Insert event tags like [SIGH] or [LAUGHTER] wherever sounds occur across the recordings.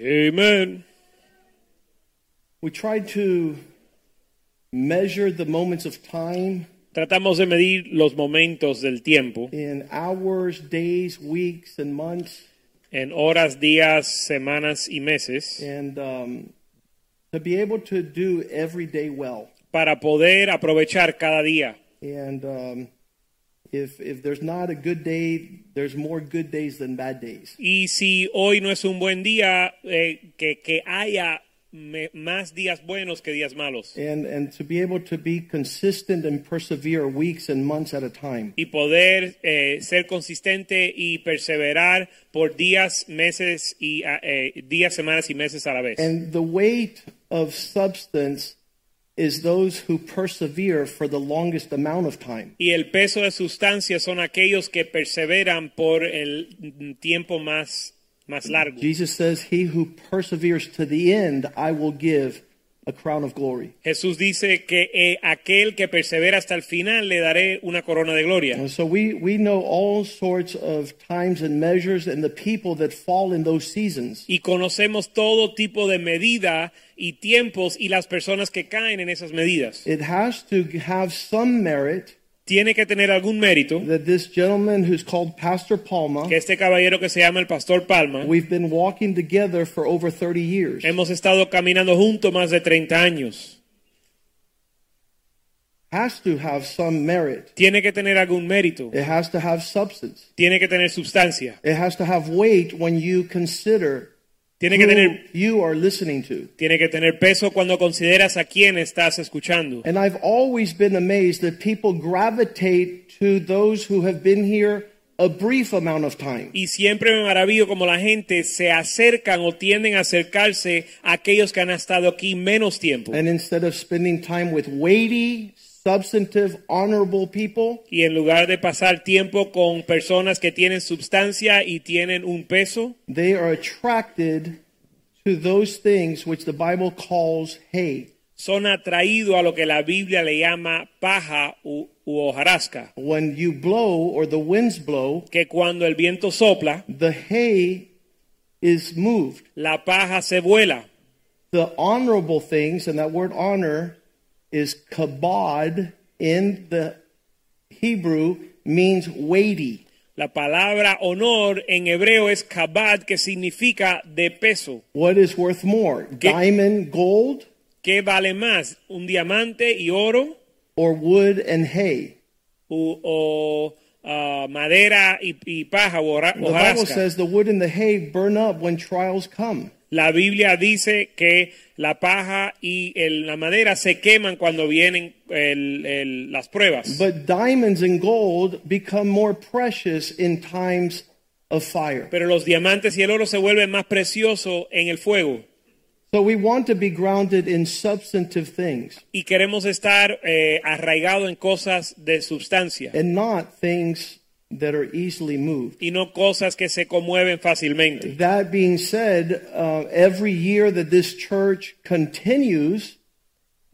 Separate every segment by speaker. Speaker 1: Amen.
Speaker 2: We tried to measure the moments of time
Speaker 1: Tratamos de medir los momentos del tiempo
Speaker 2: in hours, days, weeks, and months.
Speaker 1: en horas, días, semanas y meses
Speaker 2: And um, to be able to do every day well.
Speaker 1: para poder aprovechar cada día.
Speaker 2: And um, if, if there's not a good day, there's more good days than bad days.
Speaker 1: Y si hoy no es un buen día, eh, que, que haya me- más días buenos que días malos.
Speaker 2: And, and to be able to be consistent and persevere weeks and months at a time.
Speaker 1: Y poder eh, ser consistente y perseverar por días, meses y ah, eh, días, semanas y meses a la vez.
Speaker 2: And the weight of substance is those who persevere for the longest amount of time.
Speaker 1: Y el peso de sustancia son aquellos que perseveran por el tiempo más, más largo.
Speaker 2: Jesus says, He who perseveres to the end, I will give a crown of glory.
Speaker 1: Jesús dice que eh, aquel que persevera hasta el final le daré una corona de gloria.
Speaker 2: And so we, we know all sorts of times and measures and the people that fall in those seasons.
Speaker 1: Y conocemos todo tipo de medida y tiempos y las personas que caen en esas medidas.
Speaker 2: It has to have some merit
Speaker 1: Tiene que tener algún mérito
Speaker 2: that this gentleman who's called Pastor Palma,
Speaker 1: que este caballero que se llama el Pastor Palma,
Speaker 2: we've been walking together for over 30 years.
Speaker 1: hemos estado caminando juntos más de 30 años.
Speaker 2: Has to have some merit.
Speaker 1: Tiene que tener algún mérito,
Speaker 2: It has to have substance.
Speaker 1: tiene que tener sustancia,
Speaker 2: It has to have weight when you consider
Speaker 1: tiene que
Speaker 2: who
Speaker 1: tener
Speaker 2: you are listening to.
Speaker 1: Tiene que tener peso cuando consideras a quién estás escuchando.
Speaker 2: And I've always been amazed that people gravitate to those who have been here a brief amount of time.
Speaker 1: Y siempre me maravillo como la gente se acercan o tienden a acercarse a aquellos que han estado aquí menos tiempo.
Speaker 2: And instead of spending time with weighty, substantive, honorable people,
Speaker 1: Y en lugar de pasar tiempo con personas que tienen sustancia y tienen un peso,
Speaker 2: they are attracted to those things which the Bible calls hay.
Speaker 1: son atraídos a lo que la Biblia le llama paja u, u hojarasca.
Speaker 2: When you blow or the winds blow,
Speaker 1: Que cuando el viento sopla,
Speaker 2: the hay is moved.
Speaker 1: la paja se vuela.
Speaker 2: The honorable things, and that word honor is kabod in the Hebrew, means weighty.
Speaker 1: La palabra honor en hebreo es kabad, que significa de peso.
Speaker 2: What is worth more, diamond, gold,
Speaker 1: ¿Qué vale más, un diamante y oro
Speaker 2: or wood and hay?
Speaker 1: u- o ah, madera y, y paja o hora-
Speaker 2: The Bible
Speaker 1: hojarasca?
Speaker 2: says the wood and the hay burn up when trials come.
Speaker 1: La Biblia dice que la paja y el- la madera se queman cuando vienen el- el- las pruebas.
Speaker 2: But diamonds and gold become more precious in times of fire.
Speaker 1: Pero los diamantes y el oro se vuelven más preciosos en el fuego.
Speaker 2: So we want to be grounded in substantive things
Speaker 1: Y queremos estar eh, arraigados en cosas de sustancia
Speaker 2: and not things that are easily moved.
Speaker 1: y no cosas que se conmueven fácilmente.
Speaker 2: That being said, uh, every year that this church continues,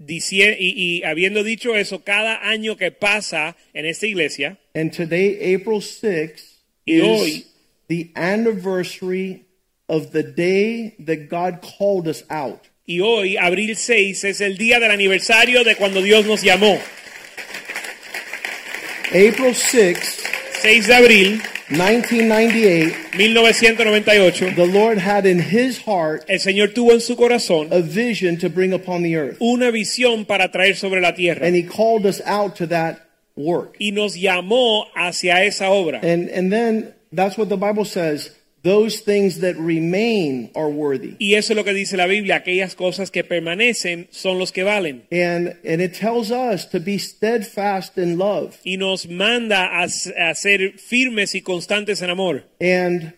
Speaker 1: Dicie- y- y habiendo dicho eso, cada año que pasa en esta iglesia,
Speaker 2: And today, April 6th,
Speaker 1: Y
Speaker 2: is
Speaker 1: hoy-
Speaker 2: the anniversary of the day that God called us out.
Speaker 1: Y hoy, abril 6, es el día del aniversario de cuando Dios nos llamó.
Speaker 2: April 6th,
Speaker 1: 6 de abril
Speaker 2: 1998,
Speaker 1: 1998,
Speaker 2: the Lord had in his heart
Speaker 1: el Señor tuvo en su corazón
Speaker 2: a vision to bring upon the earth.
Speaker 1: una visión para traer sobre la tierra.
Speaker 2: And he called us out to that work.
Speaker 1: Y nos llamó hacia esa obra.
Speaker 2: And, and then that's what the Bible says those things that remain are worthy.
Speaker 1: Y eso es lo que dice la Biblia, aquellas cosas que permanecen son los que valen.
Speaker 2: And, and it tells us to be steadfast in love.
Speaker 1: Y nos manda a, s- a ser firmes y constantes en amor.
Speaker 2: And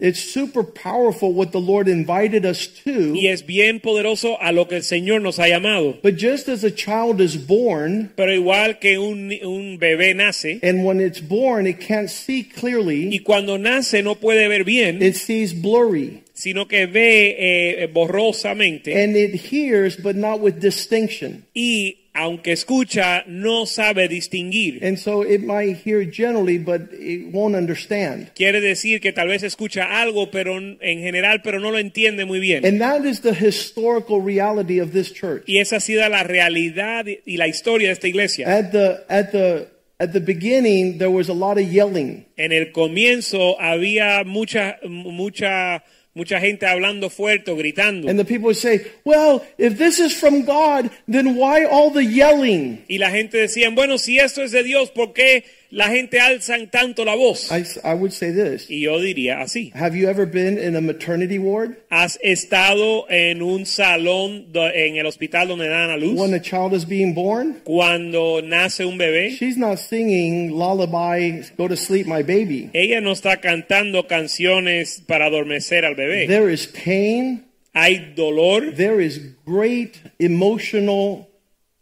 Speaker 2: It's super powerful what the Lord invited us
Speaker 1: y
Speaker 2: to.
Speaker 1: es bien poderoso a lo que el Señor nos ha llamado.
Speaker 2: But just as a child is born,
Speaker 1: Pero igual que un, ni- un bebé nace
Speaker 2: and when it's born, it can't see
Speaker 1: y
Speaker 2: clearly,
Speaker 1: cuando nace no puede ver bien,
Speaker 2: it sees blurry.
Speaker 1: sino que ve eh, borrosamente
Speaker 2: And it hears, but not with distinction.
Speaker 1: y aunque escucha no sabe distinguir.
Speaker 2: And so it might hear generally, but it won't understand.
Speaker 1: Quiere decir que tal vez escucha algo pero n- en general pero no lo entiende muy bien.
Speaker 2: And that is the historical reality of this church.
Speaker 1: Y esa ha sido la realidad y la historia de esta iglesia.
Speaker 2: At the at the at the beginning, there was a lot of yelling.
Speaker 1: En el comienzo había mucha mucha mucha gente hablando fuerte, o gritando.
Speaker 2: And the people would say, Well, if this is from God, then why all the yelling?
Speaker 1: Y la gente decía, bueno, si esto es de Dios, ¿por qué la gente alzan tanto la voz?
Speaker 2: I, s- I would say this.
Speaker 1: Y yo diría así,
Speaker 2: Have you ever been in a maternity ward
Speaker 1: ¿has estado en un salón do- en el hospital donde dan a luz?
Speaker 2: when a child is being born?
Speaker 1: Cuando nace un bebé,
Speaker 2: She's not singing lullaby, go to sleep, my baby.
Speaker 1: ella no está cantando canciones para adormecer al bebé.
Speaker 2: There is pain.
Speaker 1: Hay dolor,
Speaker 2: There is great emotional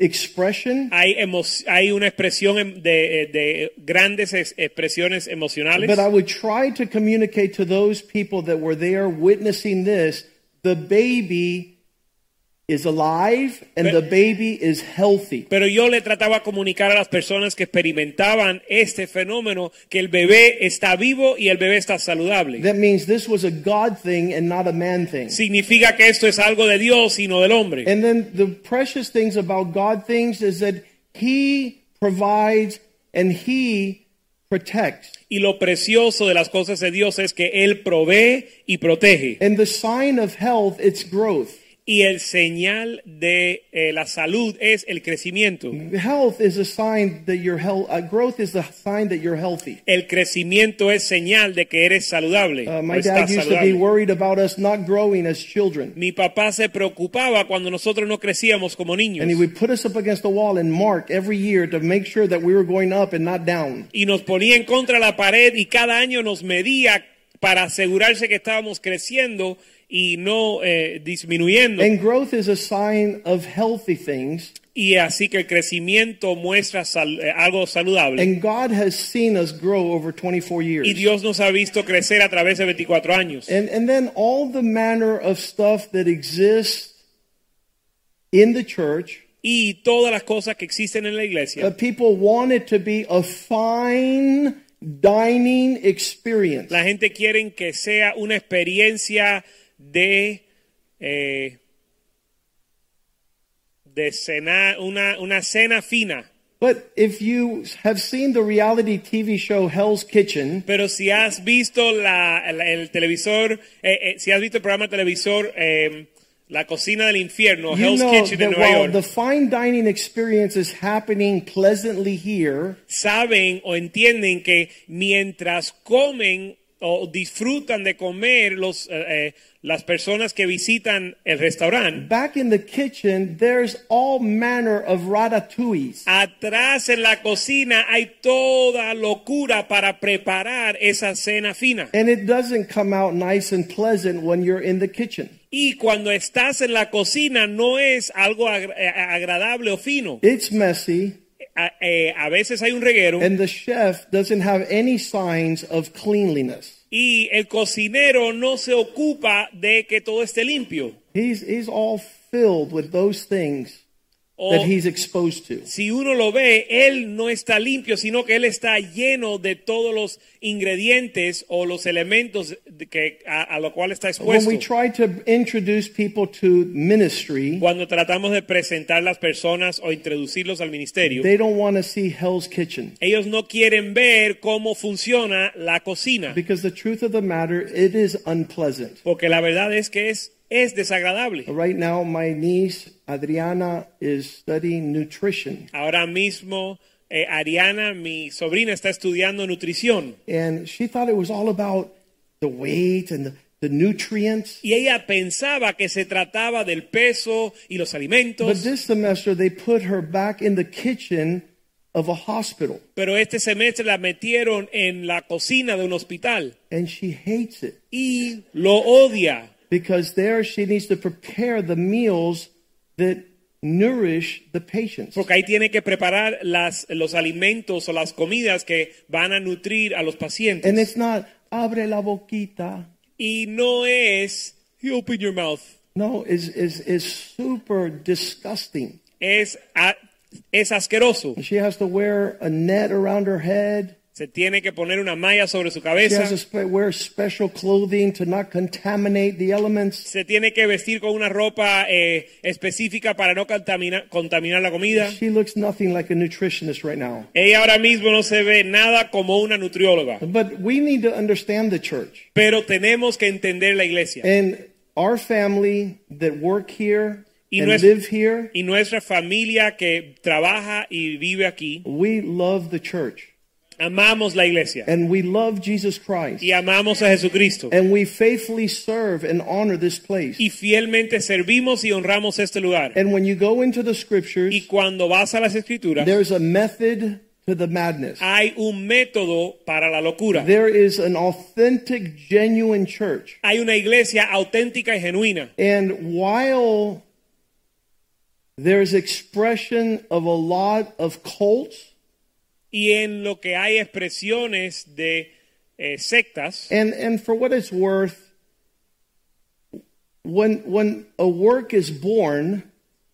Speaker 2: expression.
Speaker 1: hay, emo- hay una expresión em- de, de grandes ex- expresiones emocionales.
Speaker 2: But I would try to communicate to those people that were there witnessing this the baby is alive and the baby is healthy.
Speaker 1: Pero yo le trataba de comunicar a las personas que experimentaban este fenómeno que el bebé está vivo y el bebé está saludable.
Speaker 2: That means this was a God thing and not a man thing.
Speaker 1: Significa que esto es algo de Dios y no del hombre.
Speaker 2: And then the precious things about God things is that He provides and He protects.
Speaker 1: Y lo precioso de las cosas de Dios es que Él provee y protege.
Speaker 2: And the sign of health, it's growth.
Speaker 1: Y el señal de eh, la salud es el crecimiento.
Speaker 2: Health is a sign that you're health. Uh, growth is the sign that you're healthy.
Speaker 1: El crecimiento es señal de que eres saludable.
Speaker 2: Uh,
Speaker 1: o
Speaker 2: my
Speaker 1: estás
Speaker 2: dad used to be
Speaker 1: saludable.
Speaker 2: worried about us not growing as children,
Speaker 1: Mi papá se preocupaba cuando nosotros no crecíamos como niños.
Speaker 2: and he would put us up against the wall and mark every year to make sure that we were going up and not down.
Speaker 1: y nos ponía en contra de la pared y cada año nos medía para asegurarse que estábamos creciendo y no eh, disminuyendo.
Speaker 2: And growth is a sign of healthy things,
Speaker 1: y así que el crecimiento muestra sal- eh, algo saludable.
Speaker 2: and God has seen us grow over 24
Speaker 1: y
Speaker 2: years.
Speaker 1: Dios nos ha visto crecer a través de 24 años.
Speaker 2: And and then all the manner of stuff that exists in the church.
Speaker 1: y todas las cosas que existen en la iglesia.
Speaker 2: But people want it to be a fine dining experience.
Speaker 1: la gente quiere que sea una experiencia de... eh, de cenar, una, una cena fina.
Speaker 2: But if you have seen the reality TV show Hell's Kitchen,
Speaker 1: Pero si has visto la, el, el televisor, eh, eh, si has visto el programa de televisor eh, La Cocina del Infierno,
Speaker 2: you
Speaker 1: Hell's
Speaker 2: know
Speaker 1: Kitchen en
Speaker 2: that
Speaker 1: Nueva
Speaker 2: while
Speaker 1: York,
Speaker 2: the fine dining experience is happening pleasantly here,
Speaker 1: saben o entienden que mientras comen o disfrutan de comer los, eh, eh, las personas que visitan el restaurante,
Speaker 2: back in the kitchen, there's all manner of ratatouilles.
Speaker 1: atrás en la cocina hay toda locura para preparar esa cena fina.
Speaker 2: And it doesn't come out nice and pleasant when you're in the kitchen.
Speaker 1: Y cuando estás en la cocina no es algo agra- eh, agradable o fino.
Speaker 2: It's messy,
Speaker 1: a, eh, a veces hay un reguero
Speaker 2: and the chef doesn't have any signs of cleanliness.
Speaker 1: y el cocinero no se ocupa de que todo esté limpio.
Speaker 2: He's, he's all filled with those things
Speaker 1: O
Speaker 2: that he's exposed to.
Speaker 1: si uno lo ve, él no está limpio, sino que él está lleno de todos los ingredientes o los elementos de que, a, a lo cual está
Speaker 2: When
Speaker 1: expuesto.
Speaker 2: we try to introduce people to ministry,
Speaker 1: Cuando tratamos de presentar las personas o introducirlos al ministerio,
Speaker 2: they don't want to see Hell's Kitchen.
Speaker 1: ellos no quieren ver cómo funciona la cocina,
Speaker 2: Because the truth of the matter, it is unpleasant.
Speaker 1: porque la verdad es que es, es desagradable.
Speaker 2: Right now, my niece, Adriana, is studying nutrition.
Speaker 1: Ahora mismo eh, Ariana, mi sobrina, está estudiando nutrición
Speaker 2: And she thought it was all about the weight and the, the nutrients.
Speaker 1: y ella pensaba que se trataba del peso y los
Speaker 2: But
Speaker 1: alimentos,
Speaker 2: this semester, they put her back in the kitchen of a hospital,
Speaker 1: Pero este semestre la metieron en la cocina de un hospital
Speaker 2: and she hates it
Speaker 1: y lo odia
Speaker 2: because there she needs to prepare the meals that nourish the patients.
Speaker 1: porque ahí tiene que preparar las, los alimentos o las comidas que van a nutrir a los
Speaker 2: And
Speaker 1: pacientes.
Speaker 2: it's not abre la boquita.
Speaker 1: Y no es, you open your mouth,
Speaker 2: No, eh, is is is super disgusting.
Speaker 1: es, a- es asqueroso.
Speaker 2: She has to wear a net around her head.
Speaker 1: Se tiene que poner una malla sobre su
Speaker 2: She has
Speaker 1: cabeza.
Speaker 2: to spe- wear special clothing to not contaminate the elements.
Speaker 1: Se tiene que vestir con una ropa eh, específica para no contamina- contaminar la comida.
Speaker 2: She looks nothing like a nutritionist right now.
Speaker 1: Ella ahora mismo no se ve nada como una nutrióloga.
Speaker 2: But we need to understand the church.
Speaker 1: Pero tenemos que entender la iglesia.
Speaker 2: And our family that work here
Speaker 1: Y
Speaker 2: and
Speaker 1: nues-
Speaker 2: live here,
Speaker 1: Y nuestra familia que trabaja y vive aquí,
Speaker 2: we love the church.
Speaker 1: amamos la iglesia
Speaker 2: And we love Jesus Christ.
Speaker 1: y amamos a Jesucristo.
Speaker 2: And we faithfully serve and honor this place.
Speaker 1: Y fielmente servimos y honramos este lugar.
Speaker 2: And when you go into the scriptures,
Speaker 1: Y cuando vas a las escrituras,
Speaker 2: there's a method to the madness.
Speaker 1: hay un método para la locura.
Speaker 2: There is an authentic, genuine church.
Speaker 1: Hay una iglesia auténtica y genuina.
Speaker 2: And while there's expression of a lot of cults,
Speaker 1: Y en lo que hay expresiones de eh, sectas,
Speaker 2: and, and for what it's worth, when, when a work is born,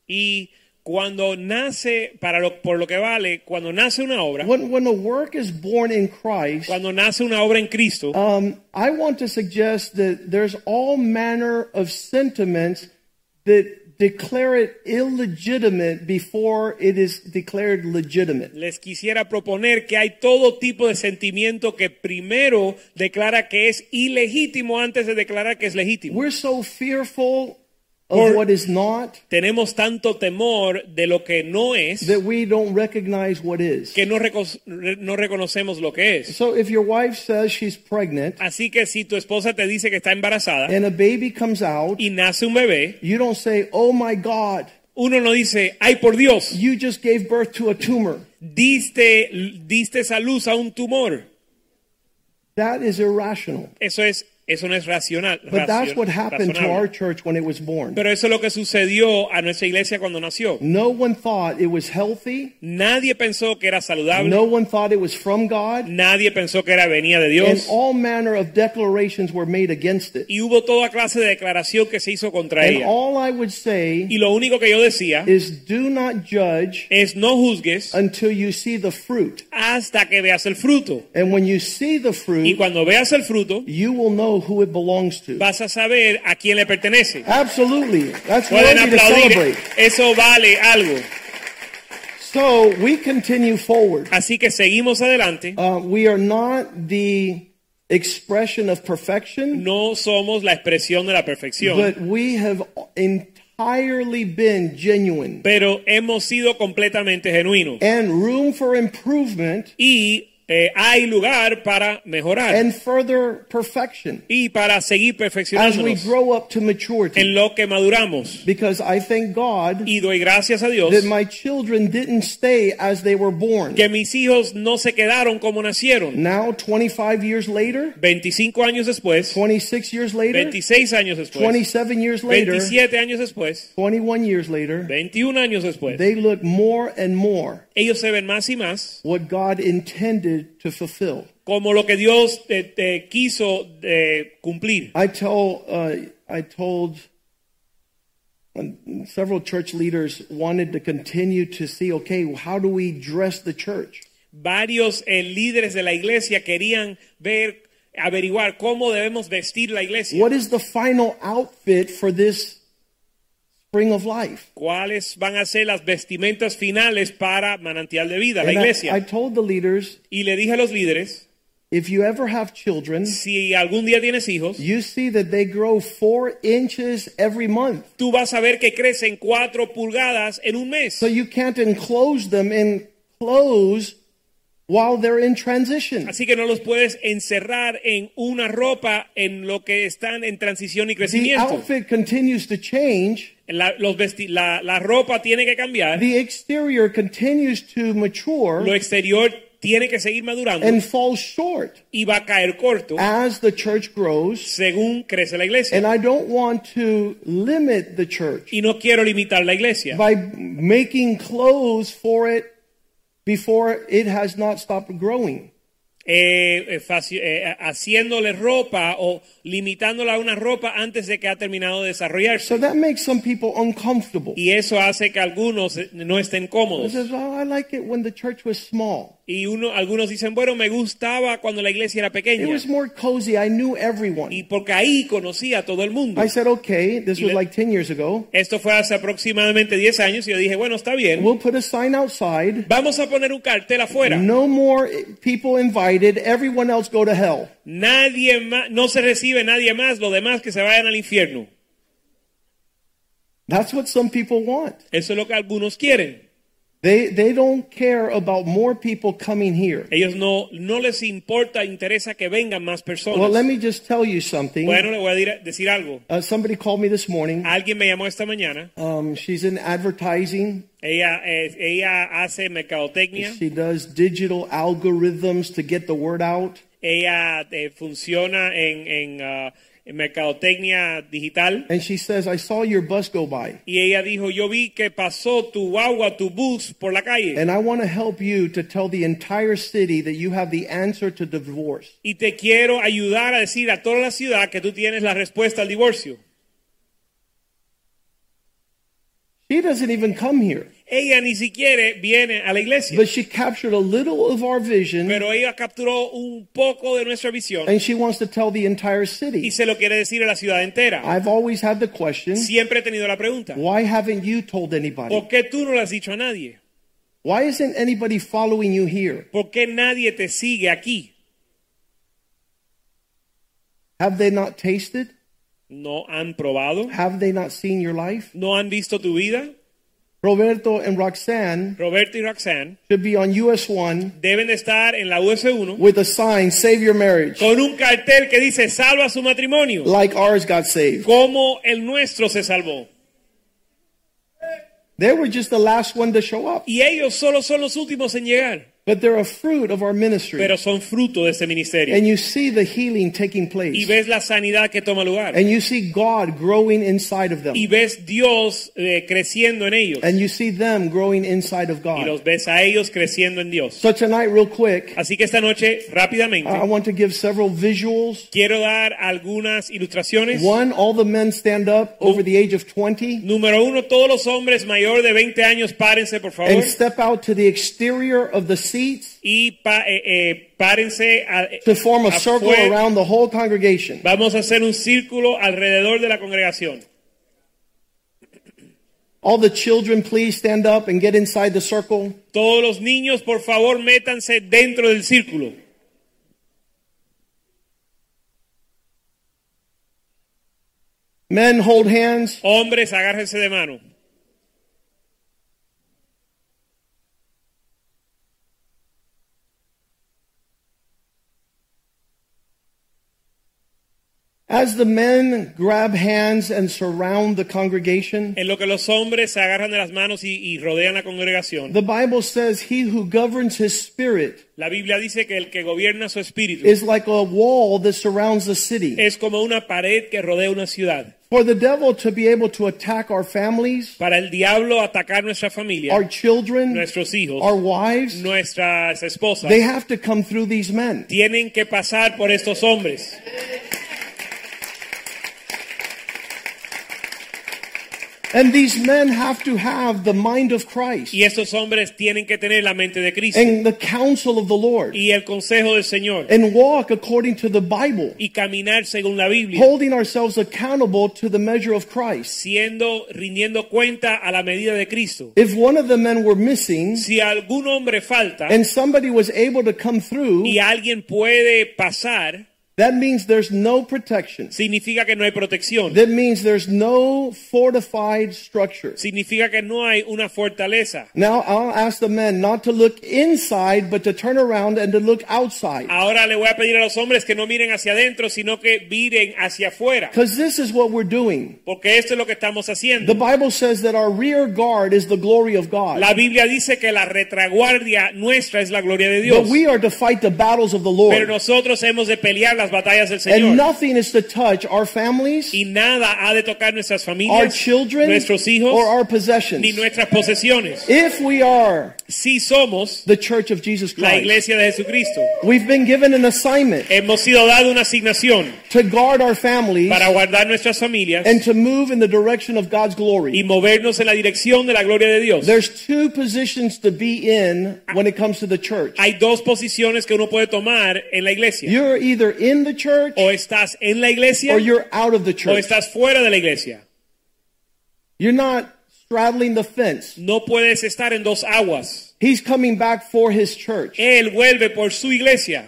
Speaker 1: y cuando nace, para lo, por lo que vale, cuando nace una obra,
Speaker 2: when, when a work is born in Christ,
Speaker 1: cuando nace una obra en Cristo,
Speaker 2: um, I want to suggest that there's all manner of sentiments that declare it illegitimate before it is declared legitimate.
Speaker 1: les quisiera proponer que hay todo tipo de sentimiento que primero declara que es ilegítimo antes de declarar que es legítimo.
Speaker 2: We're so fearful of
Speaker 1: Or-
Speaker 2: what is not
Speaker 1: Tenemos tanto temor de lo que no es
Speaker 2: that we don't recognize what is.
Speaker 1: que no, reco- re- no reconocemos lo que es.
Speaker 2: So if your wife says she's pregnant
Speaker 1: Así que si tu esposa te dice que está embarazada
Speaker 2: and a baby comes out,
Speaker 1: y nace un bebé,
Speaker 2: you don't say, "Oh my God,
Speaker 1: uno no dice, ay por Dios,
Speaker 2: you just gave birth to a tumor."
Speaker 1: diste, diste esa luz a un tumor.
Speaker 2: That is irrational.
Speaker 1: Eso es, eso no es racional.
Speaker 2: But that's
Speaker 1: racion-
Speaker 2: what happened to
Speaker 1: razonable.
Speaker 2: our church when it was born.
Speaker 1: Pero eso es lo que sucedió a nuestra iglesia cuando nació.
Speaker 2: No one thought it was healthy.
Speaker 1: Nadie pensó que era saludable.
Speaker 2: No one thought it was from God.
Speaker 1: Nadie pensó que era venía de
Speaker 2: And
Speaker 1: Dios.
Speaker 2: all manner of declarations were made against it.
Speaker 1: Y hubo toda clase de declaración que se hizo contra
Speaker 2: And
Speaker 1: ella.
Speaker 2: all I would
Speaker 1: Y
Speaker 2: say
Speaker 1: lo único que yo decía
Speaker 2: is do not judge
Speaker 1: es no juzgues
Speaker 2: until you see the fruit.
Speaker 1: hasta que veas el fruto.
Speaker 2: And when you see the
Speaker 1: Y
Speaker 2: fruit,
Speaker 1: cuando veas el fruto,
Speaker 2: you will know who it belongs to.
Speaker 1: vas a saber a quién le pertenece.
Speaker 2: Absolutely. That's
Speaker 1: Pueden
Speaker 2: worthy to
Speaker 1: aplaudir.
Speaker 2: celebrate.
Speaker 1: Eso vale algo.
Speaker 2: So we continue forward.
Speaker 1: Así que seguimos adelante.
Speaker 2: Uh, we are not the expression of perfection,
Speaker 1: No somos la expresión de la perfección,
Speaker 2: but we have entirely been genuine.
Speaker 1: pero hemos sido completamente genuinos.
Speaker 2: And room for improvement
Speaker 1: Y eh, hay lugar para mejorar
Speaker 2: and further perfection
Speaker 1: y para seguir
Speaker 2: as we
Speaker 1: perfeccionándonos.
Speaker 2: grow up to maturity.
Speaker 1: en lo que maduramos.
Speaker 2: Because I thank God
Speaker 1: Y doy gracias a Dios
Speaker 2: that my children didn't stay as they were born.
Speaker 1: que mis hijos no se quedaron como nacieron.
Speaker 2: Now, 25 years later,
Speaker 1: 25 años después,
Speaker 2: 26 years later,
Speaker 1: 26 años después,
Speaker 2: 27 years later,
Speaker 1: 27 años después,
Speaker 2: 21 years later,
Speaker 1: 21 años después,
Speaker 2: they look more and more
Speaker 1: ellos se ven más y más
Speaker 2: what God intended to fulfill.
Speaker 1: como lo que Dios eh, te quiso eh, cumplir.
Speaker 2: I tell, uh, I told um, several church leaders wanted to continue to see, okay, how do we dress the church?
Speaker 1: Varios eh, líderes de la iglesia querían ver, averiguar cómo debemos vestir la iglesia.
Speaker 2: What is the final outfit for this spring of life?
Speaker 1: ¿Cuáles van a ser las vestimentas finales para manantial de vida, la
Speaker 2: And I, I
Speaker 1: iglesia?
Speaker 2: told the leaders,
Speaker 1: Y le dije a los líderes,
Speaker 2: if you ever have children,
Speaker 1: si algún día tienes hijos,
Speaker 2: you see that they grow four inches every month.
Speaker 1: tú vas a ver que crecen 4 pulgadas en un mes.
Speaker 2: So you can't enclose them in clothes while they're in transition.
Speaker 1: Así que no los puedes encerrar en una ropa en lo que están en transición y
Speaker 2: The
Speaker 1: crecimiento.
Speaker 2: outfit continues to change.
Speaker 1: La, los vesti- la, la ropa tiene que cambiar,
Speaker 2: The exterior continues to
Speaker 1: lo
Speaker 2: mature
Speaker 1: exterior tiene que seguir madurando
Speaker 2: and falls short
Speaker 1: y va a caer corto
Speaker 2: as the church grows.
Speaker 1: según crece la iglesia.
Speaker 2: And I don't want to limit the church
Speaker 1: Y no quiero limitar la iglesia
Speaker 2: by making clothes for it before it has not stopped growing.
Speaker 1: eh, eh, faci- eh, haciéndole ropa o limitándola a una ropa antes de que ha terminado de desarrollarse.
Speaker 2: So that makes some people uncomfortable.
Speaker 1: Y eso hace que algunos eh, no estén
Speaker 2: It
Speaker 1: cómodos.
Speaker 2: says, "Oh, I like it when the church was small.
Speaker 1: Y uno, algunos dicen, bueno, me gustaba cuando la iglesia era
Speaker 2: It
Speaker 1: pequeña.
Speaker 2: was more cozy. I knew
Speaker 1: Y
Speaker 2: everyone."
Speaker 1: porque ahí conocía a todo el mundo.
Speaker 2: I said, "Okay, this was like 10 years ago.
Speaker 1: Esto fue hace aproximadamente 10 años y yo dije, bueno, está bien.
Speaker 2: We'll put a sign outside.
Speaker 1: Vamos a poner un cartel afuera.
Speaker 2: No more people invited. Everyone else go to hell."
Speaker 1: Nadie más, no se recibe nadie más, los demás que se vayan al infierno.
Speaker 2: That's what some people want.
Speaker 1: Eso es lo que algunos quieren.
Speaker 2: They they don't care about more people coming here.
Speaker 1: Ellos no, no les importa, interesa que vengan más personas.
Speaker 2: Well, let me just tell you something.
Speaker 1: bueno, Ah. le voy a dir- decir algo.
Speaker 2: Uh, somebody called me this morning.
Speaker 1: Alguien me llamó esta mañana.
Speaker 2: Um, she's in advertising.
Speaker 1: Ella, eh, ella hace mercadotecnia.
Speaker 2: She does digital algorithms to get the word out.
Speaker 1: Ella eh, funciona en, en, ah, en mercadotecnia digital.
Speaker 2: And she says, "I saw your bus go by,
Speaker 1: Y ella dijo, yo vi que pasó tu guagua, tu bus por la calle.
Speaker 2: and I want to help you to tell the entire city that you have the answer to divorce."
Speaker 1: Y te quiero ayudar a decir a toda la ciudad que tú tienes la respuesta al divorcio.
Speaker 2: She doesn't even come here,
Speaker 1: Ella ni siquiera viene a la iglesia.
Speaker 2: but she captured a little of our vision,
Speaker 1: Pero ella capturó un poco de nuestra visión
Speaker 2: and she wants to tell the entire
Speaker 1: y
Speaker 2: city.
Speaker 1: se lo quiere decir a la ciudad entera.
Speaker 2: I've always had the question,
Speaker 1: Siempre he tenido la pregunta,
Speaker 2: why haven't you told anybody?
Speaker 1: ¿por qué tú no lo has dicho a nadie?
Speaker 2: Why isn't anybody following you here?
Speaker 1: ¿Por qué nadie te sigue aquí?
Speaker 2: Have they not tasted?
Speaker 1: ¿No han probado?
Speaker 2: Have they not seen your life?
Speaker 1: ¿No han visto tu vida?
Speaker 2: Roberto and Roxanne
Speaker 1: Roberto y Roxanne
Speaker 2: should be on US 1
Speaker 1: deben de estar en la US1
Speaker 2: with a sign, Save Your Marriage,
Speaker 1: con un cartel que dice salva su matrimonio,
Speaker 2: like ours got saved.
Speaker 1: como el nuestro se salvó.
Speaker 2: They were just the last one to show up,
Speaker 1: Y ellos solo son los últimos en llegar,
Speaker 2: but they're a fruit of our ministry.
Speaker 1: pero son fruto de ese ministerio.
Speaker 2: And you see the healing taking
Speaker 1: Y
Speaker 2: place,
Speaker 1: ves la sanidad que toma lugar.
Speaker 2: and you see God growing inside of them,
Speaker 1: Y ves Dios eh, creciendo en ellos.
Speaker 2: and you see them growing inside of
Speaker 1: Y los
Speaker 2: God.
Speaker 1: ves a ellos creciendo en Dios.
Speaker 2: So, tonight, real quick,
Speaker 1: Así que esta noche, rápidamente,
Speaker 2: I I want to give several visuals.
Speaker 1: quiero dar algunas ilustraciones.
Speaker 2: One, all the men stand up over the age of 20
Speaker 1: Número uno, todos los hombres mayor de 20 años, párense, por favor.
Speaker 2: and step out to the exterior of the seats
Speaker 1: Y pa- eh, eh, párense. a- eh,
Speaker 2: to form a
Speaker 1: afuera.
Speaker 2: circle around the whole congregation.
Speaker 1: Vamos a hacer un círculo alrededor de la congregación.
Speaker 2: All the children, please stand up and get inside the circle.
Speaker 1: Todos los niños, por favor, métanse dentro del círculo.
Speaker 2: Men, hold hands.
Speaker 1: Hombres, agárrense de mano.
Speaker 2: As the men grab hands and surround the congregation,
Speaker 1: En lo que los hombres se agarran de las manos y, y rodean la congregación.
Speaker 2: the Bible says, He who governs his spirit
Speaker 1: La Biblia dice que el que gobierna su espíritu
Speaker 2: is like a wall that surrounds the city.
Speaker 1: es como una pared que rodea una ciudad.
Speaker 2: For the devil to be able to attack our families,
Speaker 1: Para el diablo atacar nuestra familia,
Speaker 2: our children,
Speaker 1: nuestros hijos,
Speaker 2: our wives,
Speaker 1: nuestras esposas,
Speaker 2: they have to come through these men.
Speaker 1: tienen que pasar por estos hombres.
Speaker 2: And these men have to have the mind of Christ
Speaker 1: Y estos hombres tienen que tener la mente de Cristo
Speaker 2: and the counsel of the Lord
Speaker 1: y el consejo del Señor
Speaker 2: and walk according to the Bible,
Speaker 1: y caminar según la Biblia,
Speaker 2: holding ourselves accountable to the measure of Christ.
Speaker 1: siendo rindiendo cuenta a la medida de Cristo.
Speaker 2: If one of the men were missing
Speaker 1: Si algún hombre falta
Speaker 2: and somebody was able to come through,
Speaker 1: y alguien puede pasar,
Speaker 2: That means there's no protection.
Speaker 1: Significa que no hay protección.
Speaker 2: That means there's no fortified structure.
Speaker 1: Significa que no hay una fortaleza.
Speaker 2: Now I'll ask the men not to look inside, but to turn around and to look outside.
Speaker 1: Ahora le voy a pedir a los hombres que no miren hacia adentro, sino que miren hacia afuera.
Speaker 2: Because this is what we're doing.
Speaker 1: Porque esto es lo que estamos haciendo.
Speaker 2: The Bible says that our rear guard is the glory of God.
Speaker 1: La Biblia dice que la retraguardia nuestra es la gloria de
Speaker 2: But
Speaker 1: Dios.
Speaker 2: we are to fight the battles of the
Speaker 1: Pero
Speaker 2: Lord.
Speaker 1: nosotros hemos de pelear las batallas del
Speaker 2: And
Speaker 1: Señor.
Speaker 2: nothing is to touch our families,
Speaker 1: Y nada ha de tocar nuestras
Speaker 2: our
Speaker 1: familias,
Speaker 2: children,
Speaker 1: nuestros hijos,
Speaker 2: or our possessions.
Speaker 1: ni nuestras posesiones.
Speaker 2: If we are
Speaker 1: Si somos
Speaker 2: the church of Jesus
Speaker 1: la
Speaker 2: Christ,
Speaker 1: iglesia de Jesucristo,
Speaker 2: we've been given an assignment
Speaker 1: hemos sido dado una asignación
Speaker 2: to guard our families
Speaker 1: para guardar nuestras familias
Speaker 2: and to move in the direction of God's glory.
Speaker 1: y movernos en la dirección de la gloria de Dios.
Speaker 2: There's two positions to be in when it comes to the church.
Speaker 1: Hay dos posiciones que uno puede tomar en la iglesia.
Speaker 2: You're either in the church
Speaker 1: O estás en la iglesia
Speaker 2: or you're out of the
Speaker 1: o
Speaker 2: church.
Speaker 1: estás fuera de la iglesia.
Speaker 2: You're not straddling the fence.
Speaker 1: No puedes estar en dos aguas.
Speaker 2: He's coming back for his church.
Speaker 1: Él vuelve por su iglesia.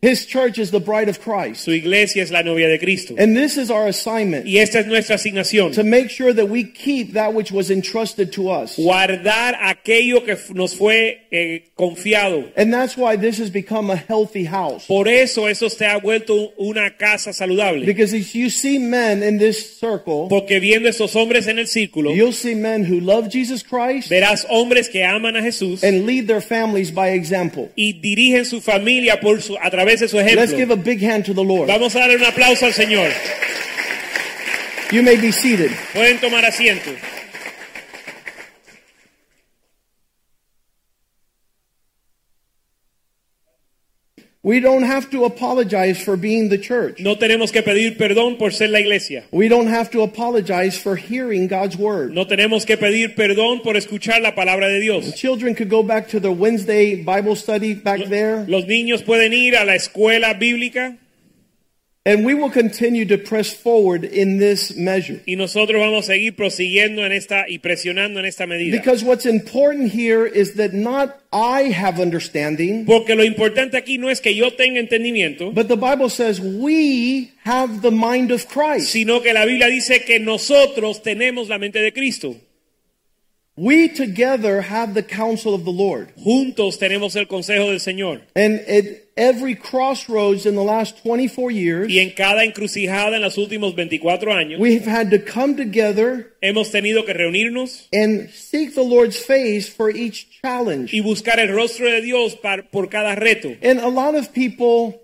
Speaker 2: His church is the bride of Christ.
Speaker 1: Su iglesia es la novia de Cristo.
Speaker 2: And this is our assignment
Speaker 1: Y esta es nuestra asignación.
Speaker 2: to make sure that we keep that which was entrusted to us.
Speaker 1: Guardar aquello que f- nos fue eh, confiado.
Speaker 2: And that's why this has become a healthy house.
Speaker 1: Por eso eso te ha vuelto un- una casa saludable.
Speaker 2: Because if you see men in this circle,
Speaker 1: Porque viendo estos hombres en el círculo,
Speaker 2: you'll see men who love Jesus Christ
Speaker 1: verás hombres que aman a Jesús
Speaker 2: and lead their families by example.
Speaker 1: y dirigen su familia por su, a través de su
Speaker 2: Let's give
Speaker 1: ejemplo.
Speaker 2: a big hand to the Lord.
Speaker 1: Vamos a darle un aplauso al Señor.
Speaker 2: You may be seated.
Speaker 1: Pueden tomar asiento.
Speaker 2: We don't have to apologize for being the church.
Speaker 1: No tenemos que pedir perdón por ser la iglesia.
Speaker 2: We don't have to apologize for hearing God's word.
Speaker 1: No tenemos que pedir perdón por escuchar la palabra de Dios.
Speaker 2: Children could go back to their Wednesday Bible study back there,
Speaker 1: Los niños pueden ir a la escuela bíblica
Speaker 2: and we will continue to press forward in this measure.
Speaker 1: y nosotros vamos a seguir prosiguiendo en esta y presionando en esta medida.
Speaker 2: Because what's important here is that not I have understanding,
Speaker 1: Porque lo importante aquí no es que yo tenga entendimiento,
Speaker 2: but the Bible says we have the mind of Christ.
Speaker 1: sino que la Biblia dice que nosotros tenemos la mente de Cristo.
Speaker 2: We together have the counsel of the Lord.
Speaker 1: Juntos tenemos el consejo del Señor.
Speaker 2: And at every crossroads in the last 24 years,
Speaker 1: Y en cada encrucijada en los últimos 24 años
Speaker 2: we've had to come together
Speaker 1: hemos tenido que reunirnos
Speaker 2: and seek the Lord's face for each challenge.
Speaker 1: y buscar el rostro de Dios par- por cada reto.
Speaker 2: And a lot of people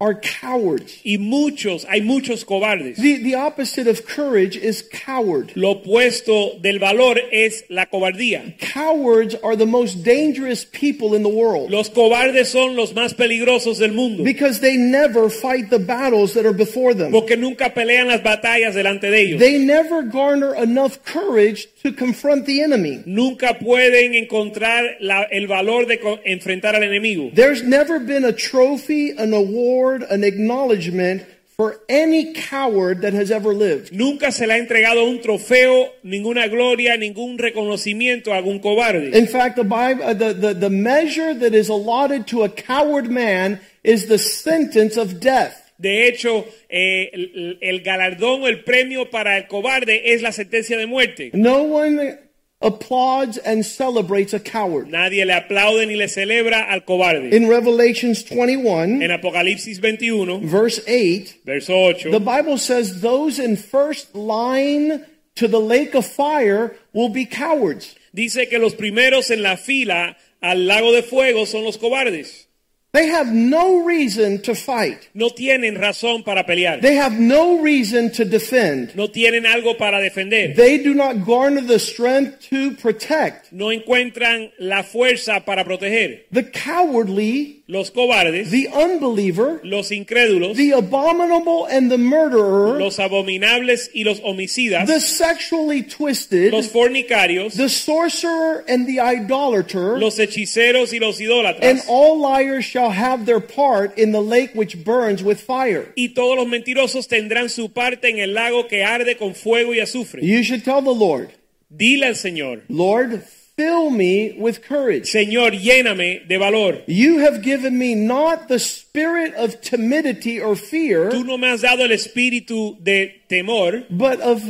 Speaker 2: are cowards.
Speaker 1: Y muchos, hay muchos cobardes.
Speaker 2: The, the opposite of courage is coward.
Speaker 1: Lo opuesto del valor es la cobardía.
Speaker 2: Cowards are the most dangerous people in the world
Speaker 1: Los cobardes son los más peligrosos del mundo
Speaker 2: because they never fight the battles that are before them.
Speaker 1: porque nunca pelean las batallas delante de ellos.
Speaker 2: They never garner enough courage to confront the enemy.
Speaker 1: Nunca pueden encontrar la- el valor de co- enfrentar al enemigo.
Speaker 2: There's never been a trophy, an award, an acknowledgement for any coward that has ever lived.
Speaker 1: Nunca se le ha entregado un trofeo, ninguna gloria, ningún reconocimiento a algún cobarde.
Speaker 2: In fact, the, Bible, uh, the, the, the measure that is allotted to a coward man is the sentence of death.
Speaker 1: De hecho, eh, el, el galardón o el premio para el cobarde es la sentencia de muerte.
Speaker 2: No one applauds and celebrates a coward.
Speaker 1: Nadie le aplaude ni le celebra al cobarde.
Speaker 2: In Revelations 21,
Speaker 1: En Apocalipsis 21,
Speaker 2: verse 8,
Speaker 1: verso 8,
Speaker 2: the Bible says those in first line to the lake of fire will be cowards.
Speaker 1: dice que los primeros en la fila al lago de fuego son los cobardes.
Speaker 2: They have no reason to fight.
Speaker 1: No tienen razón para pelear.
Speaker 2: They have no reason to defend.
Speaker 1: No tienen algo para defender.
Speaker 2: They do not garner the strength to protect.
Speaker 1: No encuentran la fuerza para proteger.
Speaker 2: The cowardly
Speaker 1: Los cobardes,
Speaker 2: the unbeliever,
Speaker 1: los incrédulos,
Speaker 2: the abominable and the murderer,
Speaker 1: los abominables y los homicidas,
Speaker 2: the sexually twisted,
Speaker 1: los fornicarios,
Speaker 2: the sorcerer and the idolater,
Speaker 1: los hechiceros y los
Speaker 2: and
Speaker 1: idólatras.
Speaker 2: all liars shall have their part in the lake which burns with fire.
Speaker 1: Y todos los mentirosos tendrán su parte en el lago que arde con fuego y azufre.
Speaker 2: You should tell the Lord,
Speaker 1: Dile al Señor,
Speaker 2: Lord, Fill me with courage.
Speaker 1: Señor, lléname de valor.
Speaker 2: You have given me not the spirit of timidity or
Speaker 1: Tú
Speaker 2: fear,
Speaker 1: no me has dado el espíritu de temor,
Speaker 2: but of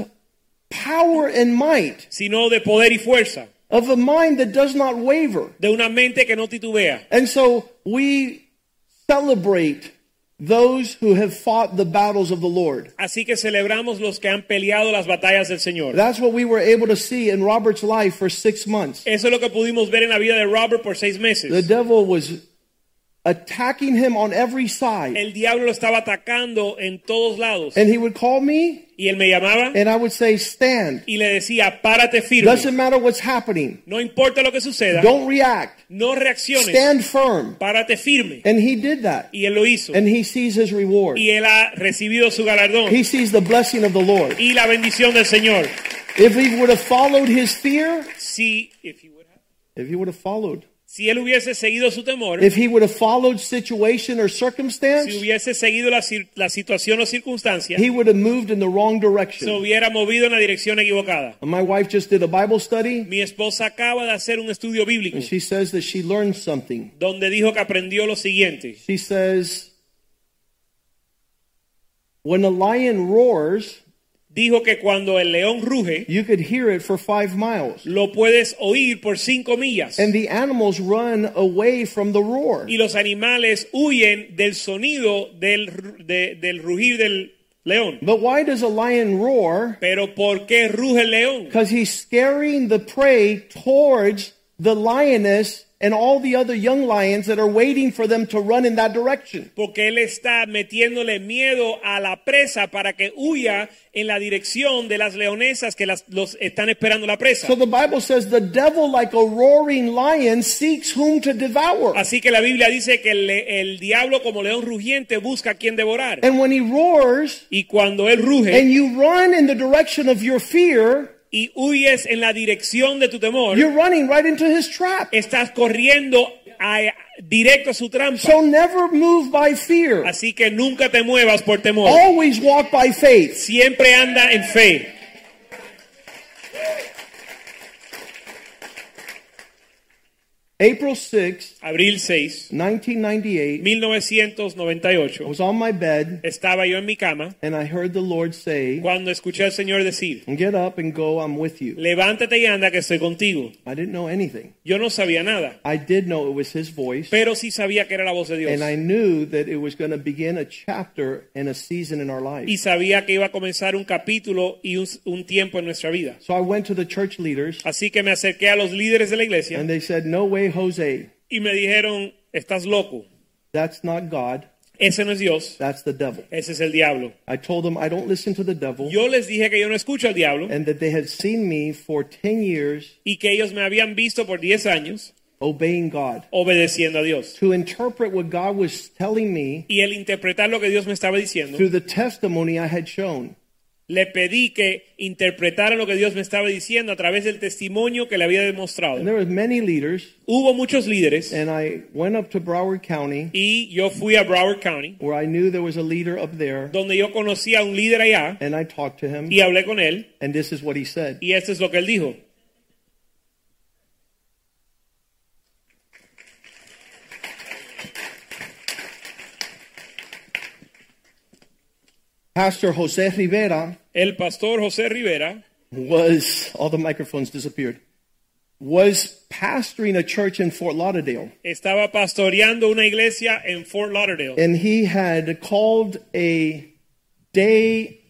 Speaker 2: power and might,
Speaker 1: sino de poder y fuerza,
Speaker 2: of a mind that does not waver.
Speaker 1: de una mente que no titubea.
Speaker 2: And so we celebrate those who have fought the battles of the Lord.
Speaker 1: Así que celebramos los que han peleado las batallas del Señor.
Speaker 2: That's what we were able to see in Robert's life for six months.
Speaker 1: Eso es lo que pudimos ver en la vida de Robert por seis
Speaker 2: The
Speaker 1: meses.
Speaker 2: devil was attacking him on every side.
Speaker 1: El diablo lo estaba atacando en todos lados.
Speaker 2: And he would call me,
Speaker 1: Y él me llamaba
Speaker 2: and I would say, Stand.
Speaker 1: y le decía, párate firme.
Speaker 2: Doesn't matter what's happening,
Speaker 1: No importa lo que suceda,
Speaker 2: don't react.
Speaker 1: no reacciones.
Speaker 2: Stand firm.
Speaker 1: Párate firme.
Speaker 2: And he did that.
Speaker 1: Y él lo hizo.
Speaker 2: And he sees his reward.
Speaker 1: Y él ha recibido su galardón
Speaker 2: He sees the blessing of the Lord.
Speaker 1: y la bendición del Señor.
Speaker 2: If he would have followed his fear,
Speaker 1: Si, if you would have-
Speaker 2: if he would have followed,
Speaker 1: si él hubiese seguido su temor,
Speaker 2: if he would have followed situation or
Speaker 1: si
Speaker 2: circumstance,
Speaker 1: hubiese seguido la, cir- la situación o circunstancia,
Speaker 2: he would have moved in the wrong
Speaker 1: se
Speaker 2: direction.
Speaker 1: hubiera movido en la dirección equivocada.
Speaker 2: My wife just did a Bible study.
Speaker 1: Mi esposa acaba de hacer un estudio bíblico
Speaker 2: She says that she learned something.
Speaker 1: donde dijo que aprendió lo siguiente.
Speaker 2: She says, when a lion roars,
Speaker 1: Dijo que cuando el león ruge,
Speaker 2: you could hear it for five miles.
Speaker 1: lo puedes oír por cinco millas.
Speaker 2: And the animals run away from the roar.
Speaker 1: Y los animales huyen del sonido del, ru- de- del rugir del león.
Speaker 2: But why does a lion roar?
Speaker 1: Pero ¿por qué ruge el león?
Speaker 2: Because he's scaring the prey towards the lioness and all the other young lions that are waiting for them to run in that direction.
Speaker 1: Porque él está metiéndole miedo a la presa para que huya en la dirección de las leonesas que las, los están esperando la presa.
Speaker 2: So the Bible says the devil, like a roaring lion, seeks whom to devour.
Speaker 1: Así que la Biblia dice que el, le- el diablo como león rugiente busca a quien devorar.
Speaker 2: And when he roars
Speaker 1: Y cuando él ruge
Speaker 2: and you run in the direction of your fear,
Speaker 1: y huyes en la dirección de tu temor,
Speaker 2: you're running right into his trap.
Speaker 1: estás corriendo a- directo a su trampa.
Speaker 2: So never move by fear.
Speaker 1: Así que nunca te muevas por temor.
Speaker 2: Always walk by faith.
Speaker 1: Siempre anda en fe.
Speaker 2: April 6,
Speaker 1: Abril 6,
Speaker 2: 1998,
Speaker 1: 1998.
Speaker 2: I was on my bed
Speaker 1: Estaba yo en mi cama
Speaker 2: and I heard the Lord say,
Speaker 1: cuando escuché al Señor decir,
Speaker 2: Get up and go, I'm with you.
Speaker 1: levántate y anda que estoy contigo.
Speaker 2: I didn't know anything.
Speaker 1: Yo no sabía nada,
Speaker 2: I did know it was his voice.
Speaker 1: pero sí sabía que era la voz de Dios.
Speaker 2: And I knew that it was going to begin a chapter and a season in our life.
Speaker 1: Y sabía que iba a comenzar un capítulo y un, un tiempo en nuestra vida.
Speaker 2: So I went to the church leaders
Speaker 1: Así que me acerqué a los líderes de la iglesia
Speaker 2: and they said, No way, Jose.
Speaker 1: y me dijeron, estás loco,
Speaker 2: That's not God.
Speaker 1: ese no es Dios,
Speaker 2: That's the devil.
Speaker 1: ese es el diablo.
Speaker 2: I told them I don't listen to the devil
Speaker 1: Yo les dije que yo no escucho al diablo
Speaker 2: and that they had seen me for 10 years
Speaker 1: y que ellos me habían visto por 10 años
Speaker 2: obeying God.
Speaker 1: obedeciendo a Dios.
Speaker 2: To interpret what God was telling me
Speaker 1: Y el interpretar lo que Dios me estaba diciendo,
Speaker 2: through the testimony I had shown.
Speaker 1: le pedí que interpretara lo que Dios me estaba diciendo a través del testimonio que le había
Speaker 2: And
Speaker 1: demostrado.
Speaker 2: there were many leaders
Speaker 1: Hubo muchos líderes
Speaker 2: and I went up to Broward County
Speaker 1: y yo fui a Broward County,
Speaker 2: where I knew there was a leader up there
Speaker 1: donde yo conocí a un líder allá
Speaker 2: and I talked to him
Speaker 1: y hablé con él.
Speaker 2: and this is what he said.
Speaker 1: Y esto es lo que él dijo.
Speaker 2: Pastor Jose Rivera
Speaker 1: El pastor José Rivera
Speaker 2: was all the microphones disappeared was pastoring a church in Fort Lauderdale
Speaker 1: estaba pastoreando una iglesia en Fort Lauderdale
Speaker 2: and he had called a day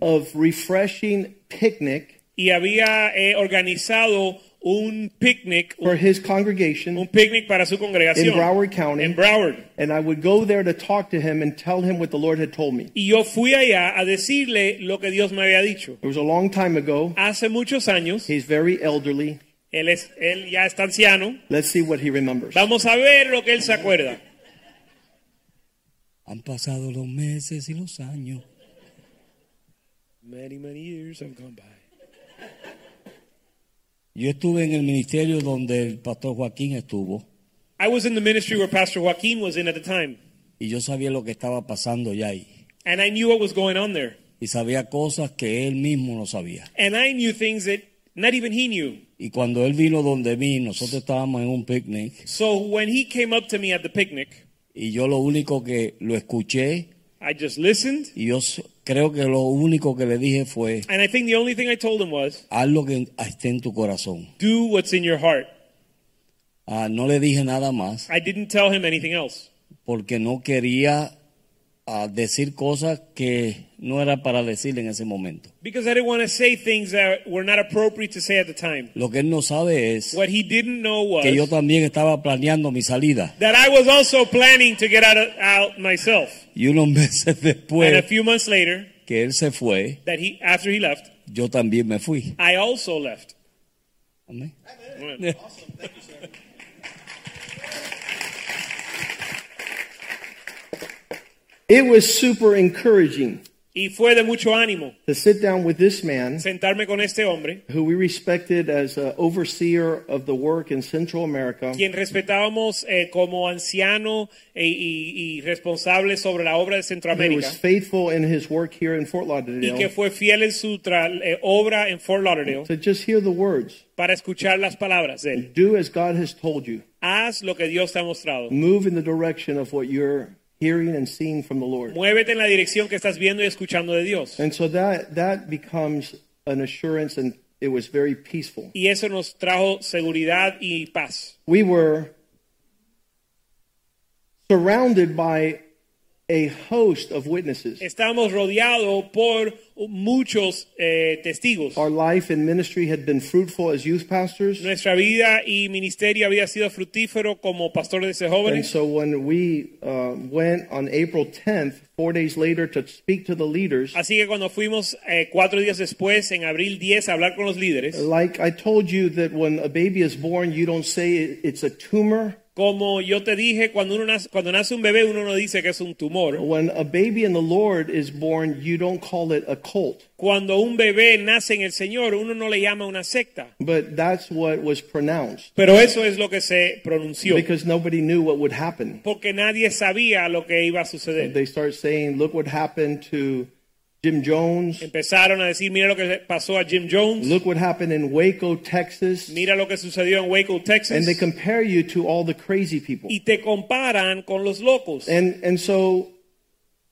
Speaker 2: of refreshing picnic
Speaker 1: y había eh, organizado un picnic,
Speaker 2: for
Speaker 1: un,
Speaker 2: his congregation
Speaker 1: un picnic para su
Speaker 2: in
Speaker 1: congregación
Speaker 2: Broward County
Speaker 1: en Broward.
Speaker 2: and I would go there to talk to him and tell him what the Lord had told me.
Speaker 1: Y yo fui allá a decirle lo que Dios me había dicho.
Speaker 2: It was a long time ago.
Speaker 1: Hace muchos años,
Speaker 2: He's very elderly.
Speaker 1: él, es, él ya está anciano.
Speaker 2: Let's see what he remembers.
Speaker 1: Vamos a ver lo que él se acuerda.
Speaker 3: Han pasado los meses y los años.
Speaker 1: Many, many years have gone by.
Speaker 3: Yo estuve en el ministerio donde el pastor Joaquín estuvo
Speaker 1: I was in the ministry where Pastor Joaquin was in at the time,
Speaker 3: y yo sabía lo que estaba pasando ya ahí.
Speaker 1: and I knew what was going on there.
Speaker 3: Y sabía cosas que él mismo no sabía.
Speaker 1: And I knew things that not even he knew.
Speaker 3: Y cuando él vino donde mí, nosotros estábamos en un picnic
Speaker 1: So when he came up to me at the picnic,
Speaker 3: y yo lo único que lo escuché
Speaker 1: I just listened,
Speaker 3: y yo s- creo que lo único que le dije fue,
Speaker 1: and I think the only thing I told him was,
Speaker 3: haz lo que esté en tu corazón.
Speaker 1: do what's in your heart.
Speaker 3: Ah, no le dije nada más
Speaker 1: I didn't tell him anything else
Speaker 3: porque no quería ah, decir cosas que no era para decir en ese momento.
Speaker 1: because I didn't want to say things that were not appropriate to say at the time.
Speaker 3: Lo que él no sabe es
Speaker 1: What he didn't know was
Speaker 3: que yo también estaba planeando mi salida.
Speaker 1: that I was also planning to get out, of, out myself.
Speaker 3: Y unos [LAUGHS] meses
Speaker 1: and a
Speaker 3: después
Speaker 1: few months later,
Speaker 3: que él se fue,
Speaker 1: that he after he left,
Speaker 3: yo también me fui.
Speaker 1: I also left.
Speaker 3: Amén.
Speaker 2: It was super encouraging
Speaker 1: Y fue de mucho ánimo
Speaker 2: to sit down with this man
Speaker 1: sentarme con este hombre,
Speaker 2: who we respected as an overseer of the work in Central America.
Speaker 1: quien respetábamos eh, como anciano e- y, y responsable sobre la obra de
Speaker 2: He
Speaker 1: Centroamérica
Speaker 2: was faithful in his work here in Fort
Speaker 1: y que
Speaker 2: Lauderdale.
Speaker 1: fue fiel en su tra- eh, obra en Fort Lauderdale
Speaker 2: To just hear the words,
Speaker 1: para escuchar las palabras de él.
Speaker 2: do as God has told you.
Speaker 1: Haz lo que Dios te ha mostrado.
Speaker 2: Move in the direction of what you're hearing and seeing from the Lord.
Speaker 1: Muévete en la dirección que estás viendo y escuchando de Dios.
Speaker 2: And so that that becomes an assurance and it was very peaceful.
Speaker 1: Y eso nos trajo seguridad y paz.
Speaker 2: We were surrounded by a host of witnesses.
Speaker 1: Estábamos rodeados por muchos eh, testigos.
Speaker 2: Our life and ministry had been fruitful as youth pastors.
Speaker 1: Nuestra vida y ministerio había sido fructífero como pastores de
Speaker 2: And
Speaker 1: jóvenes.
Speaker 2: so when we uh, went on April 10th, four days later, to speak to the leaders,
Speaker 1: Así que cuando fuimos eh, cuatro días después, en abril 10, a hablar con los líderes,
Speaker 2: like I told you that when a baby is born, you don't say it- it's a tumor.
Speaker 1: como yo te dije, cuando, uno nace, cuando nace un bebé uno no dice que es un tumor.
Speaker 2: When a baby in the Lord is born, you don't call it a cult.
Speaker 1: Cuando un bebé nace en el Señor, uno no le llama una secta.
Speaker 2: But that's what was pronounced
Speaker 1: Pero eso es lo que se pronunció,
Speaker 2: because nobody knew what would happen.
Speaker 1: porque nadie sabía lo que iba a suceder.
Speaker 2: They start saying, look what happened to Jim Jones.
Speaker 1: Empezaron a decir, mira lo que le pasó a Jim Jones,
Speaker 2: Look what happened in Waco, Texas.
Speaker 1: mira lo que sucedió en Waco,
Speaker 2: And they
Speaker 1: Texas,
Speaker 2: compare you to all the crazy people.
Speaker 1: y te comparan con los locos.
Speaker 2: And and so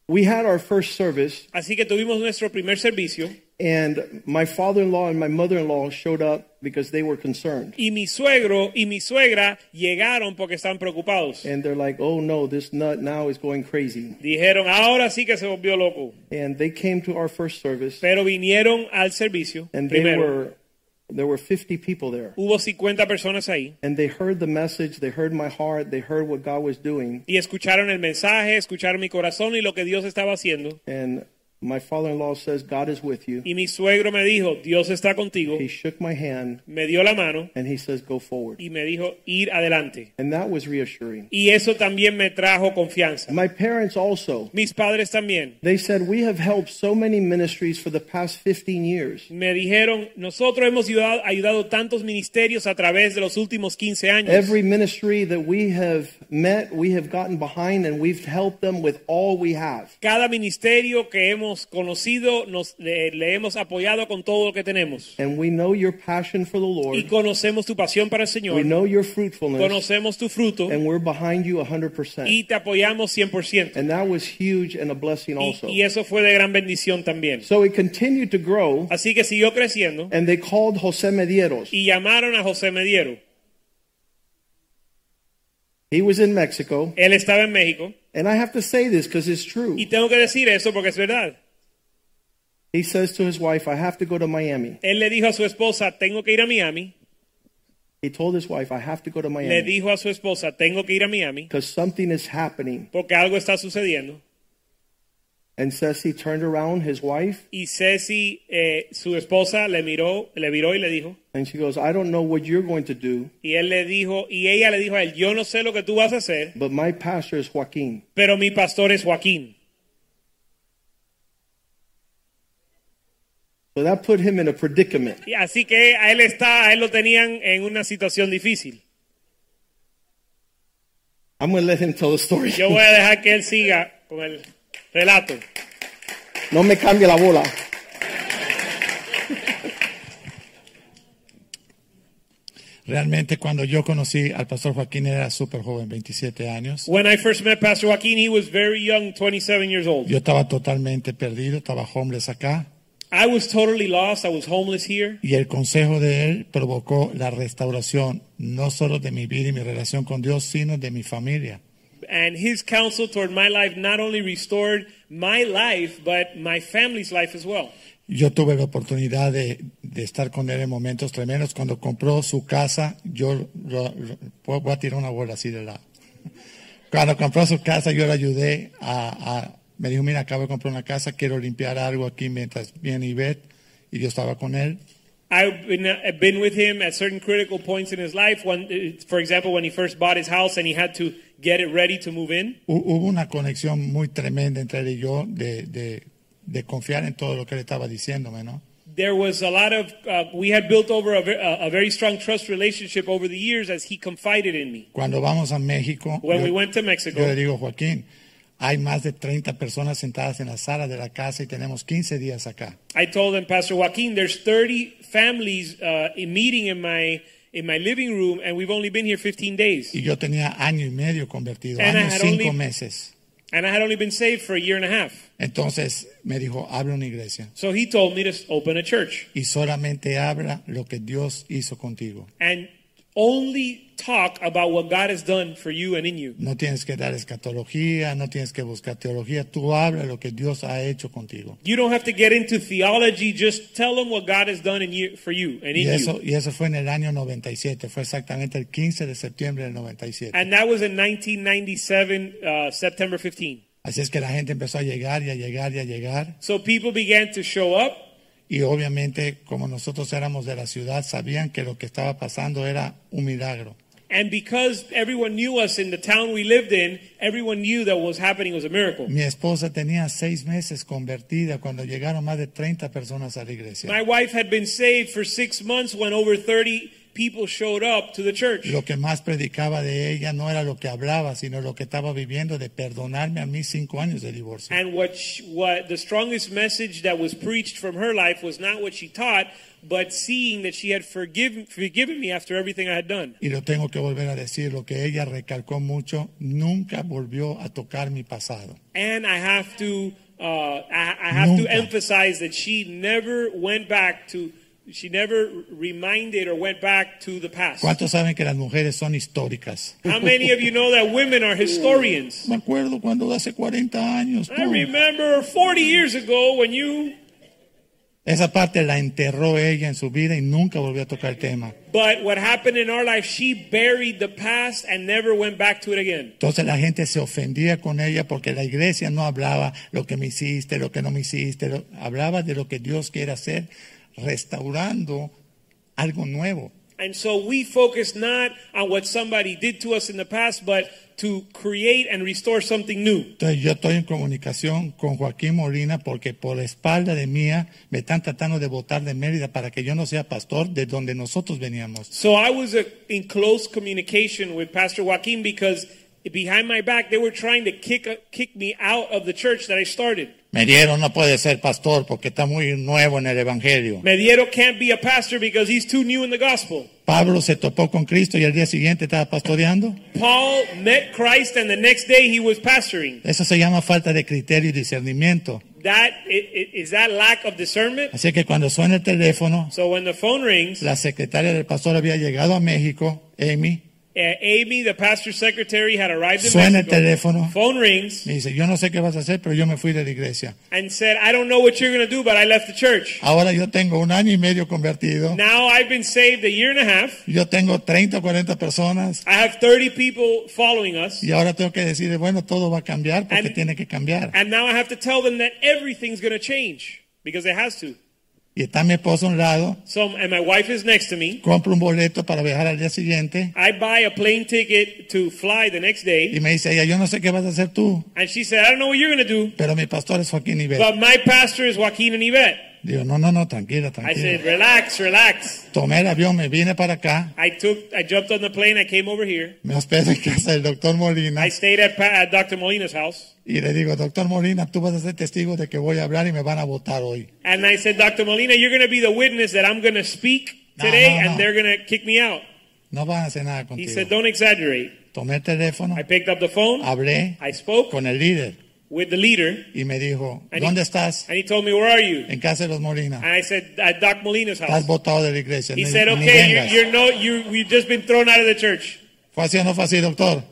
Speaker 2: we had our first service,
Speaker 1: Así que tuvimos nuestro primer servicio
Speaker 2: and my father-in-law and my mother-in-law showed up because they were concerned.
Speaker 1: y mi suegro y mi suegra llegaron porque están preocupados.
Speaker 2: And they're like, "Oh no, this nut now is going crazy."
Speaker 1: Dijeron, ahora sí que se volvió loco.
Speaker 2: And they came to our first service,
Speaker 1: Pero vinieron al servicio.
Speaker 2: and they
Speaker 1: primero,
Speaker 2: were there were 50 people there,
Speaker 1: hubo 50 personas ahí
Speaker 2: and they heard the message, they heard my heart, they heard what God was doing,
Speaker 1: y escucharon el mensaje, escucharon mi corazón y lo que Dios estaba haciendo.
Speaker 2: and my father-in-law says, "God is with you."
Speaker 1: Y mi suegro me dijo, Dios está contigo.
Speaker 2: He shook my hand
Speaker 1: Me dio la mano
Speaker 2: and he says, "Go forward."
Speaker 1: y me dijo, ir adelante.
Speaker 2: And that was reassuring.
Speaker 1: Y eso también me trajo confianza.
Speaker 2: My parents also
Speaker 1: Mis padres también
Speaker 2: They said, We have helped so many ministries for the past 15 years.
Speaker 1: me dijeron, nosotros hemos ayudado, ayudado tantos ministerios a través de los últimos 15 años.
Speaker 2: Every ministry that we have met, we have gotten behind and we've helped them with all we have.
Speaker 1: Cada ministerio que hemos conocido nos, le, le hemos apoyado con todo lo que tenemos.
Speaker 2: And we know your passion for the
Speaker 1: Y
Speaker 2: Lord,
Speaker 1: conocemos tu pasión para el
Speaker 2: we
Speaker 1: Señor,
Speaker 2: know your fruitfulness,
Speaker 1: conocemos tu fruto
Speaker 2: and we're behind you 100%.
Speaker 1: y te apoyamos 100%.
Speaker 2: And that was huge and a blessing
Speaker 1: Y,
Speaker 2: also.
Speaker 1: y eso fue de gran bendición también.
Speaker 2: So it continued to grow,
Speaker 1: Así que siguió creciendo
Speaker 2: and they called Jose Medieros.
Speaker 1: y llamaron a José Mediero.
Speaker 2: He was in Mexico,
Speaker 1: Él estaba en México
Speaker 2: and I have to say this because it's true.
Speaker 1: y tengo que decir eso porque es verdad.
Speaker 2: He says to his wife, I have to go to Miami.
Speaker 1: Él le dijo a su esposa, tengo que ir a Miami.
Speaker 2: He told his wife, I have to go to
Speaker 1: Le
Speaker 2: Miami
Speaker 1: dijo a su esposa, tengo que ir a Miami
Speaker 2: because something is happening.
Speaker 1: porque algo está sucediendo.
Speaker 2: And Ceci turned around his wife
Speaker 1: Y Ceci, eh, su esposa, le miró, le miró y le dijo,
Speaker 2: and she goes, I don't know what you're going to do,
Speaker 1: Y él le dijo, y ella le dijo a él, yo no sé lo que tú vas a hacer,
Speaker 2: but my pastor is Joaquin.
Speaker 1: pero mi pastor es Joaquín.
Speaker 2: So that put him in a predicament.
Speaker 1: Y así que a él está, a él lo tenían en una situación difícil.
Speaker 2: I'm going to let him tell the story.
Speaker 1: Yo eh. voy a dejar que él siga con el relato.
Speaker 2: [LAUGHS] no me cambie la bola.
Speaker 4: Realmente cuando yo conocí al pastor Joaquín era súper joven, 27 años.
Speaker 1: When I first met Pastor Joaquin, he was very young, 27 years old.
Speaker 4: Yo estaba totalmente perdido, estaba homeless acá.
Speaker 1: I was totally lost. I was homeless here.
Speaker 4: Y el consejo de él provocó la restauración, no solo de mi vida y mi relación con Dios, sino de mi familia.
Speaker 1: And his counsel toward my life not only restored my life, but my family's life as well.
Speaker 4: Yo tuve la oportunidad de, de estar con él en momentos tremendos. Cuando compró su casa, yo lo- lo- voy a tirar una bola así de lado. Cuando compró su casa, yo le ayudé a, a- Me dijo, mira, acabo de comprar una casa, quiero limpiar algo aquí mientras viene Ivette. Y yo estaba con él.
Speaker 1: I've been, I've been with him at certain critical points in his life. When, uh, for example, when he first bought his house and he had to get it ready to move in.
Speaker 4: Hu- Hubo una conexión muy tremenda entre él y yo de, de- de confiar en todo lo que él estaba diciéndome, ¿no?
Speaker 1: There was a lot of, uh, we had built over a, ve- a a very strong trust relationship over the years as he confided in me.
Speaker 4: Cuando vamos a México,
Speaker 1: When we
Speaker 4: yo,
Speaker 1: went to
Speaker 4: yo le
Speaker 1: Mexico,
Speaker 4: digo, Joaquín, hay más de 30 personas sentadas en la sala de la casa y tenemos 15 días acá.
Speaker 1: I told him, Pastor Joaquin, there's 30 families uh, in meeting in my, in my living room and we've only been here 15 days.
Speaker 4: Y yo tenía año y medio convertido,
Speaker 1: And I
Speaker 4: año y
Speaker 1: had
Speaker 4: cinco
Speaker 1: only-
Speaker 4: meses.
Speaker 1: And I had only been saved for a year and a half.
Speaker 4: Entonces me dijo, abre una iglesia
Speaker 1: So he told me to s- open a church
Speaker 4: y solamente habla lo que Dios hizo contigo.
Speaker 1: and only talk about what God has done for you and in you.
Speaker 4: No tienes que dar escatología, no tienes que buscar teología, tú habla lo que Dios ha hecho contigo.
Speaker 1: You don't have to get into theology. Just tell them what God has done in you, for you and
Speaker 4: Y
Speaker 1: in you.
Speaker 4: eso, y eso fue en el año 97, fue exactamente el 15 de septiembre del 97.
Speaker 1: And that was in 1997, uh, September 15.
Speaker 4: Así es que la gente empezó a llegar y a llegar y a llegar.
Speaker 1: So people began to show up.
Speaker 4: Y obviamente, como nosotros éramos de la ciudad, sabían que lo que estaba pasando era un milagro.
Speaker 1: And because everyone knew us in the town we lived in, everyone knew that what was happening was a miracle.
Speaker 4: Mi esposa tenía seis meses convertida cuando llegaron más de 30 personas a la
Speaker 1: My
Speaker 4: iglesia.
Speaker 1: wife had been saved for six months when over 30 people showed up to the church.
Speaker 4: Lo que más predicaba de ella no era lo que hablaba, sino lo que estaba viviendo de perdonarme a mí cinco años de divorcio.
Speaker 1: And what, sh what the strongest message that was preached from her life was not what she taught, but seeing that she had forgiven, forgiven me after everything I had done.
Speaker 4: Y lo tengo que volver a decir, lo que ella recalcó mucho, nunca volvió a tocar mi pasado.
Speaker 1: And I have to, uh, I, I have
Speaker 4: Nunca.
Speaker 1: to emphasize that she never went back to, she never reminded or went back to the past.
Speaker 4: ¿Cuántos saben que las mujeres son históricas?
Speaker 1: How many of you know that women are historians?
Speaker 4: Me acuerdo cuando hace 40 años.
Speaker 1: I
Speaker 4: pum.
Speaker 1: remember 40 years ago when you,
Speaker 4: Esa parte la enterró ella en su vida y nunca volvió a tocar el tema.
Speaker 1: but what happened in our life, she buried the past and never went back to it again.
Speaker 4: Entonces la gente se ofendía con ella porque la iglesia no hablaba lo que me hiciste, lo que no me hiciste, lo- hablaba de lo que Dios quiere hacer, restaurando algo nuevo.
Speaker 1: And so we focus not on what somebody did to us in the past, but to create and restore something new.
Speaker 4: Entonces yo estoy en comunicación con Joaquín Molina porque por la espalda de mía me están tratando de votar de Mérida para que yo no sea pastor de donde nosotros veníamos.
Speaker 1: So I was uh in close communication with Pastor Joaquin because behind my back they were trying to kick uh, kick me out of the church that I started.
Speaker 4: Me dieron, no puede ser pastor porque está muy nuevo en el Evangelio.
Speaker 1: Mediero can't be a pastor because he's too new in the gospel.
Speaker 4: Pablo se topó con Cristo y al día siguiente estaba pastoreando.
Speaker 1: Paul met Christ and the next day he was pastoring.
Speaker 4: Eso se llama falta de criterio y discernimiento.
Speaker 1: That i- i- is that lack of discernment.
Speaker 4: Así que cuando suena el teléfono,
Speaker 1: So when the phone rings, uh,
Speaker 4: la secretaria del pastor había llegado a México, Amy,
Speaker 1: Uh, Amy, the pastor's secretary, had arrived in
Speaker 4: Suena el
Speaker 1: Mexico.
Speaker 4: teléfono.
Speaker 1: Phone rings
Speaker 4: me dice, yo no sé qué vas a hacer, pero yo me fui de la iglesia.
Speaker 1: and said, "I don't know what you're going to do, but I left the church.
Speaker 4: Ahora yo tengo un año y medio convertido,
Speaker 1: Now I've been saved a year and a half."
Speaker 4: yo tengo 30 o 40 personas
Speaker 1: I have 30 people following us,
Speaker 4: y ahora tengo que decir, bueno, todo va a cambiar porque
Speaker 1: And-
Speaker 4: tiene que cambiar.
Speaker 1: and now I have to tell them that everything's going to change because it has to.
Speaker 4: Y está mi esposo a un lado,
Speaker 1: So, and my wife is next to me.
Speaker 4: compro un boleto para viajar al día siguiente
Speaker 1: I buy a plane ticket to fly the next day,
Speaker 4: y me dice, ella, yo no sé qué vas a hacer tú,
Speaker 1: and she said, I don't know what you're going to do,
Speaker 4: pero mi pastor es Joaquín Ibero.
Speaker 1: but my pastor is Joaquin and Yvette.
Speaker 4: Digo, no, no, no, tranquila,
Speaker 1: I
Speaker 4: tranquila.
Speaker 1: said, relax, relax.
Speaker 4: Tomé el avión, me vine para acá,
Speaker 1: I took, I jumped on the plane, I came over here.
Speaker 4: me hospedé en casa del doctor Molina.
Speaker 1: I stayed at, pa- at Dr. Molina's house.
Speaker 4: Y le digo, doctor Molina, tú vas a ser testigo de que voy a hablar y me van a votar hoy.
Speaker 1: And I said, Dr. Molina, you're going to be the witness that I'm going to speak today,
Speaker 4: no, no.
Speaker 1: and they're going to kick me out.
Speaker 4: No van a hacer nada
Speaker 1: He
Speaker 4: contigo.
Speaker 1: said, Don't exaggerate.
Speaker 4: Tomé el teléfono,
Speaker 1: I picked up the phone.
Speaker 4: hablé
Speaker 1: I spoke
Speaker 4: con el líder
Speaker 1: with the leader.
Speaker 4: y me dijo,
Speaker 1: And he-
Speaker 4: ¿dónde estás?
Speaker 1: And he told me, Where are you?
Speaker 4: En casa de los Molina.
Speaker 1: And I said, At Doc Molina's house.
Speaker 4: Estás botado de la iglesia.
Speaker 1: He
Speaker 4: ni,
Speaker 1: said,
Speaker 4: ni
Speaker 1: Okay,
Speaker 4: vengas".
Speaker 1: you're, you're no, you, you've just been thrown out of the church.
Speaker 4: ¿Fue así o no fue así, doctor?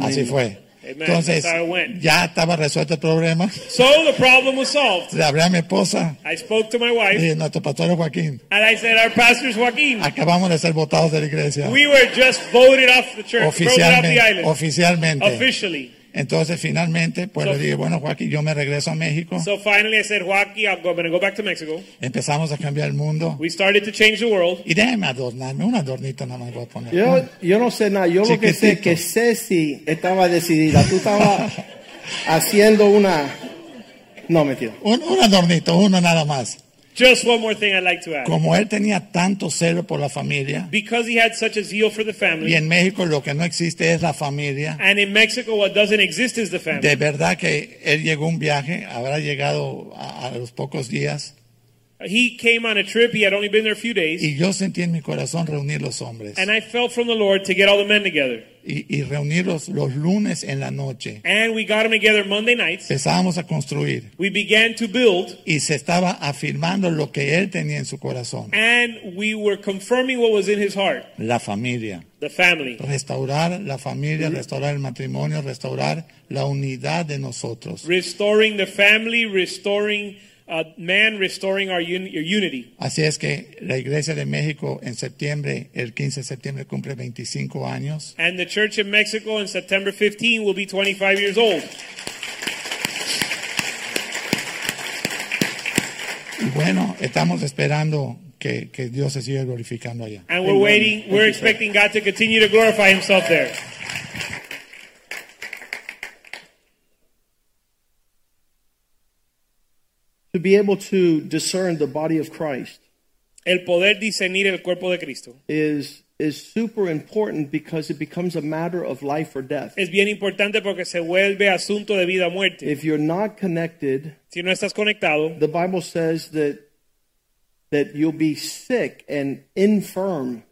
Speaker 4: Así fue.
Speaker 1: Amen.
Speaker 4: Entonces,
Speaker 1: That's how it went.
Speaker 4: ya estaba resuelto el problema.
Speaker 1: So the problem was solved.
Speaker 4: Le hablé a mi esposa,
Speaker 1: I spoke to my wife,
Speaker 4: y nuestro pastor es Joaquín.
Speaker 1: and I said, Our pastor's Joaquin.
Speaker 4: Acabamos de ser votados de la iglesia.
Speaker 1: We were just voted off the church, voted off the
Speaker 4: Oficialmente.
Speaker 1: island,
Speaker 4: Oficialmente.
Speaker 1: officially.
Speaker 4: Entonces, finalmente, pues
Speaker 1: So-
Speaker 4: le dije, bueno, Joaquín, yo me regreso a México.
Speaker 1: So finally, I said, Joaquin, I'm going to go back to Mexico.
Speaker 4: Empezamos a cambiar el mundo.
Speaker 1: We started to change the world.
Speaker 4: Y déjeme adornarme, un adornito nada más voy a poner.
Speaker 2: Yo, yo no sé nada. Yo lo que sé es
Speaker 4: Chiquitito.
Speaker 2: que Ceci estaba decidida. Tú estabas haciendo una. No, mentira.
Speaker 4: Un, un adornito, uno nada más.
Speaker 1: Just one more thing I'd like to add.
Speaker 4: Como él tenía tanto celo por la familia,
Speaker 1: Because he had such a zeal for the
Speaker 4: y
Speaker 1: family,
Speaker 4: en México lo que no existe es la familia,
Speaker 1: and in Mexico, what doesn't exist is the family.
Speaker 4: de verdad que él llegó a un viaje, habrá llegado a, a los pocos días,
Speaker 1: He came on a trip. He had only been there a few days.
Speaker 4: y yo sentí en mi corazón reunir los hombres.
Speaker 1: And I felt from the Lord to get all the men together.
Speaker 4: y, y reunirlos los lunes en la noche.
Speaker 1: And we got them together Monday nights.
Speaker 4: Empezábamos a construir
Speaker 1: We began to build,
Speaker 4: y se estaba afirmando lo que él tenía en su corazón,
Speaker 1: and we were confirming what was in his heart
Speaker 4: la familia,
Speaker 1: the family.
Speaker 4: restaurar la familia, restaurar el matrimonio, restaurar la unidad de nosotros.
Speaker 1: Restoring the family, restoring uh, man, restoring our, un- our unity.
Speaker 4: Así es que la Iglesia de México en septiembre, el 15 de septiembre cumple 25 años.
Speaker 1: And the church in Mexico on September 15 will be 25 years old.
Speaker 4: Y bueno, estamos esperando que, que Dios se siga glorificando allá.
Speaker 1: And we're waiting, we're expecting God to continue to glorify himself there.
Speaker 2: To be able to discern the body of Christ
Speaker 1: El poder discernir el cuerpo de Cristo
Speaker 2: is is super important because it becomes a matter of life or death.
Speaker 1: es bien importante porque se vuelve asunto de vida o muerte.
Speaker 2: If you're not connected,
Speaker 1: Si no estás conectado,
Speaker 2: the Bible says that that you'll be sick and infirm.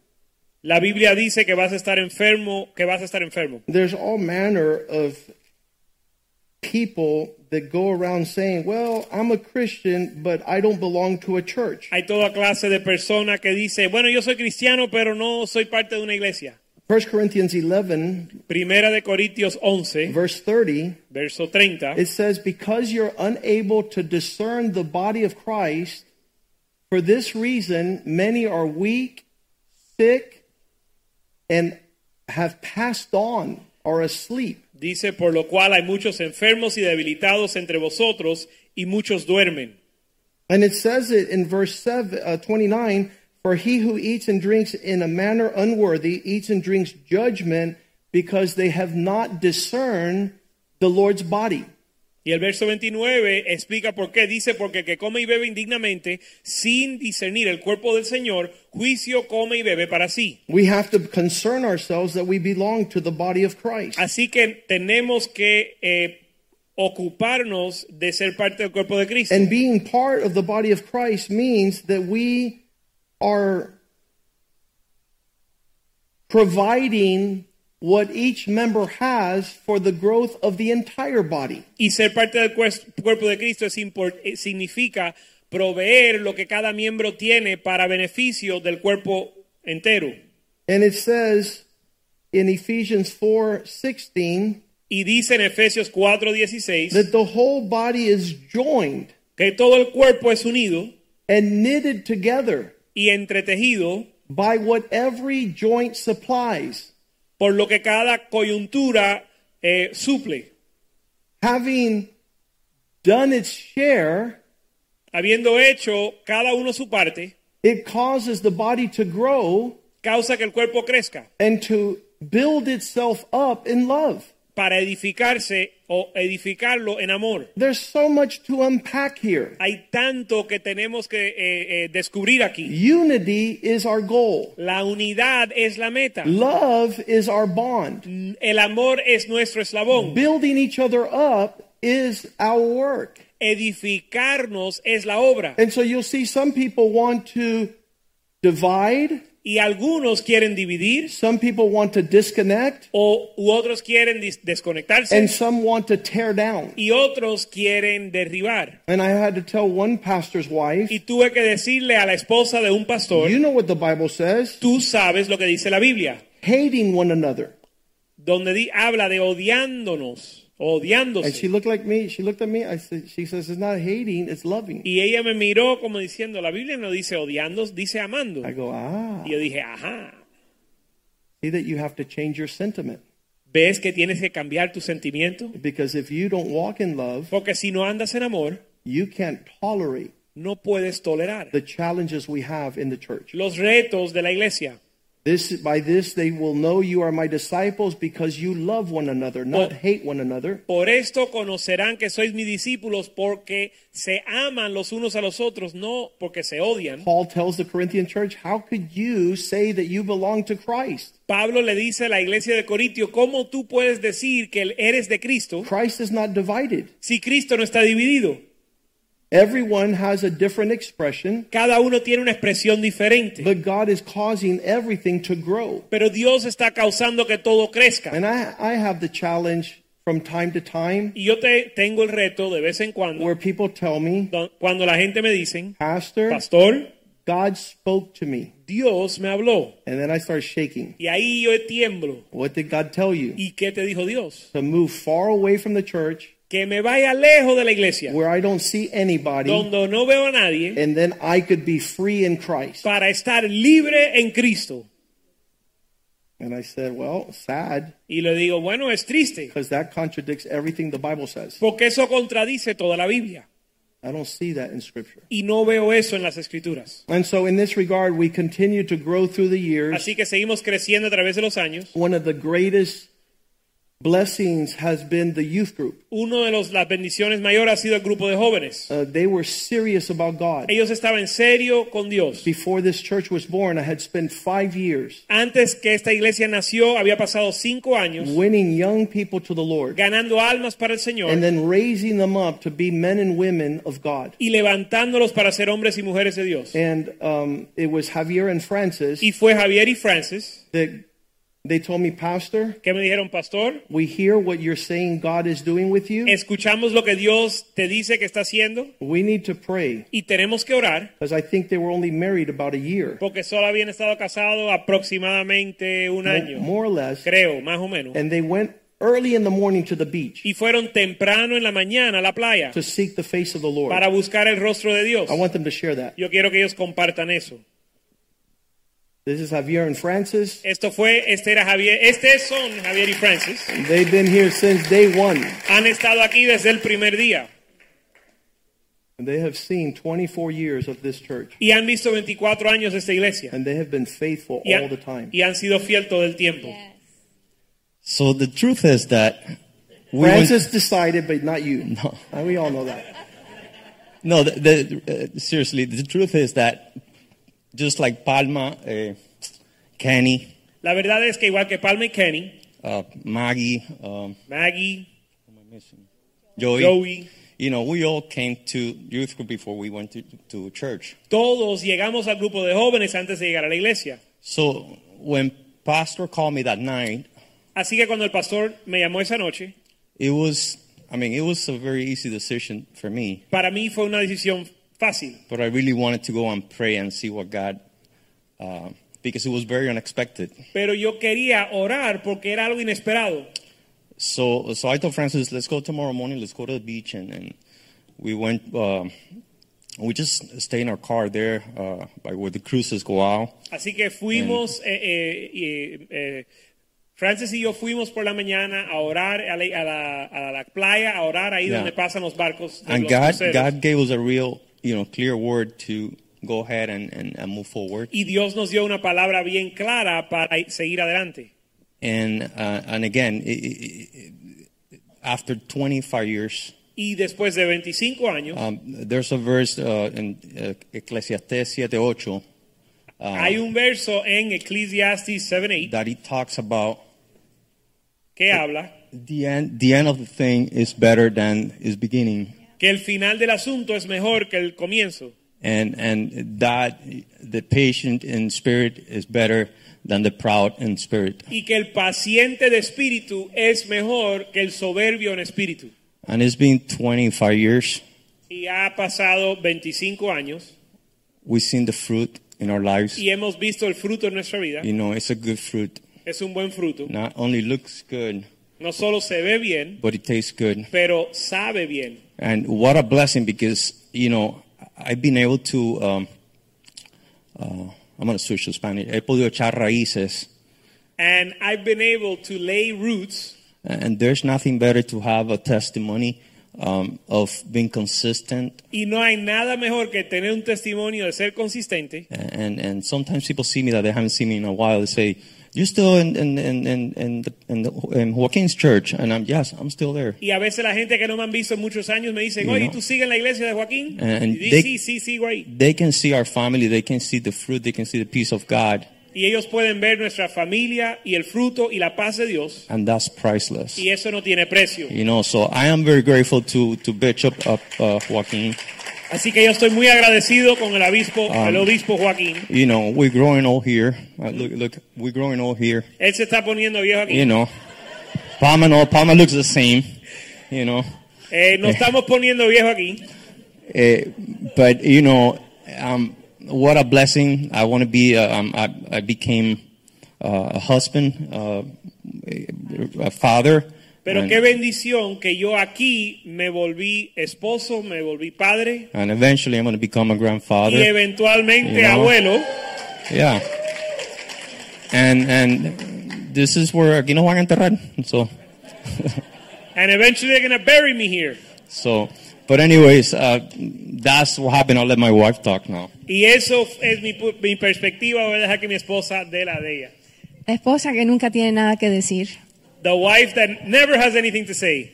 Speaker 1: la Biblia dice que vas a estar enfermo, que vas a estar enfermo.
Speaker 2: There's all manner of people that go around saying, "Well, I'm a Christian, but I don't belong to a church."
Speaker 1: Hay toda clase de personas que dice, bueno, yo soy cristiano, pero no soy parte de una iglesia.
Speaker 2: 1 Corinthians 11
Speaker 1: Primera de Corintios 11,
Speaker 2: verse 30
Speaker 1: verso 30.
Speaker 2: It says, Because you're unable to discern the body of Christ, for this reason, many are weak, sick, and have passed on or asleep.
Speaker 1: Dice, por lo cual hay muchos enfermos y debilitados entre vosotros y muchos duermen.
Speaker 2: And it says it in verse 7, uh, 29 For he who eats and drinks in a manner unworthy eats and drinks judgment because they have not discerned the Lord's body.
Speaker 1: Y el verso 29 explica por qué. Dice, porque el que come y bebe indignamente, sin discernir el cuerpo del Señor, juicio come y bebe para sí.
Speaker 2: We have to concern ourselves that we belong to the body of Christ.
Speaker 1: Así que tenemos que eh, ocuparnos de ser parte del cuerpo de Cristo.
Speaker 2: And being part of the body of Christ means that we are providing what each member has for the growth of the entire body.
Speaker 1: Y ser parte del cues- cuerpo de Cristo es impor- eh, significa proveer lo que cada miembro tiene para beneficio del cuerpo entero.
Speaker 2: And it says in Ephesians 4:16
Speaker 1: Y dice en Efesios 4:16
Speaker 2: that the whole body is joined
Speaker 1: que todo el cuerpo es unido
Speaker 2: and knitted together
Speaker 1: y entretejido,
Speaker 2: by what every joint supplies.
Speaker 1: por lo que cada coyuntura eh, suple.
Speaker 2: Having done its share,
Speaker 1: Habiendo hecho cada uno su parte,
Speaker 2: it causes the body to grow
Speaker 1: causa que el cuerpo crezca
Speaker 2: and to build itself up in love.
Speaker 1: para edificarse o edificarlo en amor.
Speaker 2: There's so much to unpack here.
Speaker 1: Hay tanto que tenemos que eh, eh, descubrir aquí.
Speaker 2: Unity is our goal.
Speaker 1: La unidad es la meta.
Speaker 2: Love is our bond.
Speaker 1: El amor es nuestro eslabón.
Speaker 2: Building each other up is our work.
Speaker 1: Edificarnos es la obra.
Speaker 2: And so you'll see some people want to divide
Speaker 1: y algunos quieren dividir
Speaker 2: Some people want to disconnect,
Speaker 1: o u otros quieren dis- desconectarse
Speaker 2: and some want to tear down.
Speaker 1: y otros quieren derribar.
Speaker 2: And I had to tell one pastor's wife,
Speaker 1: Y tuve que decirle a la esposa de un pastor,
Speaker 2: you know what the Bible says
Speaker 1: tú sabes lo que dice la Biblia,
Speaker 2: hating one another.
Speaker 1: donde di- habla de odiándonos,
Speaker 2: And she
Speaker 1: odiándose.
Speaker 2: looked like me. She looked at me. I said, she says, it's not hating, it's loving.
Speaker 1: Y ella me miró como diciendo, la Biblia no dice odiándonos, dice amando.
Speaker 2: I go, ah,
Speaker 1: Y yo dije, ajá,
Speaker 2: see that you have to change your sentiment.
Speaker 1: ¿ves que tienes que cambiar tu sentimiento?
Speaker 2: Because if you don't walk in love,
Speaker 1: Porque si no andas en amor,
Speaker 2: you can't tolerate
Speaker 1: no puedes tolerar
Speaker 2: the challenges we have in the church.
Speaker 1: los retos de la iglesia.
Speaker 2: This by this they will know you are my disciples because you love one another, not
Speaker 1: Well-
Speaker 2: hate one another.
Speaker 1: Por esto conocerán que sois mis discípulos porque se aman los unos a los otros, no porque se odian.
Speaker 2: Paul tells the Corinthian church, How could you say that you belong to Christ?
Speaker 1: Pablo le dice a la iglesia de Corintio, ¿cómo tú puedes decir que eres de Cristo
Speaker 2: Christ is not divided.
Speaker 1: si Cristo no está dividido?
Speaker 2: Everyone has a different expression,
Speaker 1: Cada uno tiene una expresión diferente,
Speaker 2: but God is causing everything to grow.
Speaker 1: pero Dios está causando que todo crezca.
Speaker 2: And I, I have the challenge from time to time
Speaker 1: Y yo te tengo el reto de vez en cuando,
Speaker 2: where people tell me,
Speaker 1: don- cuando la gente me dice,
Speaker 2: Pastor,
Speaker 1: pastor,
Speaker 2: God spoke to me.
Speaker 1: Dios me habló.
Speaker 2: And then I start shaking.
Speaker 1: Y ahí yo tiemblo.
Speaker 2: What did God tell you?
Speaker 1: ¿Y qué te dijo Dios?
Speaker 2: To move far away from the church
Speaker 1: Que me vaya lejos de la iglesia.
Speaker 2: where I don't see anybody,
Speaker 1: donde no veo a nadie
Speaker 2: and then I could be free in Christ.
Speaker 1: para estar libre en Cristo.
Speaker 2: And I said, Well, sad,
Speaker 1: Y le digo, bueno, es triste,
Speaker 2: because that contradicts everything the Bible says.
Speaker 1: porque eso contradice toda la Biblia.
Speaker 2: I don't see that in Scripture.
Speaker 1: Y no veo eso en las escrituras.
Speaker 2: And so, in this regard, we continue to grow through the years.
Speaker 1: Así que seguimos creciendo a través de los años.
Speaker 2: One of the greatest blessings has been the youth group.
Speaker 1: Uno de los, las bendiciones mayores ha sido el grupo de jóvenes.
Speaker 2: Uh, they were serious about God.
Speaker 1: Ellos estaban en serio con Dios.
Speaker 2: Before this church was born, I had spent five years
Speaker 1: Antes que esta iglesia nació, había pasado cinco años
Speaker 2: winning young people to the Lord.
Speaker 1: ganando almas para el Señor
Speaker 2: and then raising them up to be men and women of God.
Speaker 1: y levantándolos para ser hombres y mujeres de Dios.
Speaker 2: And um, it was Javier and Francis
Speaker 1: Y fue Javier y Francis
Speaker 2: that they told me, Pastor,
Speaker 1: que me dijeron, pastor,
Speaker 2: we hear what you're saying God is doing with you.
Speaker 1: escuchamos lo que Dios te dice que está haciendo
Speaker 2: We need to pray
Speaker 1: y tenemos que orar
Speaker 2: because I think they were only married about a year,
Speaker 1: porque solo habían estado casados aproximadamente un
Speaker 2: mo-
Speaker 1: año,
Speaker 2: more or less.
Speaker 1: creo, más o menos.
Speaker 2: And they went early in the morning to the beach
Speaker 1: Y fueron temprano en la mañana a la playa
Speaker 2: to seek the face of the Lord.
Speaker 1: para buscar el rostro de Dios.
Speaker 2: I want them to share that.
Speaker 1: Yo quiero que ellos compartan eso.
Speaker 2: This is Javier and Francis.
Speaker 1: Esto fue, este era Javier, este son Javier y Francis.
Speaker 2: They've been here since day one.
Speaker 1: Han estado aquí desde el primer día
Speaker 2: And they have seen 24 years of this church.
Speaker 1: y han visto 24 años de esta iglesia
Speaker 2: And they have been faithful
Speaker 1: y, ha-
Speaker 2: all the time.
Speaker 1: y han sido fiel todo el tiempo.
Speaker 3: So the truth is that we went-
Speaker 2: Francis decided, but not you.
Speaker 3: No.
Speaker 2: And we all know that.
Speaker 3: no, the, the, uh, seriously, the truth is that just like Palma, uh, Kenny,
Speaker 1: La verdad es que igual que Palma y Kenny,
Speaker 3: uh, Maggie, um,
Speaker 1: Maggie,
Speaker 3: Joey,
Speaker 1: Joey,
Speaker 3: you know, we all came to youth group before we went to, to church.
Speaker 1: Todos llegamos al grupo de jóvenes antes de llegar a la iglesia.
Speaker 3: So when Pastor called me that night,
Speaker 1: Así que cuando el pastor me llamó esa noche,
Speaker 3: it was, I mean, it was a very easy decision for me,
Speaker 1: para mí fue una decisión fácil,
Speaker 3: but I really wanted to go and pray and see what God, uh, because it was very unexpected.
Speaker 1: pero yo quería orar porque era algo inesperado.
Speaker 3: So, so I told Francis, let's go tomorrow morning. Let's go to the beach, and, and we went. um we just stay in our car there, uh, by where the cruises go out.
Speaker 1: Así que fuimos, eh, eh, eh, eh, Francis y yo fuimos por la mañana a orar a la, a la- a la playa, a orar ahí
Speaker 3: Yeah.
Speaker 1: donde pasan los barcos. de
Speaker 3: And
Speaker 1: los
Speaker 3: God,
Speaker 1: cruceros.
Speaker 3: God gave us a real, you know, clear word to go ahead and, and, and move forward.
Speaker 1: Y Dios nos dio una palabra bien clara para seguir adelante.
Speaker 3: And uh, and again, i i i after 25 years,
Speaker 1: Y después de 25 años,
Speaker 3: um, there's a verse uh, in uh, Ecclesiastes 7:8
Speaker 1: hay un verso en Eclesiastes 7.8
Speaker 3: uh, that it talks about
Speaker 1: que habla...
Speaker 3: the end. The end of the thing is better than its beginning.
Speaker 1: que el final del asunto es mejor que el comienzo.
Speaker 3: and and that the patient in spirit is better than the proud in spirit.
Speaker 1: y que el paciente de espíritu es mejor que el soberbio en espíritu.
Speaker 3: And it's been 25 years.
Speaker 1: Y ha pasado 25 años
Speaker 3: We've seen the fruit in our lives.
Speaker 1: y hemos visto el fruto en nuestra vida.
Speaker 3: You know, it's a good fruit.
Speaker 1: Es un buen fruto.
Speaker 3: Not only looks good,
Speaker 1: No solo se ve bien,
Speaker 3: but it tastes good.
Speaker 1: pero sabe bien.
Speaker 3: And what a blessing because, you know, I've been able to, um, uh, I'm going to switch to Spanish. He podido echar raíces.
Speaker 1: And I've been able to lay roots.
Speaker 3: And there's nothing better to have a testimony um, of being consistent.
Speaker 1: Y no hay nada mejor que tener un testimonio de ser consistente.
Speaker 3: And, and sometimes people see me that they haven't seen me in a while. They say, you're still in, in, in, in, in, the, in, the, in Joaquin's church. And I'm, yes, I'm still there.
Speaker 1: Y a veces la gente que no me han visto en muchos años me dicen,
Speaker 3: You
Speaker 1: oye,
Speaker 3: know.
Speaker 1: ¿tú sigues en la iglesia de Joaquín?
Speaker 3: And
Speaker 1: y
Speaker 3: they-
Speaker 1: di, sí, sí, sigo ahí.
Speaker 3: They can see our family. They can see the fruit. They can see the peace of God.
Speaker 1: Y ellos pueden ver nuestra familia y el fruto y la paz de Dios.
Speaker 3: And that's priceless.
Speaker 1: Y eso no tiene precio.
Speaker 3: You know, so I am very grateful to, to Bishop uh, uh, Joaquin.
Speaker 1: Así que yo estoy muy agradecido con el obispo, el obispo Joaquín.
Speaker 3: You know, we're growing old here. Uh, look, look, we're growing old here.
Speaker 1: Él se está poniendo viejo aquí.
Speaker 3: You know, Palma, no, Palma looks the same. You know,
Speaker 1: Eh, nos estamos poniendo viejo aquí.
Speaker 3: Eh, but you know, um, what a blessing! I want to be. Uh, um, I, I became uh, a husband, uh, a father.
Speaker 1: Pero
Speaker 3: and-
Speaker 1: qué bendición que yo aquí me volví esposo, me volví padre
Speaker 3: and eventually, I'm going to become a grandfather.
Speaker 1: y eventualmente
Speaker 3: You know.
Speaker 1: abuelo.
Speaker 3: Yeah. And and this is where aquí no van a enterrar. So
Speaker 1: And eventually they're going to bury me here.
Speaker 3: so but anyways, uh, that's what happened. I'll let my wife talk now.
Speaker 1: Y eso es mi, pu- mi perspectiva. Voy a dejar que mi esposa dé la de ella.
Speaker 5: La esposa que nunca tiene nada que decir.
Speaker 1: The wife that never has anything to say.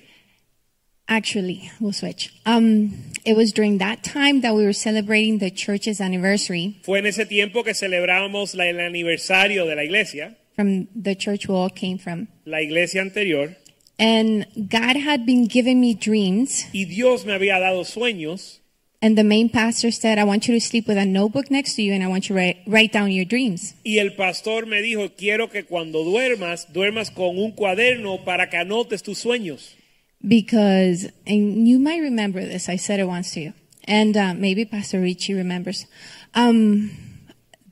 Speaker 5: Actually, we'll switch. Um, it was during that time that we were celebrating the church's anniversary
Speaker 1: Fue en ese tiempo que celebramos la- el aniversario de la iglesia,
Speaker 5: from the church we all came from.
Speaker 1: la iglesia anterior,
Speaker 5: And God had been giving me dreams.
Speaker 1: y Dios me había dado sueños.
Speaker 5: And the main pastor said, I want you to sleep with a notebook next to you and I want you to write, write down your dreams.
Speaker 1: Y el pastor me dijo, quiero que cuando duermas, duermas con un cuaderno para que anotes tus sueños.
Speaker 5: Because, and you might remember this, I said it once to you. And uh, maybe Pastor Richie remembers. Um,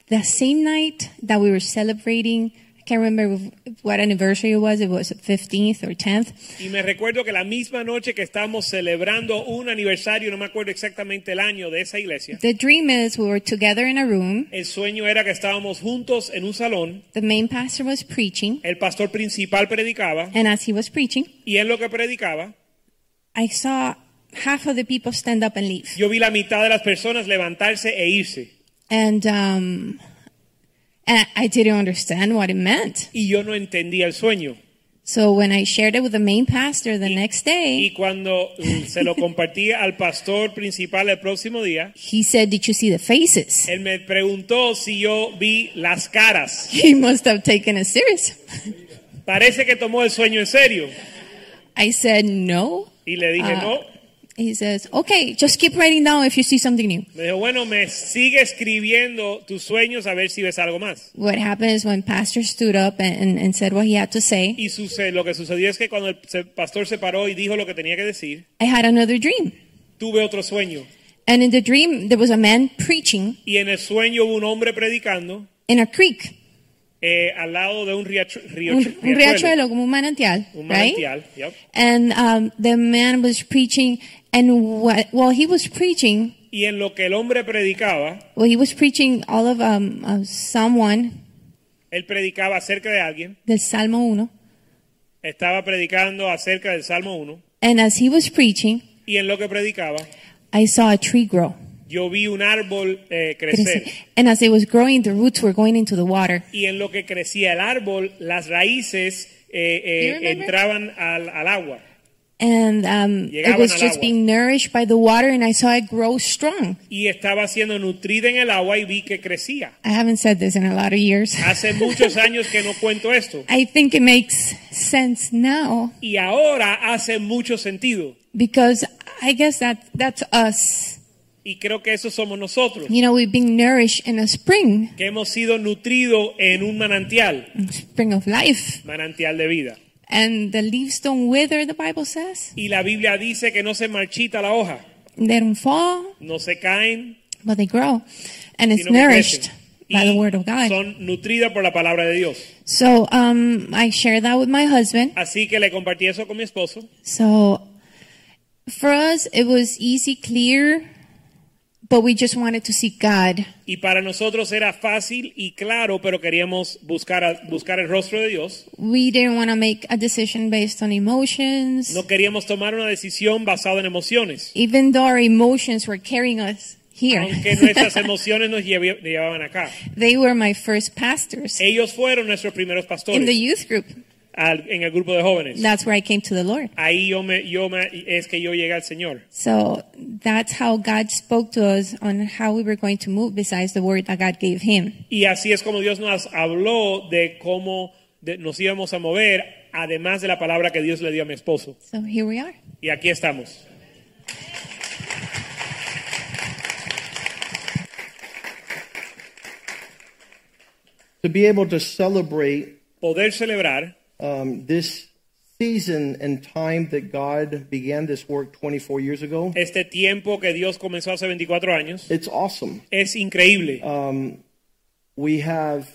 Speaker 5: the same night that we were celebrating, I can't remember what anniversary it was, it was 15th or 10th.
Speaker 1: Y me recuerdo que la misma noche que estamos celebrando un aniversario, no me acuerdo exactamente el año de esa iglesia,
Speaker 5: The dream is we were together in a room.
Speaker 1: el sueño era que estábamos juntos en un salón,
Speaker 5: The main pastor was preaching.
Speaker 1: el pastor principal predicaba,
Speaker 5: And as he was preaching,
Speaker 1: y en lo que predicaba,
Speaker 5: I saw half of the people stand up and leave.
Speaker 1: yo vi la mitad de las personas levantarse e irse.
Speaker 5: And, um, and I didn't understand what it meant.
Speaker 1: Y yo no entendía el sueño.
Speaker 5: So when I shared it with the main pastor the next
Speaker 1: Y
Speaker 5: day,
Speaker 1: cuando mm, se lo compartí al pastor principal el próximo día,
Speaker 5: he said, Did you see the faces? [LAUGHS]
Speaker 1: él me preguntó si yo vi las caras.
Speaker 5: He must have taken it serious.
Speaker 1: Parece que tomó el sueño en serio.
Speaker 5: I said, No.
Speaker 1: Y le dije,
Speaker 5: Ah.
Speaker 1: no.
Speaker 5: He says, Okay, just keep writing down if you see something new.
Speaker 1: Me dijo, bueno, me sigue escribiendo tus sueños a ver si ves algo más.
Speaker 5: What happened is when pastor stood up and, and, and said what he had to say,
Speaker 1: Y suce- lo que sucedió es que cuando el se- pastor se paró y dijo lo que tenía que decir,
Speaker 5: I had another dream.
Speaker 1: tuve otro sueño.
Speaker 5: And in the dream, there was a man preaching
Speaker 1: Y en el sueño hubo un hombre predicando
Speaker 5: in a creek,
Speaker 1: eh, al lado de un riachu- rio-
Speaker 5: un, un riachuelo, como un manantial,
Speaker 1: Un
Speaker 5: right?
Speaker 1: manantial. yep.
Speaker 5: And um, the man was preaching, and what, while he was preaching,
Speaker 1: Y en lo que el hombre predicaba,
Speaker 5: well, he was preaching all of um, uh, someone,
Speaker 1: él predicaba acerca de alguien,
Speaker 5: del Salmo 1.
Speaker 1: estaba predicando acerca del Salmo 1.
Speaker 5: And as he was preaching,
Speaker 1: Y en lo que predicaba,
Speaker 5: I saw a tree grow.
Speaker 1: yo vi un árbol eh, crecer.
Speaker 5: And as it was growing, the roots were going into the water.
Speaker 1: Y en lo que crecía el árbol, las raíces eh, eh,
Speaker 5: You remember?
Speaker 1: entraban al, al agua.
Speaker 5: And um, it
Speaker 1: Llegaban
Speaker 5: was
Speaker 1: al
Speaker 5: just
Speaker 1: agua.
Speaker 5: being nourished by the water, and I saw it grow strong.
Speaker 1: Y estaba siendo nutrida en el agua y vi que crecía.
Speaker 5: I haven't said this in a lot of years. [LAUGHS]
Speaker 1: Hace muchos años que no cuento esto.
Speaker 5: I think it makes sense now
Speaker 1: Y ahora hace mucho sentido.
Speaker 5: because I guess that that's us
Speaker 1: Y creo que eso somos nosotros,
Speaker 5: You know, we've been nourished in a spring,
Speaker 1: que hemos sido nutridos en un manantial,
Speaker 5: spring of life.
Speaker 1: manantial de vida.
Speaker 5: And the leaves don't wither, the Bible says.
Speaker 1: Y la Biblia dice que no se marchita la hoja,
Speaker 5: They don't fall,
Speaker 1: no se caen,
Speaker 5: but they grow. And it's
Speaker 1: sino que
Speaker 5: nourished
Speaker 1: crecen.
Speaker 5: by the
Speaker 1: Y
Speaker 5: word of God.
Speaker 1: son nutridas por la palabra de Dios.
Speaker 5: So um, I share that with my husband.
Speaker 1: Así que le compartí eso con mi esposo.
Speaker 5: So for us, it was easy, clear, but we just wanted to see God.
Speaker 1: Y para nosotros era fácil y claro, pero queríamos buscar, a- buscar el rostro de Dios.
Speaker 5: We didn't want to make a decision based on emotions,
Speaker 1: No queríamos tomar una decisión basada en emociones,
Speaker 5: even though our emotions were carrying us here.
Speaker 1: aunque
Speaker 5: [LAUGHS]
Speaker 1: nuestras emociones nos llevi- llevaban acá.
Speaker 5: they were my first pastors
Speaker 1: Ellos fueron nuestros primeros pastores
Speaker 5: in the youth group.
Speaker 1: al- en el grupo de jóvenes.
Speaker 5: That's where I came to the Lord.
Speaker 1: Ahí yo me, yo me- es que yo llegué al Señor.
Speaker 5: So that's how God spoke to us on how we were going to move besides the word that God gave him.
Speaker 1: Y así es como Dios nos habló de cómo de- nos íbamos a mover, además de la palabra que Dios le dio a mi esposo.
Speaker 5: So here we are.
Speaker 1: Y aquí estamos.
Speaker 2: To be able to celebrate
Speaker 1: Poder celebrar
Speaker 2: um, this season and time that God began this work 24 years ago,
Speaker 1: este tiempo que Dios comenzó hace 24 años
Speaker 2: it's awesome. Um,
Speaker 1: es increíble.
Speaker 2: We have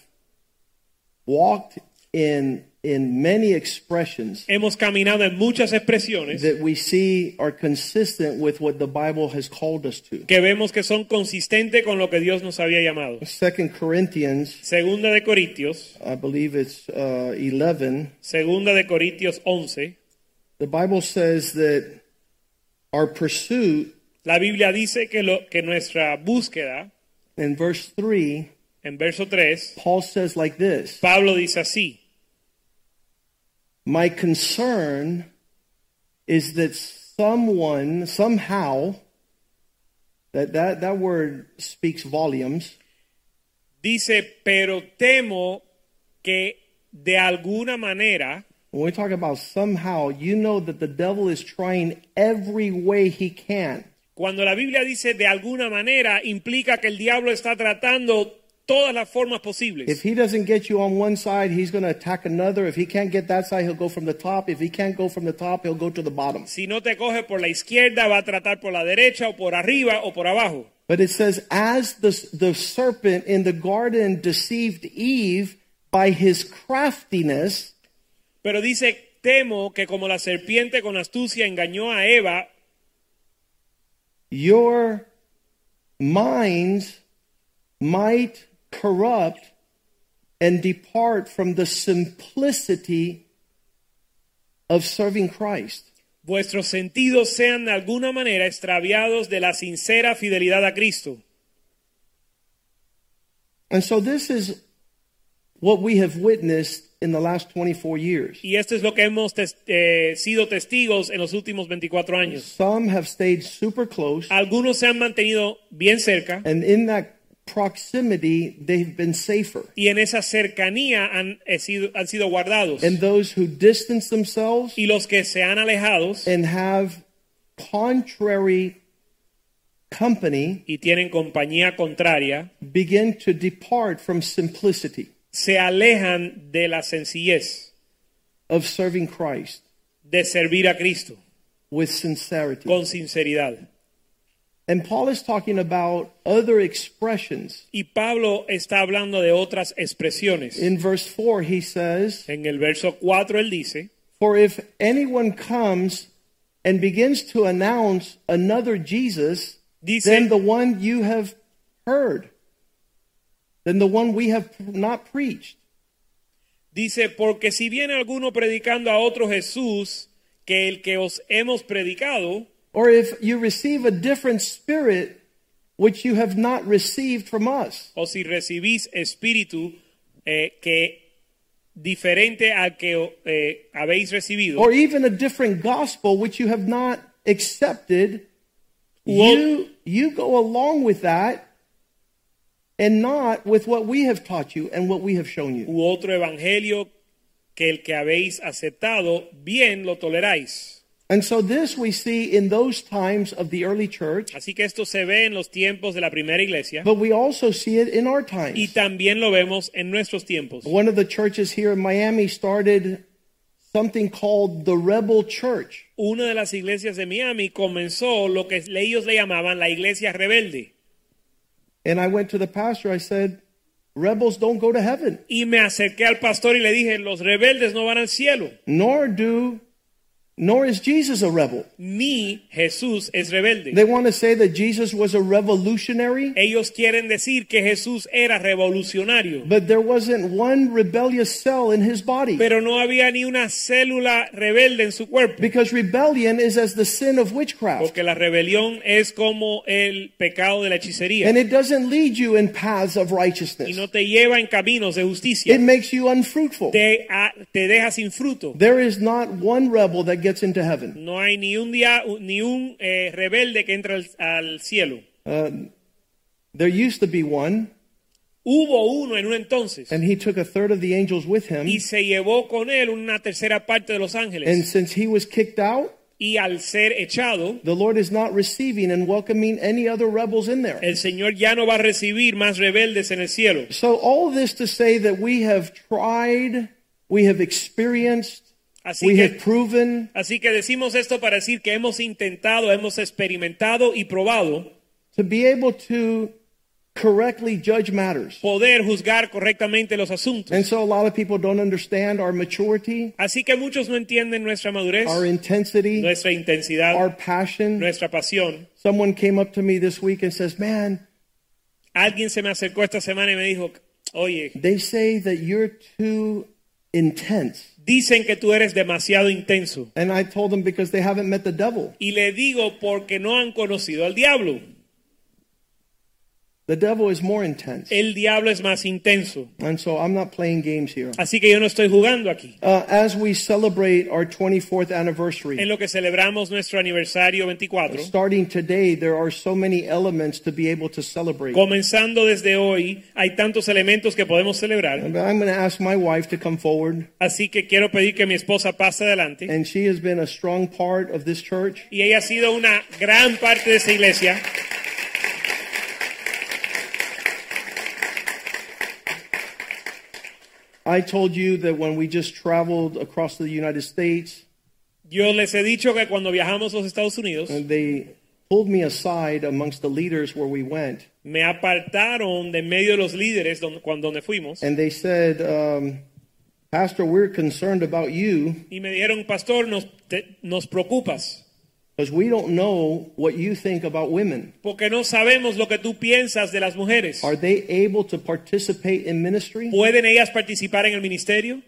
Speaker 2: walked in in many expressions
Speaker 1: Hemos caminado en muchas expresiones
Speaker 2: that we see are consistent with what the Bible has called us to.
Speaker 1: que vemos que son consistentes con lo que Dios nos había llamado.
Speaker 2: Second Corinthians,
Speaker 1: Segunda de Corintios,
Speaker 2: I believe it's uh, 11.
Speaker 1: segunda de Corintios 11,
Speaker 2: The Bible says that our pursuit
Speaker 1: la Biblia dice que, lo, que nuestra búsqueda,
Speaker 2: in verse 3,
Speaker 1: en verso 3,
Speaker 2: Paul says like this
Speaker 1: Pablo dice así,
Speaker 2: My concern is that someone, somehow, that, that, that word speaks volumes,
Speaker 1: dice, pero temo que de alguna manera,
Speaker 2: When we talk about somehow, you know that the devil is trying every way he can
Speaker 1: cuando la Biblia dice de alguna manera, implica que el diablo está tratando todas las formas posibles.
Speaker 2: If he doesn't get you on one side, he's going to attack another. If he can't get that side, he'll go from the top. If he can't go from the top, he'll go to the bottom.
Speaker 1: Si no te coge por la izquierda, va a tratar por la derecha o por arriba o por abajo.
Speaker 2: But it says, as the, the serpent in the garden deceived Eve by his craftiness,
Speaker 1: Pero dice, temo que como la serpiente con astucia engañó a Eva,
Speaker 2: your minds might corrupt and depart from the simplicity of serving Christ.
Speaker 1: vuestros sentidos sean de alguna manera extraviados de la sincera fidelidad a Cristo.
Speaker 2: And so this is what we have witnessed in the last 24 years.
Speaker 1: Y esto es lo que hemos tes- eh, sido testigos en los últimos 24 años.
Speaker 2: Some have stayed super close,
Speaker 1: Algunos se han mantenido bien cerca
Speaker 2: and in that proximity, they've been safer.
Speaker 1: y en esa cercanía han, eh, sido, han sido guardados.
Speaker 2: And those who distance themselves
Speaker 1: Y los que se han alejado
Speaker 2: and have contrary company
Speaker 1: y tienen compañía contraria,
Speaker 2: begin to depart from simplicity
Speaker 1: se alejan de la sencillez
Speaker 2: of serving Christ
Speaker 1: de servir a Cristo
Speaker 2: with sincerity.
Speaker 1: con sinceridad.
Speaker 2: And Paul is talking about other expressions.
Speaker 1: Y Pablo está hablando de otras expresiones.
Speaker 2: In verse 4, he says,
Speaker 1: En el verso 4 él dice,
Speaker 2: For if anyone comes and begins to announce another Jesus
Speaker 1: Dice-
Speaker 2: than the one you have heard, than the one we have not preached,
Speaker 1: dice, porque si viene alguno predicando a otro Jesús que el que os hemos predicado,
Speaker 2: or if you receive a different spirit which you have not received from us,
Speaker 1: o si recibís espíritu eh, que diferente al que eh, habéis recibido,
Speaker 2: or even a different gospel which you have not accepted,
Speaker 1: Well-
Speaker 2: you, you go along with that and not with what we have taught you and what we have shown you.
Speaker 1: u otro evangelio que el que habéis aceptado, bien lo toleráis.
Speaker 2: And so this we see in those times of the early church,
Speaker 1: Así que esto se ve en los tiempos de la primera iglesia
Speaker 2: but we also see it in our
Speaker 1: y
Speaker 2: times.
Speaker 1: también lo vemos en nuestros tiempos.
Speaker 2: One of the churches here in Miami started something called the Rebel Church.
Speaker 1: Una de las iglesias de Miami comenzó lo que ellos le llamaban la iglesia rebelde.
Speaker 2: And I went to the pastor, I said, Rebels don't go to heaven,
Speaker 1: Y me acerqué al pastor y le dije, los rebeldes no van al cielo,
Speaker 2: nor do nor is Jesus a rebel.
Speaker 1: ni Jesús es rebelde.
Speaker 2: They want to say that Jesus was a revolutionary,
Speaker 1: Ellos quieren decir que Jesús era revolucionario,
Speaker 2: but there wasn't one rebellious cell in his body.
Speaker 1: pero no había ni una célula rebelde en su cuerpo,
Speaker 2: Because rebellion is as the sin of witchcraft.
Speaker 1: porque la rebelión es como el pecado de la hechicería
Speaker 2: And it doesn't lead you in paths of
Speaker 1: y
Speaker 2: righteousness.
Speaker 1: no te lleva en caminos de justicia,
Speaker 2: It makes you unfruitful.
Speaker 1: te, a- te deja sin fruto.
Speaker 2: There is not one rebel that gets into heaven.
Speaker 1: No hay ni un, día, ni un eh, rebelde que entra al, al cielo.
Speaker 2: Uh, There used to be one,
Speaker 1: Hubo uno en un entonces
Speaker 2: and he took a third of the angels with him.
Speaker 1: y se llevó con él una tercera parte de los
Speaker 2: And
Speaker 1: ángeles
Speaker 2: since he was kicked out,
Speaker 1: y al ser echado,
Speaker 2: the Lord is not receiving and welcoming any other rebels in there.
Speaker 1: el Señor ya no va a recibir más rebeldes en el cielo.
Speaker 2: So, all this to say that we have tried, we have experienced,
Speaker 1: Así
Speaker 2: we
Speaker 1: que
Speaker 2: have proven
Speaker 1: Así que decimos esto para decir que hemos intentado, hemos experimentado y probado
Speaker 2: to be able to correctly judge matters.
Speaker 1: poder juzgar correctamente los asuntos.
Speaker 2: And so a lot of people don't understand our maturity,
Speaker 1: Así que muchos no entienden nuestra madurez,
Speaker 2: our intensity,
Speaker 1: nuestra intensidad,
Speaker 2: our passion.
Speaker 1: nuestra pasión.
Speaker 2: Someone came up to me this week and says, Man,
Speaker 1: Alguien se me acercó esta semana y me dijo, oye,
Speaker 2: they say that you're too intense.
Speaker 1: dicen que tú eres demasiado intenso.
Speaker 2: And I told them because they haven't met the devil.
Speaker 1: Y le digo porque no han conocido al diablo.
Speaker 2: The devil is more intense.
Speaker 1: El diablo es más intenso.
Speaker 2: And so I'm not playing games here.
Speaker 1: Así que yo no estoy jugando aquí.
Speaker 2: Uh, as we celebrate our 24th
Speaker 1: En
Speaker 2: anniversary,
Speaker 1: lo que celebramos nuestro aniversario 24.
Speaker 2: starting today, there are so many elements to be able to celebrate.
Speaker 1: Comenzando desde hoy, hay tantos elementos que podemos celebrar,
Speaker 2: And I'm going to ask my wife to come forward.
Speaker 1: así que quiero pedir que mi esposa pase adelante.
Speaker 2: And she has been a strong part of this church.
Speaker 1: Y ella ha sido una gran parte de esta iglesia.
Speaker 2: I told you that when we just traveled across the United States,
Speaker 1: Yo les he dicho que cuando viajamos a los Estados Unidos,
Speaker 2: they pulled me aside amongst the leaders where we went,
Speaker 1: me apartaron de en medio de los líderes donde, cuando, donde fuimos
Speaker 2: and they said, um, Pastor, we're concerned about you
Speaker 1: y me dijeron, pastor, nos, te- nos preocupas
Speaker 2: because we don't know what you think about women.
Speaker 1: porque no sabemos lo que tú piensas de las mujeres.
Speaker 2: Are they able to participate in ministry?
Speaker 1: ¿Pueden ellas participar en el ministerio?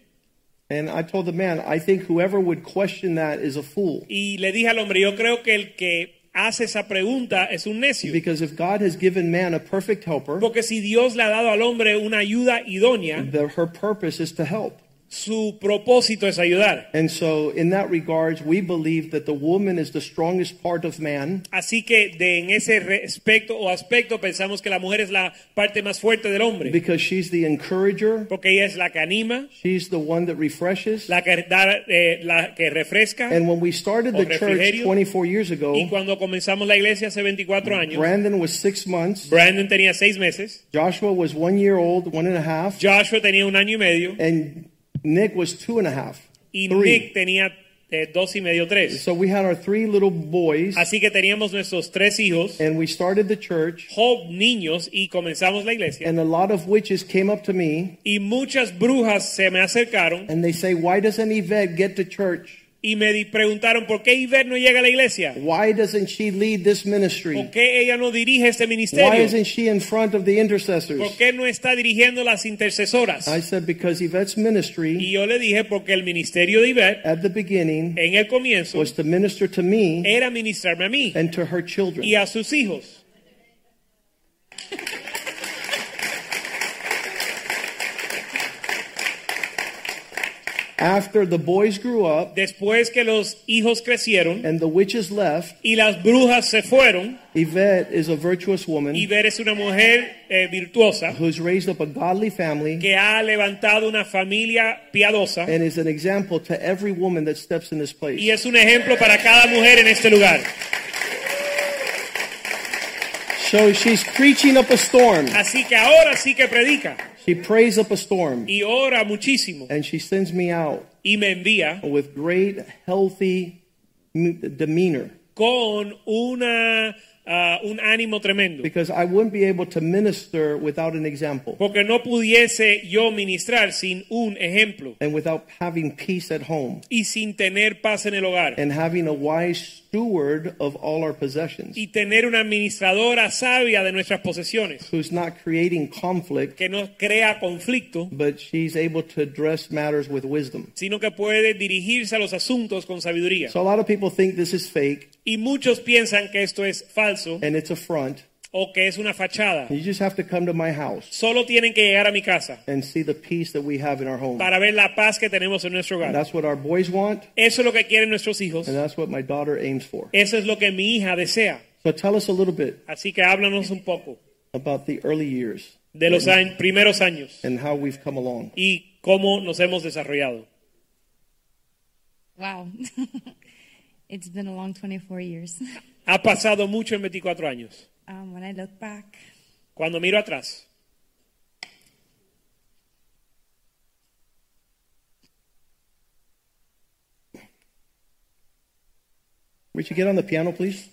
Speaker 2: And I told the man, I think whoever would question that is a fool.
Speaker 1: Y le dije al hombre, yo creo que el que hace esa pregunta es un necio.
Speaker 2: Because if God has given man a perfect helper,
Speaker 1: Porque si Dios le ha dado al hombre una ayuda idónea,
Speaker 2: the, her purpose is to help.
Speaker 1: su propósito es ayudar.
Speaker 2: And so, in that regards, we believe that the woman is the strongest part of man.
Speaker 1: Así que de, en ese respecto o aspecto pensamos que la mujer es la parte más fuerte del hombre,
Speaker 2: because she's the encourager,
Speaker 1: porque ella es la que anima,
Speaker 2: she's the one that refreshes.
Speaker 1: la que, da, eh, la que refresca.
Speaker 2: And when we started
Speaker 1: O
Speaker 2: the church
Speaker 1: refrigerio.
Speaker 2: 24 years ago,
Speaker 1: Y cuando comenzamos la iglesia hace 24 años,
Speaker 2: Brandon was six months,
Speaker 1: Brandon tenía seis meses,
Speaker 2: Joshua was one year old, one and a half,
Speaker 1: Joshua tenía un año y medio
Speaker 2: and Nick was two and a half,
Speaker 1: y Nick
Speaker 2: three.
Speaker 1: tenía eh, dos y medio, tres.
Speaker 2: So we had our three little boys,
Speaker 1: Así que teníamos nuestros tres hijos,
Speaker 2: and we started the church.
Speaker 1: Job niños, y comenzamos la iglesia.
Speaker 2: And a lot of witches came up to me
Speaker 1: Y muchas brujas se me acercaron
Speaker 2: and they say, Why doesn't Yvette get to church?
Speaker 1: y me di- preguntaron por qué Iber no llega a la iglesia,
Speaker 2: Why doesn't she lead this
Speaker 1: por
Speaker 2: ministry?
Speaker 1: qué ella no dirige este
Speaker 2: Why
Speaker 1: ministerio,
Speaker 2: isn't she in front of the
Speaker 1: por
Speaker 2: intercessors?
Speaker 1: qué no está dirigiendo las intercesoras.
Speaker 2: I said, Because Yvette's
Speaker 1: Y
Speaker 2: ministry
Speaker 1: yo le dije porque el ministerio de Iber
Speaker 2: at the beginning
Speaker 1: en el comienzo
Speaker 2: was to minister to me
Speaker 1: era ministrarme a mí
Speaker 2: and to her children.
Speaker 1: y a sus hijos.
Speaker 2: After the boys grew up
Speaker 1: Después que los hijos crecieron
Speaker 2: and the witches left,
Speaker 1: y las brujas se fueron,
Speaker 2: Yvette is a virtuous woman
Speaker 1: Iber es una mujer eh, virtuosa
Speaker 2: who's raised up a godly family
Speaker 1: que ha levantado una familia piadosa
Speaker 2: and is an example to every woman that steps in this
Speaker 1: y
Speaker 2: place.
Speaker 1: es un ejemplo para cada mujer en este lugar.
Speaker 2: So she's preaching up a storm.
Speaker 1: Así que ahora sí que predica
Speaker 2: She prays up a storm.
Speaker 1: y ora muchísimo
Speaker 2: And she sends me out
Speaker 1: y me envía
Speaker 2: with great, healthy m- demeanor
Speaker 1: con una, ah, un ánimo tremendo.
Speaker 2: because I wouldn't be able to minister without an example
Speaker 1: Porque no pudiese yo ministrar sin un ejemplo
Speaker 2: and without having peace at home
Speaker 1: y sin tener paz en el hogar
Speaker 2: and having a wise steward of all our possessions
Speaker 1: y tener una administradora sabia de nuestras posesiones
Speaker 2: who's not creating conflict,
Speaker 1: que no crea conflicto,
Speaker 2: but she's able to address matters with wisdom.
Speaker 1: sino que puede dirigirse a los asuntos con sabiduría.
Speaker 2: So a lot of people think this is fake
Speaker 1: Y muchos piensan que esto es falso
Speaker 2: and it's a front.
Speaker 1: o que es una fachada.
Speaker 2: You just have to come to my house
Speaker 1: Solo tienen que llegar a mi casa
Speaker 2: and see the peace that we have in our home.
Speaker 1: para ver la paz que tenemos en nuestro hogar.
Speaker 2: That's what our boys want
Speaker 1: Eso es lo que quieren nuestros hijos.
Speaker 2: and that's what my daughter aims for.
Speaker 1: Eso es lo que mi hija desea.
Speaker 2: So tell us a little bit
Speaker 1: Así que háblanos un poco
Speaker 2: about the early years
Speaker 1: de los años- primeros años
Speaker 2: and how we've come along.
Speaker 1: y cómo nos hemos desarrollado.
Speaker 6: Wow. [LAUGHS] it's been a long 24 years. [LAUGHS]
Speaker 1: Ha pasado mucho en 24 años.
Speaker 6: Um, when I look back,
Speaker 1: Cuando miro atrás,
Speaker 2: Would you get on the piano, please?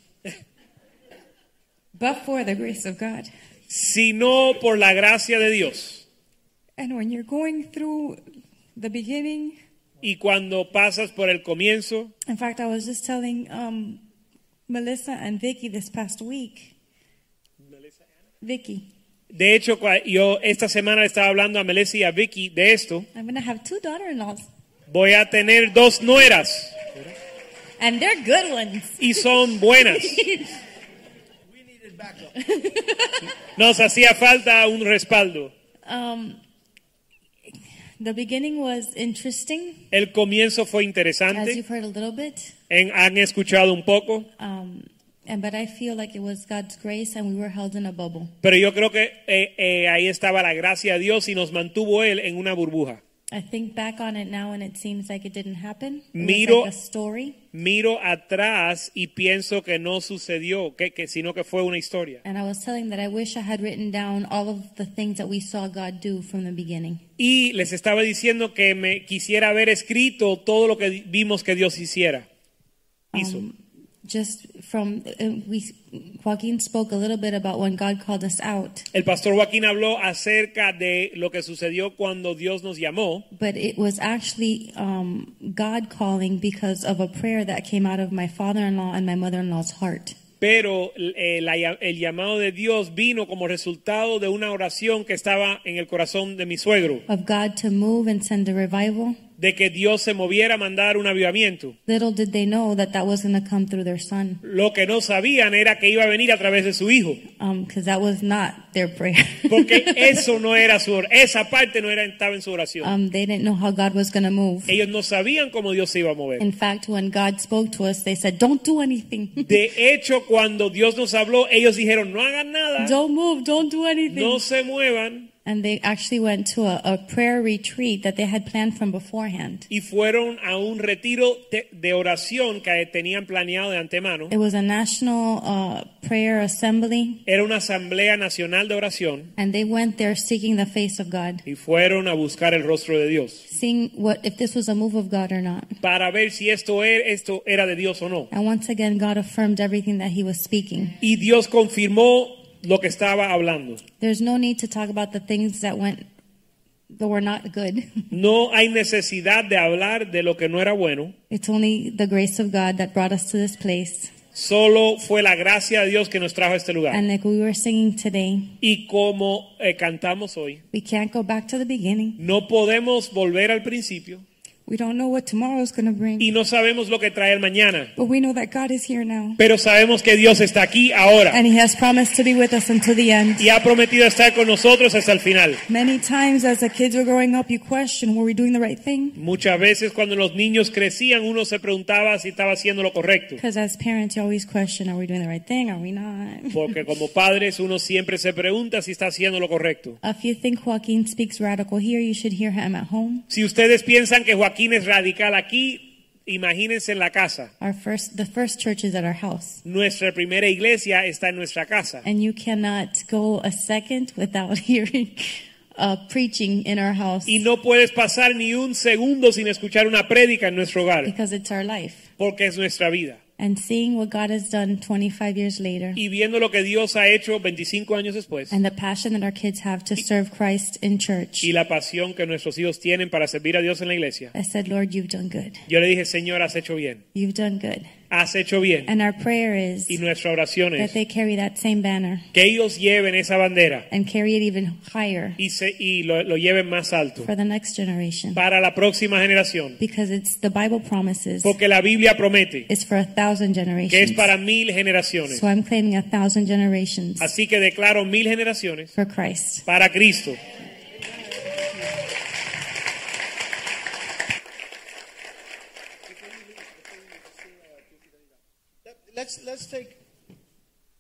Speaker 6: but for the grace of God,
Speaker 1: sino por la gracia de Dios.
Speaker 6: and when you're going through the beginning,
Speaker 1: Y cuando pasas por el comienzo,
Speaker 6: in fact, I was just telling um, Melissa and Vicky this past week. Vicky,
Speaker 1: de hecho, cua- yo esta semana le estaba hablando a Melissa y a Vicky de esto.
Speaker 6: I'm going to have two daughter-in-laws,
Speaker 1: Voy a tener dos nueras
Speaker 6: and they're good ones.
Speaker 1: y son buenas. Nos hacía falta un respaldo.
Speaker 6: [LAUGHS] Um, the beginning was interesting,
Speaker 1: El comienzo fue
Speaker 6: as you've
Speaker 1: interesante.
Speaker 6: heard a little bit.
Speaker 1: En- han escuchado un poco,
Speaker 6: Um, and but I feel like it was God's grace, and we were held in a bubble.
Speaker 1: pero yo creo que eh, eh, ahí estaba la gracia de Dios y nos mantuvo Él en una burbuja.
Speaker 6: I think back on it now, and it seems like it didn't happen. It was
Speaker 1: Miro-
Speaker 6: like a story,
Speaker 1: Miro atrás y pienso que no sucedió, que, que- sino que fue una historia.
Speaker 6: and I was telling that I wish I had written down all of the things that we saw God do from the beginning.
Speaker 1: Y les estaba diciendo que me quisiera haber escrito todo lo que di- vimos que Dios hiciera. Hizo.
Speaker 6: Um, Just from uh, we, Joaquin spoke a little bit about when God called us out,
Speaker 1: El pastor Joaquín habló acerca de lo que sucedió cuando Dios nos llamó,
Speaker 6: but it was actually um, God calling because of a prayer that came out of my father-in-law and my mother-in-law's heart.
Speaker 1: pero eh, la lla- el llamado de Dios vino como resultado de una oración que estaba en el corazón de mi suegro,
Speaker 6: Of God to move and send a revival.
Speaker 1: de que Dios se moviera a mandar un avivamiento.
Speaker 6: Little did they know that that was going to come through their son,
Speaker 1: Lo que no sabían era que iba a venir a través de su hijo.
Speaker 6: because um, that was not their prayer. [LAUGHS]
Speaker 1: Porque eso no era su or- esa parte no era estaba en su oración.
Speaker 6: um, they didn't know how God was going to move.
Speaker 1: Ellos no sabían cómo Dios se iba a mover.
Speaker 6: In fact, when God spoke to us, they said, "Don't do anything.
Speaker 1: De hecho, cuando Dios nos habló, ellos dijeron, no hagan nada,
Speaker 6: [LAUGHS] don't move. Don't do anything."
Speaker 1: no se muevan.
Speaker 6: And they actually went to a, a prayer retreat that they had planned from beforehand.
Speaker 1: Y fueron a un retiro te- de oración que tenían planeado de antemano.
Speaker 6: It was a national uh, prayer assembly,
Speaker 1: Era una asamblea nacional de oración
Speaker 6: and they went there seeking the face of God,
Speaker 1: y fueron a buscar el rostro de Dios
Speaker 6: seeing what if this was a move of God or not.
Speaker 1: para ver si esto era, esto era de Dios o no.
Speaker 6: And once again, God affirmed everything that He was speaking.
Speaker 1: Y Dios confirmó lo que estaba hablando.
Speaker 6: There's no need to talk about the things that went that were not good. [LAUGHS]
Speaker 1: No hay necesidad de hablar de lo que no era bueno.
Speaker 6: It's only the grace of God that brought us to this place.
Speaker 1: Solo fue la gracia de Dios que nos trajo a este lugar.
Speaker 6: And like we were singing today,
Speaker 1: Y como eh, cantamos hoy,
Speaker 6: we can't go back to the beginning.
Speaker 1: no podemos volver al principio.
Speaker 6: We don't know what tomorrow is going to bring,
Speaker 1: y no sabemos lo que trae el mañana.
Speaker 6: but we know that God is here now.
Speaker 1: Pero sabemos que Dios está aquí ahora
Speaker 6: And He has promised to be with us until the end.
Speaker 1: y ha prometido estar con nosotros hasta el final.
Speaker 6: Many times as the kids were growing up, you question, were we doing the right thing?
Speaker 1: Muchas veces cuando los niños crecían uno se preguntaba si estaba haciendo lo correcto.
Speaker 6: Because as parents, you always question, are we doing the right thing? Are we not?
Speaker 1: Porque como padres uno siempre se pregunta si está haciendo lo correcto.
Speaker 6: If you think Joaquin speaks radical here, you should hear him at home.
Speaker 1: Si ustedes piensan que Joaquín es radical aquí, imagínense en la casa.
Speaker 6: Our first, the first church is at our house.
Speaker 1: Nuestra primera iglesia está en nuestra casa.
Speaker 6: And you cannot go a second without [LAUGHS] hearing uh, preaching in our house
Speaker 1: Y no puedes pasar ni un segundo sin escuchar una prédica en nuestro hogar,
Speaker 6: because it's our life.
Speaker 1: porque es nuestra vida.
Speaker 6: And seeing what God has done 25 years later
Speaker 1: Y viendo lo que Dios ha hecho 25 años después
Speaker 6: and the passion that our kids have to serve Christ in church,
Speaker 1: y la pasión que nuestros hijos tienen para servir a Dios en la iglesia,
Speaker 6: I said, Lord, you've done good.
Speaker 1: yo le dije, Señor, has hecho bien,
Speaker 6: You've done good.
Speaker 1: has hecho bien.
Speaker 6: And our prayer is
Speaker 1: Y nuestra oración
Speaker 6: that
Speaker 1: es
Speaker 6: they carry that same banner
Speaker 1: que ellos lleven esa bandera
Speaker 6: and carry it even higher
Speaker 1: y, se- y lo, lo lleven más alto
Speaker 6: for the next generation.
Speaker 1: para la próxima generación.
Speaker 6: Because it's the Bible promises
Speaker 1: Porque la Biblia promete
Speaker 6: it's for a thousand
Speaker 1: que es
Speaker 6: generations.
Speaker 1: para mil generaciones.
Speaker 6: So I'm claiming a thousand generations
Speaker 1: Así que declaro mil generaciones
Speaker 6: for Christ.
Speaker 1: para Cristo.
Speaker 2: Let's, let's take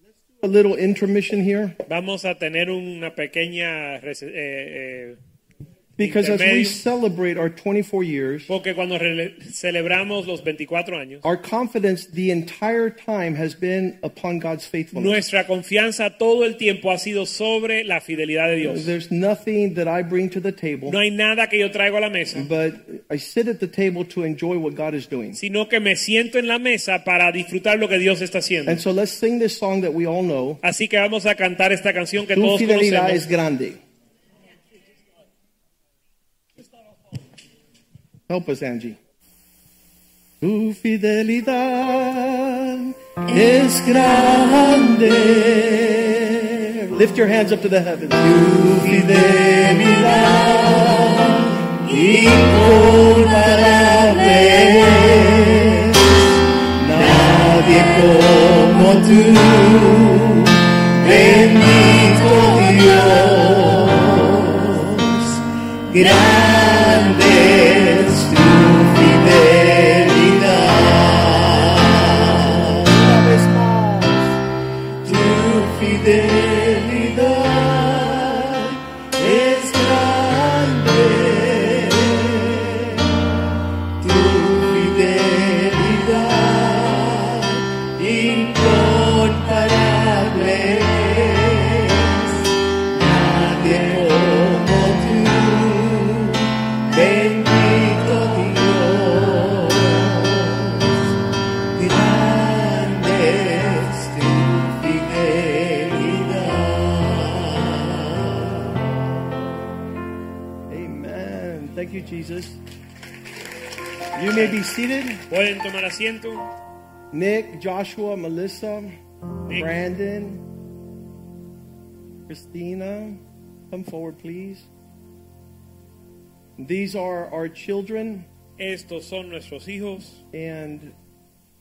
Speaker 2: let's do a little intermission here
Speaker 1: Vamos a tener una pequeña... rece- eh, eh,
Speaker 2: because as we
Speaker 1: Intermedio.
Speaker 2: celebrate our 24 years,
Speaker 1: porque cuando rele- celebramos los 24 años,
Speaker 2: our confidence the entire time has been upon God's faithfulness.
Speaker 1: nuestra confianza todo el tiempo ha sido sobre la fidelidad de Dios.
Speaker 2: There's nothing that I bring to the table,
Speaker 1: No hay nada que yo traigo a la mesa,
Speaker 2: but I sit at the table to enjoy what God is doing.
Speaker 1: sino que me siento en la mesa para disfrutar lo que Dios está haciendo.
Speaker 2: And so let's sing this song that we all know.
Speaker 1: Así que vamos a cantar esta canción que
Speaker 2: Tu
Speaker 1: todos
Speaker 2: fidelidad es
Speaker 1: conocemos.
Speaker 2: grande. Help us, Angie. Tu fidelidad es grande. Lift your hands up to the heavens. Tu fidelidad incomparable. Nadie como tú. Bendito Dios, grande es tu fidelidad. Una vez más, tu fidelidad es grande. Tu fidelidad incomparable nadie como tú bendito Dios grande es tu fidelidad Amen Thank you Jesus You may be seated
Speaker 1: Pueden tomar asiento.
Speaker 2: Nick, Joshua, Melissa, Brandon, Christina, come forward, please. These are our children,
Speaker 1: Estos son nuestros hijos.
Speaker 2: and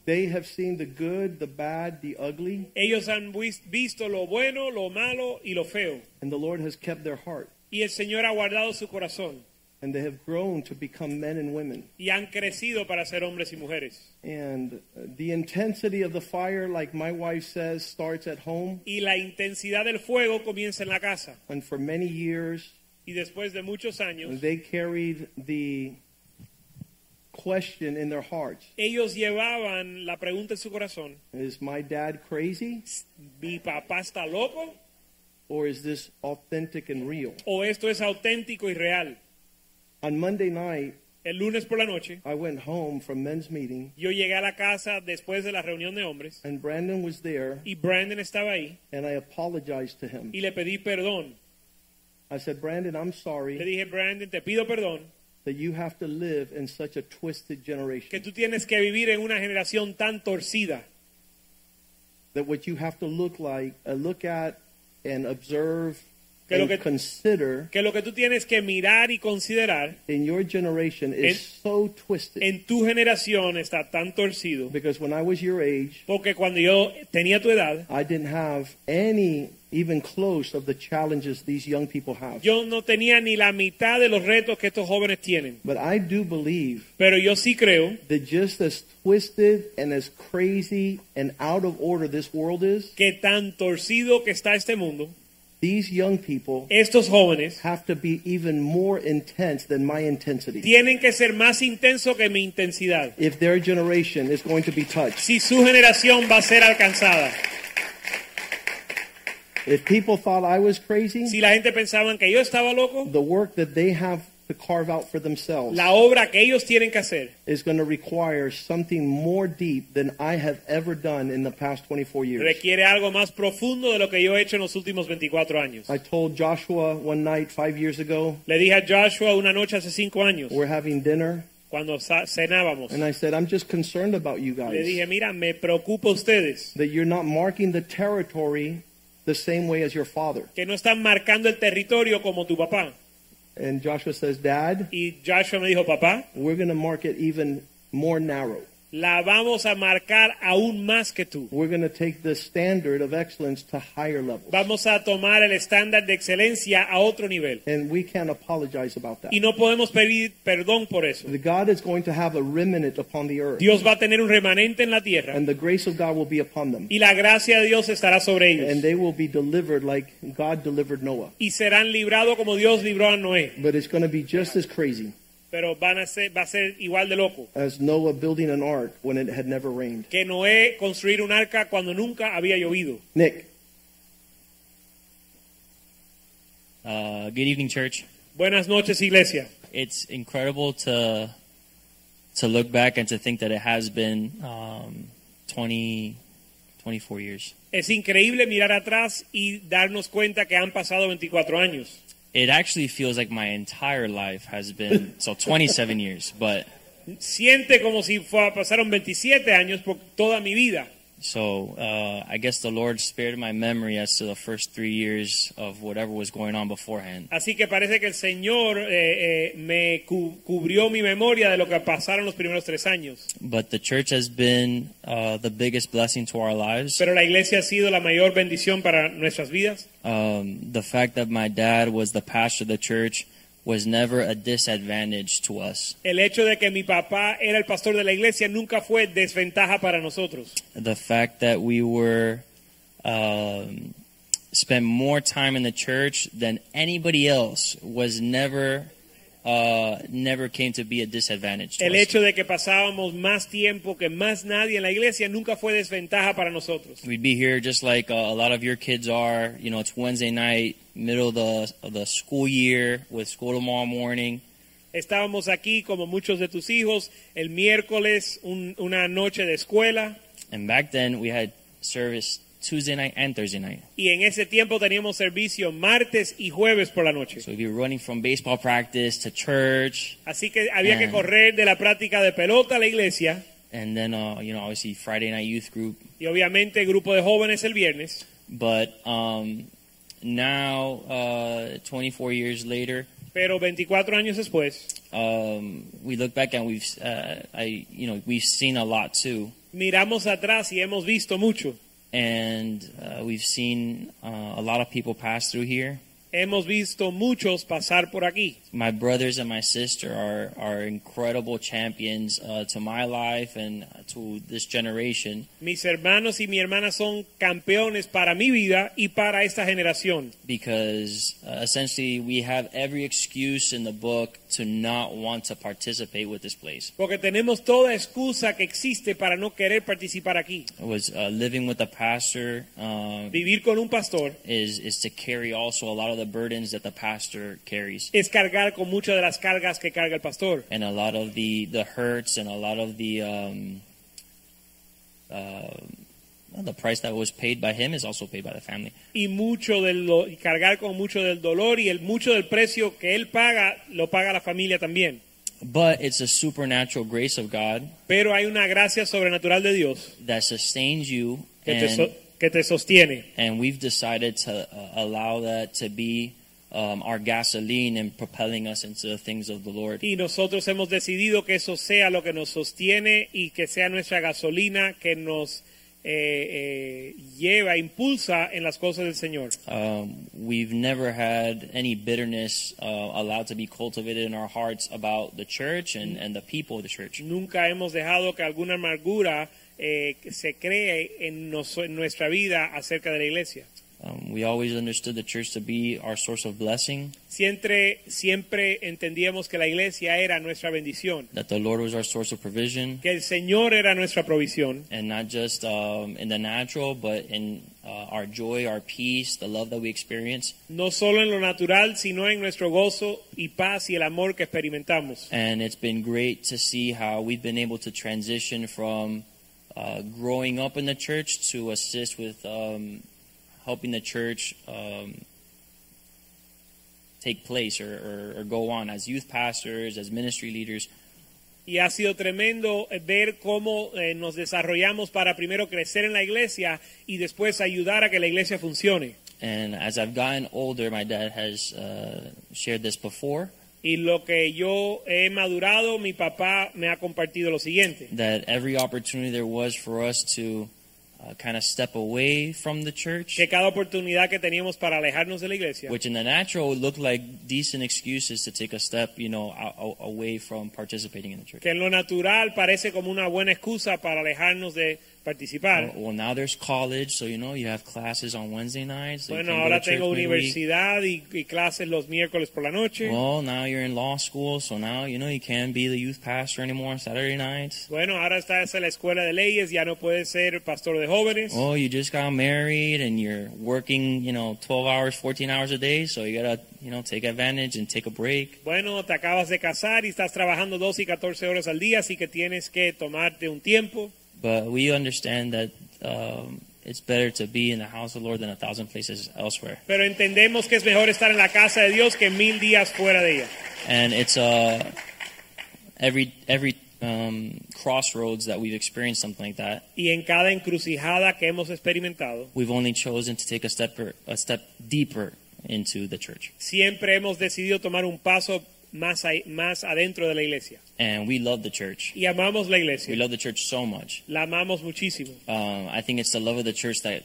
Speaker 2: they have seen the good, the bad, the ugly,
Speaker 1: Ellos han vis- visto lo bueno, lo malo y lo feo.
Speaker 2: and the Lord has kept their heart,
Speaker 1: Y el Señor ha guardado su corazón.
Speaker 2: and they have grown to become men and women.
Speaker 1: Y han crecido para ser hombres y mujeres.
Speaker 2: And uh, the intensity of the fire, like my wife says, starts at home,
Speaker 1: Y la intensidad del fuego comienza en la casa.
Speaker 2: and for many years,
Speaker 1: Y después de muchos años,
Speaker 2: they carried the question in their hearts
Speaker 1: ellos llevaban la pregunta en su corazón.
Speaker 2: Is my dad crazy
Speaker 1: ¿Mi papá está loco
Speaker 2: or is this authentic and real?
Speaker 1: o esto es auténtico y real?
Speaker 2: On Monday night,
Speaker 1: El lunes por la noche,
Speaker 2: I went home from men's meeting
Speaker 1: yo llegué a la casa después de la reunión de hombres.
Speaker 2: and Brandon was there
Speaker 1: Y Brandon estaba ahí
Speaker 2: and I apologized to him.
Speaker 1: y le pedí perdón.
Speaker 2: I said, Brandon, I'm
Speaker 1: Le
Speaker 2: sorry
Speaker 1: dije, Brandon, te pido perdón
Speaker 2: that you have to live in such a twisted
Speaker 1: que
Speaker 2: generation,
Speaker 1: tú tienes que vivir en una generación tan torcida,
Speaker 2: that what you have to look like, uh, look at and observe
Speaker 1: Que lo
Speaker 2: and
Speaker 1: que-
Speaker 2: consider
Speaker 1: Que lo que tú tienes que mirar y considerar
Speaker 2: in your generation is
Speaker 1: En-
Speaker 2: so twisted.
Speaker 1: en tu generación está tan torcido.
Speaker 2: because when I was your age,
Speaker 1: Porque cuando yo tenía tu edad,
Speaker 2: I didn't have any even close of the challenges these young people have.
Speaker 1: yo no tenía ni la mitad de los retos que estos jóvenes tienen.
Speaker 2: but I do believe
Speaker 1: Pero yo sí creo
Speaker 2: that just as twisted and as crazy and out of order this world is,
Speaker 1: que tan torcido que está este mundo,
Speaker 2: these young people
Speaker 1: estos jóvenes
Speaker 2: have to be even more intense than my intensity.
Speaker 1: tienen que ser más intensos que mi intensidad.
Speaker 2: If their generation is going to be touched,
Speaker 1: Si su generación va a ser alcanzada.
Speaker 2: if people thought I was crazy,
Speaker 1: Si la gente pensaba que yo estaba loco,
Speaker 2: the work that they have to carve out for themselves
Speaker 1: la obra que ellos tienen que hacer
Speaker 2: is going to require something more deep than I have ever done in the past 24 years.
Speaker 1: requiere algo más profundo de lo que yo he hecho en los últimos 24 años.
Speaker 2: I told Joshua one night five years ago,
Speaker 1: Le dije a Joshua una noche hace cinco años,
Speaker 2: we're having dinner,
Speaker 1: cuando sa- cenábamos,
Speaker 2: and I said, I'm just concerned about you
Speaker 1: le dije,
Speaker 2: guys,
Speaker 1: mira, me preocupa ustedes,
Speaker 2: that you're not marking the territory the same way as your father.
Speaker 1: que no están marcando el territorio como tu papá.
Speaker 2: And Joshua says, Dad,
Speaker 1: Y Joshua me dijo, papá,
Speaker 2: we're going to mark it even more narrow.
Speaker 1: la vamos a marcar aún más que tú.
Speaker 2: We're going to take the standard of excellence to higher levels.
Speaker 1: Vamos a tomar el estándar de excelencia a otro nivel.
Speaker 2: And we can't apologize about that.
Speaker 1: Y no podemos pedir perdón por eso.
Speaker 2: The God is going to have a remnant upon the earth.
Speaker 1: Dios va a tener un remanente en la tierra
Speaker 2: and the grace of God will be upon them.
Speaker 1: y la gracia de Dios estará sobre
Speaker 2: And
Speaker 1: ellos.
Speaker 2: they will be delivered like God delivered Noah.
Speaker 1: Y serán librados como Dios libró a Noé.
Speaker 2: But it's going to be just as crazy
Speaker 1: Pero van a ser, va a ser igual de loco
Speaker 2: as Noah building an ark when it had never rained.
Speaker 1: que Noé construir un arca cuando nunca había llovido.
Speaker 2: Nick,
Speaker 7: Uh, good evening, church.
Speaker 1: Buenas noches, iglesia.
Speaker 7: It's incredible to to look back and to think that it has been um, 20, 24 years.
Speaker 1: Es increíble mirar atrás y darnos cuenta que han pasado 24 años.
Speaker 7: It actually feels like my entire life has
Speaker 1: [LAUGHS]
Speaker 7: been so 27 years, but
Speaker 1: Siente como si fue- pasaron 27 años por toda mi vida.
Speaker 7: so uh, I guess the Lord spared my memory as to the first three years of whatever was going on beforehand.
Speaker 1: Así que parece que el Señor eh, eh, me cu- cubrió mi memoria de lo que pasaron los primeros tres años.
Speaker 7: But the church has been uh, the biggest blessing to our lives.
Speaker 1: Pero la iglesia ha sido la mayor bendición para nuestras vidas.
Speaker 7: um, the fact that my dad was the pastor of the church was never a disadvantage to us.
Speaker 1: El hecho de que mi papá era el pastor de la iglesia nunca fue desventaja para nosotros.
Speaker 7: The fact that we were um, spent more time in the church than anybody else was never uh, never came to be a disadvantage to
Speaker 1: El
Speaker 7: us.
Speaker 1: hecho de que pasábamos más tiempo que más nadie en la iglesia nunca fue desventaja para nosotros.
Speaker 7: We'd be here just like uh, a lot of your kids are. You know, it's Wednesday night, middle of the of the school year, with school tomorrow morning.
Speaker 1: Estábamos aquí como muchos de tus hijos el miércoles, un- una noche de escuela,
Speaker 7: And back then, we had service Tuesday night and Thursday night.
Speaker 1: y en ese tiempo teníamos servicio martes y jueves por la noche.
Speaker 7: So we were running from baseball practice to church,
Speaker 1: Así que había que
Speaker 7: Ah.
Speaker 1: correr de la práctica de pelota a la iglesia
Speaker 7: and then uh, you know obviously Friday night youth group.
Speaker 1: y obviamente el grupo de jóvenes el viernes.
Speaker 7: But um, now, uh, 24 years later,
Speaker 1: Pero 24 años después,
Speaker 7: um, we look back and we've uh, I you know we've seen a lot too,
Speaker 1: miramos atrás y hemos visto mucho.
Speaker 7: and uh, we've seen uh, a lot of people pass through here.
Speaker 1: Hemos visto muchos pasar por aquí.
Speaker 7: My brothers and my sister are are incredible champions uh, to my life and to this generation.
Speaker 1: Mis hermanos y mi hermana son campeones para mi vida y para esta generación.
Speaker 7: because uh, essentially we have every excuse in the book to not want to participate with this place.
Speaker 1: Porque tenemos toda excusa que existe para no querer participar aquí.
Speaker 7: It was uh, living with a pastor uh,
Speaker 1: Vivir con un pastor
Speaker 7: is is to carry also a lot of the burdens that the pastor carries
Speaker 1: es cargar con muchas de las cargas que carga el pastor
Speaker 7: and a lot of the the hurts and a lot of the um, uh, well, the price that was paid by him is also paid by the family.
Speaker 1: y mucho del lo- y cargar con mucho del dolor y el mucho del precio que él paga lo paga la familia también.
Speaker 7: But it's a supernatural grace of God
Speaker 1: Pero hay una gracia sobrenatural de Dios
Speaker 7: that sustains you
Speaker 1: que, te,
Speaker 7: and
Speaker 1: so- que te sostiene.
Speaker 7: and we've decided to uh, allow that to be um, our gasoline and propelling us into the things of the Lord.
Speaker 1: Y nosotros hemos decidido que eso sea lo que nos sostiene y que sea nuestra gasolina que nos eh, eh, lleva, impulsa en las cosas del Señor.
Speaker 7: Um, we've never had any bitterness uh, allowed to be cultivated in our hearts about the church and, and the people of the church.
Speaker 1: Nunca hemos dejado que alguna amargura eh, se cree en, nos- en nuestra vida acerca de la iglesia.
Speaker 7: Um, we always understood the church to be our source of blessing,
Speaker 1: Siempre, siempre entendíamos que la iglesia era nuestra bendición,
Speaker 7: that the Lord was our source of provision,
Speaker 1: que el Señor era nuestra provisión,
Speaker 7: and not just um, in the natural, but in uh, our joy, our peace, the love that we experience.
Speaker 1: no solo en lo natural, sino en nuestro gozo y paz y el amor que experimentamos.
Speaker 7: And it's been great to see how we've been able to transition from uh, growing up in the church to assist with um, helping the church um, take place or, or, or go on as youth pastors, as ministry leaders.
Speaker 1: Y ha sido tremendo eh, ver cómo eh, nos desarrollamos para primero crecer en la iglesia y después ayudar a que la iglesia funcione.
Speaker 7: And as I've gotten older, my dad has uh, shared this before
Speaker 1: Y lo que yo he madurado, mi papá me ha compartido lo siguiente.
Speaker 7: that every opportunity there was for us to uh, kind of step away from the church.
Speaker 1: que cada oportunidad que teníamos para alejarnos de la iglesia,
Speaker 7: which in the natural would look like decent excuses to take a step, you know, a- a- away from participating in the church.
Speaker 1: que en lo natural parece como una buena excusa para alejarnos de participar.
Speaker 7: Well, well, now there's college, so you know you have classes on Wednesday nights. So you
Speaker 1: bueno,
Speaker 7: can't go
Speaker 1: ahora
Speaker 7: to church
Speaker 1: tengo
Speaker 7: midweek.
Speaker 1: universidad y, y clases los miércoles por la noche.
Speaker 7: Well, now you're in law school, so now you know you can't be the youth pastor anymore on Saturday nights.
Speaker 1: Bueno, ahora estás en la escuela de leyes, ya no puedes ser pastor de jóvenes.
Speaker 7: Oh, you just got married and you're working, you know, 12 hours, 14 hours a day, so you gotta, you know, take advantage and take a break.
Speaker 1: Bueno, te acabas de casar y estás trabajando 12 y 14 horas al día, así que tienes que tomarte un tiempo.
Speaker 7: But we understand that um, it's better to be in the house of the Lord than a thousand places elsewhere.
Speaker 1: Pero entendemos que es mejor estar en la casa de Dios que mil días fuera de ella.
Speaker 7: and it's uh, every every um, crossroads that we've experienced something like that.
Speaker 1: Y en cada encrucijada que hemos experimentado,
Speaker 7: We've only chosen to take a step or, a step deeper into the church,
Speaker 1: siempre hemos decidido tomar un paso más, ahí- más adentro de la iglesia.
Speaker 7: and we love the church.
Speaker 1: Y amamos la
Speaker 7: We
Speaker 1: iglesia,
Speaker 7: love the church so much.
Speaker 1: la amamos muchísimo.
Speaker 7: Um, I think it's the love of the church that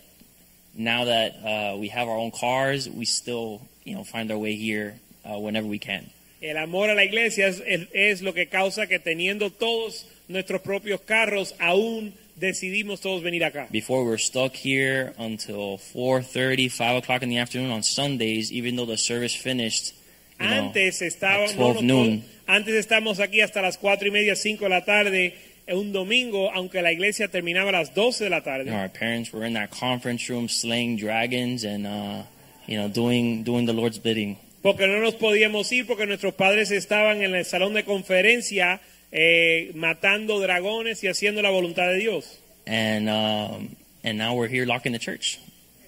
Speaker 7: now that uh, we have our own cars, we still you know find our way here uh, whenever we can.
Speaker 1: El amor a la iglesia es, es- es lo que causa que teniendo todos nuestros propios carros, aún decidimos todos venir acá.
Speaker 7: Before we were stuck here until 4:30, 5 o'clock in the afternoon on Sundays, even though the service finished. You know,
Speaker 1: Antes
Speaker 7: at
Speaker 1: estábamos,
Speaker 7: 12
Speaker 1: no,
Speaker 7: noon.
Speaker 1: antes estamos aquí hasta las cuatro y media, cinco de la tarde, en un domingo, aunque la iglesia terminaba a las 12 de la
Speaker 7: You
Speaker 1: tarde.
Speaker 7: know, our parents were in that conference room slaying dragons and uh, you know doing doing the Lord's bidding.
Speaker 1: Porque no nos podíamos ir porque nuestros padres estaban en el salón de conferencia eh, matando dragones y haciendo la voluntad de Dios.
Speaker 7: And um, and now we're here locking the church.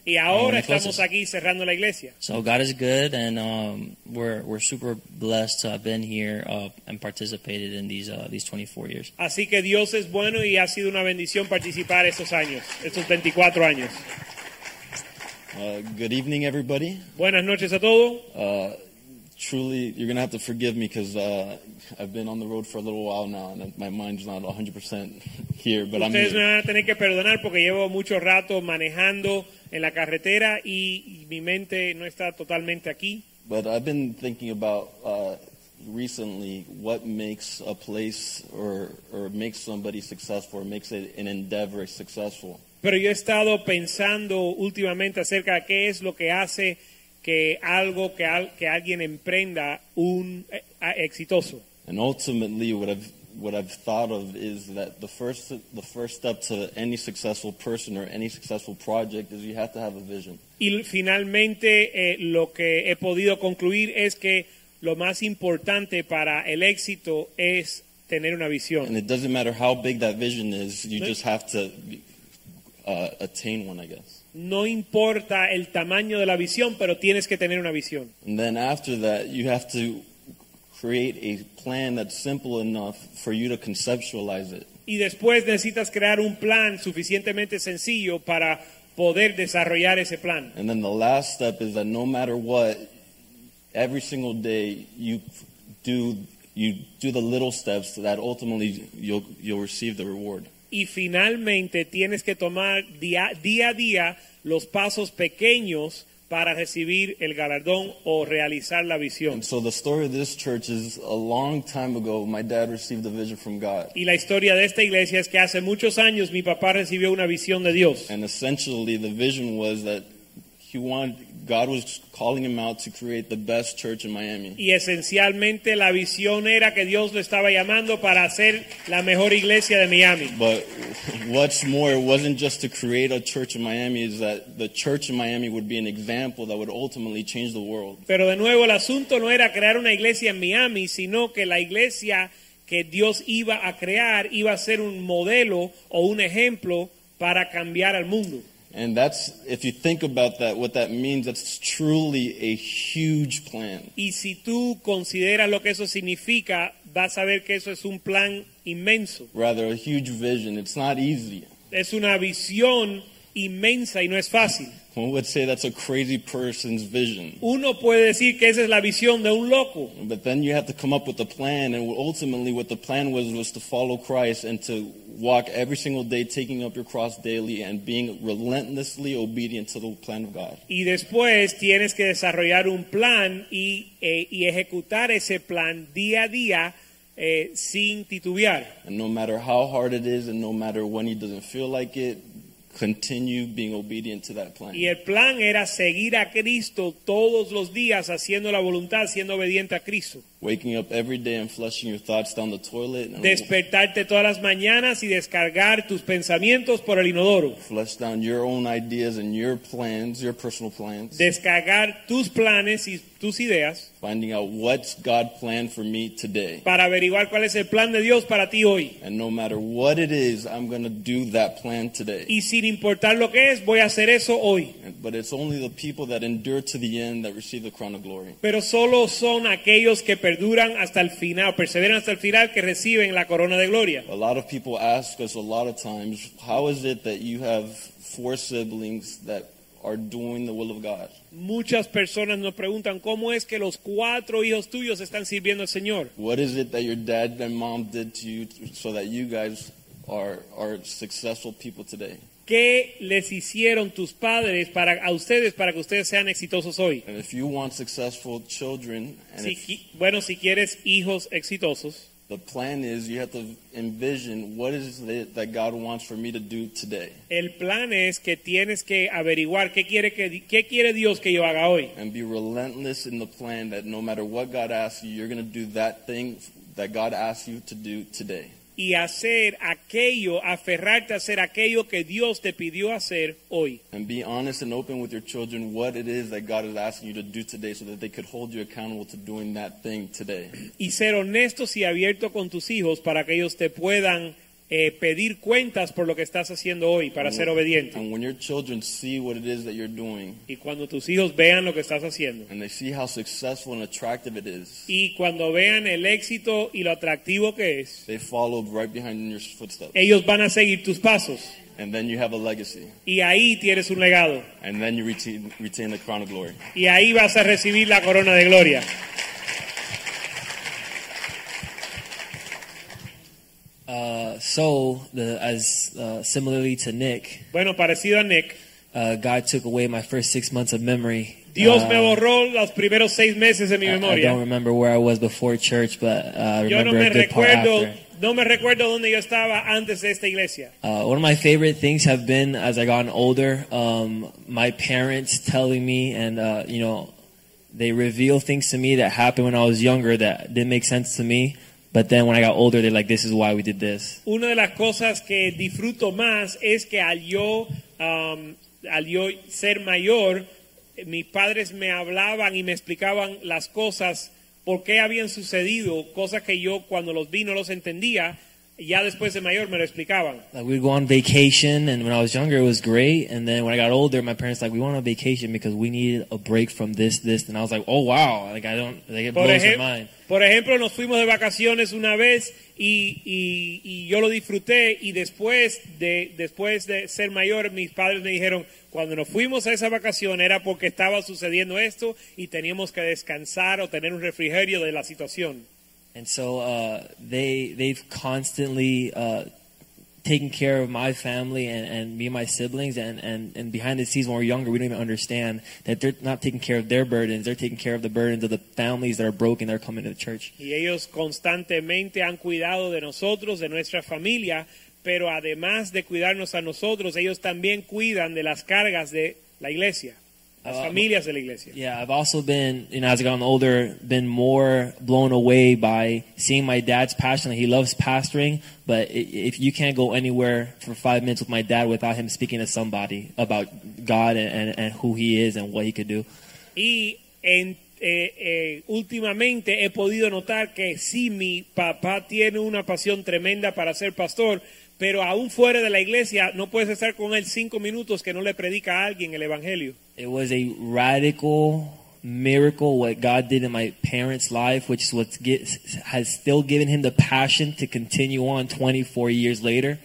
Speaker 1: Y ahora
Speaker 7: Ah, bueno,
Speaker 1: estamos
Speaker 7: entonces-
Speaker 1: aquí cerrando la iglesia.
Speaker 7: So God is good, and um, we're we're super blessed to have been here uh, and participated in these uh, these 24 years.
Speaker 1: Así que Dios es bueno y ha sido una bendición participar estos años, estos 24 años.
Speaker 3: Uh, good evening, everybody.
Speaker 1: Buenas noches a todos.
Speaker 3: Uh, truly, you're gonna have to forgive me because uh, I've been on the road for a little while now, and my mind's not 100% [LAUGHS] here. But I'm
Speaker 1: Ustedes me
Speaker 3: here.
Speaker 1: van a tener que perdonar porque llevo mucho rato manejando en la carretera y mi mente no está totalmente aquí.
Speaker 3: But I've been thinking about uh, recently what makes a place or or makes somebody successful, or makes it an endeavor successful.
Speaker 1: Pero yo he estado pensando últimamente acerca de qué es lo que hace que algo que, al- que alguien emprenda un eh, a- exitoso.
Speaker 3: And ultimately, what I've what I've thought of is that the first the first step to any successful person or any successful project is you have to have a vision.
Speaker 1: Y l- finalmente eh, lo que he podido concluir es que lo más importante para el éxito es tener una
Speaker 3: And
Speaker 1: visión.
Speaker 3: it doesn't matter how big that vision is, you
Speaker 1: Right.
Speaker 3: just have to uh, attain one, I guess.
Speaker 1: No importa el tamaño de la visión, pero tienes que tener una visión.
Speaker 3: And then after that, you have to create a plan that's simple enough for you to conceptualize it.
Speaker 1: Y después necesitas crear un plan suficientemente sencillo para poder desarrollar ese plan.
Speaker 8: And then the last step is that no matter what, every single day you do you do the little steps that ultimately you'll you'll receive the reward.
Speaker 1: Y finalmente tienes que tomar día, día a día los pasos pequeños para recibir el galardón o realizar la visión.
Speaker 8: And so the story of this church is a long time ago my dad received a vision from God.
Speaker 1: Y la historia de esta iglesia es que hace muchos años mi papá recibió una visión de Dios.
Speaker 8: And essentially the vision was that he wanted God was calling him out to create the best church in Miami.
Speaker 1: Y esencialmente la visión era que Dios lo estaba llamando para hacer la mejor iglesia de Miami.
Speaker 8: But what's more, it wasn't just to create a church in Miami, is that the church in Miami would be an example that would ultimately change the world.
Speaker 1: Pero de nuevo el asunto no era crear una iglesia en Miami, sino que la iglesia que Dios iba a crear iba a ser un modelo o un ejemplo para cambiar al mundo.
Speaker 8: And that's, if you think about that, what that means, that's truly a huge plan.
Speaker 1: Y si tú consideras lo que eso significa, vas a ver que eso es un plan inmenso.
Speaker 8: Rather, a huge vision. It's not e-, easy.
Speaker 1: Es una visión inmensa y no es fácil.
Speaker 8: One would say that's a crazy person's vision.
Speaker 1: Uno puede decir que esa es la visión de un loco,
Speaker 8: But then you have to come up with a plan, and ultimately, what the plan was was to follow Christ and to walk every single day, taking up your cross daily, and being relentlessly obedient to the plan of God.
Speaker 1: y después tienes que desarrollar un plan y, eh, y ejecutar ese plan día a día eh, sin titubear.
Speaker 8: And no matter how hard it is, and no matter when he doesn't feel like it, continue being obedient to that plan.
Speaker 1: Y el plan era seguir a Cristo todos los días haciendo la voluntad, siendo obediente a Cristo.
Speaker 8: Waking up every day and flushing your thoughts down the toilet, and
Speaker 1: Despertarte todas las mañanas y descargar tus pensamientos por el inodoro.
Speaker 8: flush down your own ideas and your plans, your personal plans.
Speaker 1: Descargar tus planes y tus ideas
Speaker 8: finding out what's God planned for me today.
Speaker 1: para averiguar cuál es el plan de Dios para ti hoy.
Speaker 8: And no matter what it is, I'm going to do that plan today.
Speaker 1: Y sin importar lo que es, voy a hacer eso hoy.
Speaker 8: But it's only the people that endure to the end that receive the crown of glory.
Speaker 1: Pero solo son aquellos que perduran hasta el final, perseveran hasta el final, que reciben la corona de gloria.
Speaker 8: A lot of people ask us a lot of times, how is it that you have four siblings that are doing the will of God?
Speaker 1: Muchas personas nos preguntan cómo es que los cuatro hijos tuyos están sirviendo al Señor.
Speaker 8: What is it that your dad and mom did to you so that you guys are are successful people today?
Speaker 1: ¿Qué les hicieron tus padres para, a ustedes para que ustedes sean exitosos hoy?
Speaker 8: And if you want successful children, and
Speaker 1: Si
Speaker 8: if
Speaker 1: qui- bueno, si quieres hijos exitosos,
Speaker 8: The plan is you have to envision what is it that God wants for me to do today.
Speaker 1: el plan es que tienes que averiguar qué quiere, que, qué quiere Dios que yo haga hoy.
Speaker 8: And be relentless in the plan that no matter what God asks you, you're going to do that thing that God asks you to do today.
Speaker 1: y hacer aquello, aferrarte a hacer aquello que Dios te pidió hacer hoy.
Speaker 8: And be honest and open with your children what it is that God is asking you to do today so that they could hold you accountable to doing that thing today.
Speaker 1: Y ser honestos y abiertos con tus hijos para que ellos te puedan eh, pedir cuentas por lo que estás haciendo hoy,
Speaker 8: Mm.
Speaker 1: para ser obediente.
Speaker 8: And when your children see what it is that you're doing
Speaker 1: Y cuando tus hijos vean lo que estás haciendo.
Speaker 8: and they see how successful and attractive it is,
Speaker 1: Y cuando vean el éxito y lo atractivo que es,
Speaker 8: they follow right behind in your footsteps.
Speaker 1: ellos van a seguir tus pasos.
Speaker 8: And then you have a legacy.
Speaker 1: Y ahí tienes un legado.
Speaker 8: And then you retain, retain the crown of glory.
Speaker 1: Y ahí vas a recibir la corona de gloria.
Speaker 9: Uh, so, the, as uh, similarly to Nick,
Speaker 1: Bueno, parecido a Nick,
Speaker 9: uh, God took away my first six months of memory.
Speaker 1: Dios
Speaker 9: Uh,
Speaker 1: me borró los primeros seis meses de mi
Speaker 9: I, I
Speaker 1: memoria.
Speaker 9: Ah, don't remember where I was before church, but uh, I
Speaker 1: Yo no
Speaker 9: remember
Speaker 1: me
Speaker 9: a good part
Speaker 1: recuerdo,
Speaker 9: after.
Speaker 1: no me recuerdo dónde yo estaba antes de esta iglesia.
Speaker 9: Uh, one of my favorite things have been as I gotten older, um, my parents telling me, and uh, you know, they reveal things to me that happened when I was younger that didn't make sense to me. But then when I got older, they're like, "This is why we did this."
Speaker 1: Una de las cosas que disfruto más es que al yo, um, al yo ser mayor, eh, mis padres me hablaban y me explicaban las cosas, por qué habían sucedido, cosas que yo cuando los vi no los entendía. ya después de mayor me lo explicaban.
Speaker 9: Like Uh, we'd go on vacation, and when I was younger, it was great. And then when I got older, my parents like we went on vacation because we needed a break from this, this. And I was like, oh wow, like I don't, like it
Speaker 1: Por,
Speaker 9: blows
Speaker 1: ejem-
Speaker 9: my mind.
Speaker 1: por ejemplo, nos fuimos de vacaciones una vez y, y- y yo lo disfruté y después de, después de ser mayor, mis padres me dijeron, cuando nos fuimos a esa vacación era porque estaba sucediendo esto y teníamos que descansar o tener un refrigerio de la situación.
Speaker 9: And so uh, they they've constantly uh, taken care of my family and, and me and my siblings. And, and, and behind the scenes, when we're younger, we don't even understand that they're not taking care of their burdens. They're taking care of the burdens of the families that are broken that are coming to the church.
Speaker 1: Y ellos constantemente han cuidado de nosotros, de nuestra familia, pero además de cuidarnos a nosotros, ellos también cuidan de las cargas de la iglesia, las
Speaker 9: Ah,
Speaker 1: familias de la iglesia.
Speaker 9: Yeah, I've also been, you know, as I got older, been more blown away by seeing my dad's passion. He loves pastoring, but i- if you can't go anywhere for five minutes with my dad without him speaking to somebody about God and, and, and who he is and what he could do.
Speaker 1: Y en- eh, eh, últimamente he podido notar que sí, mi papá tiene una pasión tremenda para ser pastor, pero aún fuera de la iglesia no puedes estar con él cinco minutos que no le predica a alguien el Evangelio.
Speaker 9: It was a radical miracle what God did in my parents' life, which is what has still given him the passion to continue on 24 years later.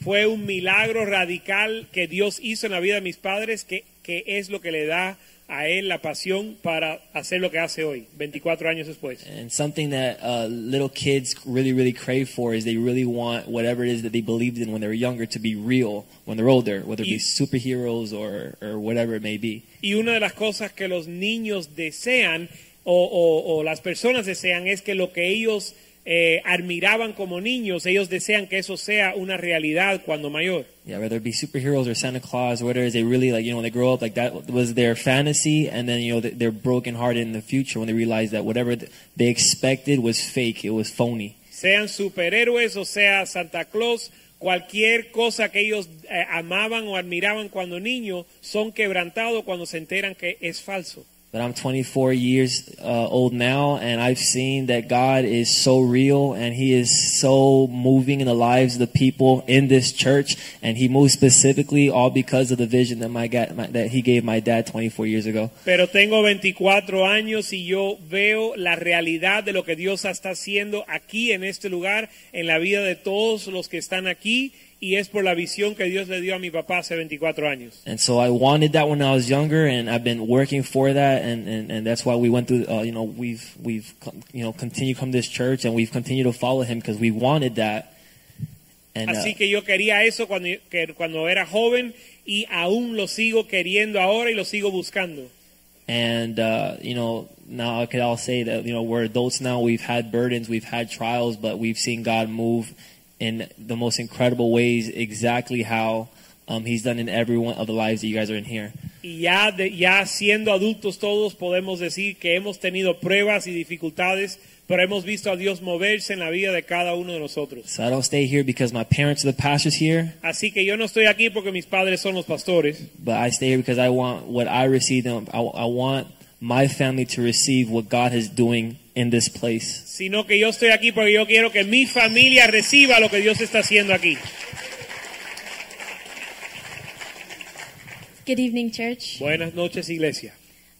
Speaker 1: Fue un milagro radical que Dios hizo en la vida de mis padres, que, que es lo que le da a él la pasión para hacer lo que hace hoy, 24 años después.
Speaker 9: And something that uh, little kids really, really crave for is they really want whatever it is that they believed in when they were younger to be real when they're older, whether it
Speaker 1: You-
Speaker 9: be superheroes or, or whatever it may be.
Speaker 1: Y una de las cosas que los niños desean o, o- o las personas desean es que lo que ellos eh, admiraban como niños, ellos desean que eso sea una realidad cuando mayor.
Speaker 9: Yeah, whether it be superheroes or Santa Claus, or whatever it is, they really like, you know, when they grow up, like that was their fantasy, and then, you know, they- they're brokenhearted in the future when they realize that whatever th- they expected was fake, it was phony.
Speaker 1: Sean superhéroes o sea Santa Claus, cualquier cosa que ellos eh, amaban o admiraban cuando niños, son quebrantados cuando se enteran que es falso.
Speaker 9: But I'm 24 years uh, old now, and I've seen that God is so real, and He is so moving in the lives of the people in this church, and He moves specifically all because of the vision that my, ga- my that He gave my dad 24 years ago.
Speaker 1: Pero tengo 24 años y yo veo la realidad de lo que Dios está haciendo aquí en este lugar, en la vida de todos los que están aquí, y es por la visión que Dios le dio a mi papá hace 24 años.
Speaker 9: And so I wanted that when I was younger, and I've been working for that, and, and, and that's why we went through. Uh, you know, we've we've com- you know continued come to this church, and we've continued to follow Him because we wanted that. And uh,
Speaker 1: Así que yo quería eso cuando, que- cuando era joven y aún lo sigo queriendo ahora y lo sigo buscando.
Speaker 9: and uh, you know now I could all say that you know we're adults now. We've had burdens, we've had trials, but we've seen God move in the most incredible ways. Exactly how um, He's done in every one of the lives that you guys are in here.
Speaker 1: Y ya, de- ya siendo adultos todos podemos decir que hemos tenido pruebas y dificultades, pero hemos visto a Dios moverse en la vida de cada uno de nosotros.
Speaker 9: So I don't stay here because my parents are the pastors here,
Speaker 1: Así que yo no estoy aquí porque mis padres son los pastores.
Speaker 9: but I stay here because I want what I received. and I, I want my family to receive what God is doing in this place.
Speaker 1: sino que yo estoy aquí porque yo quiero que mi familia reciba lo que Dios está haciendo aquí.
Speaker 10: Good evening, church.
Speaker 1: Buenas noches, iglesia.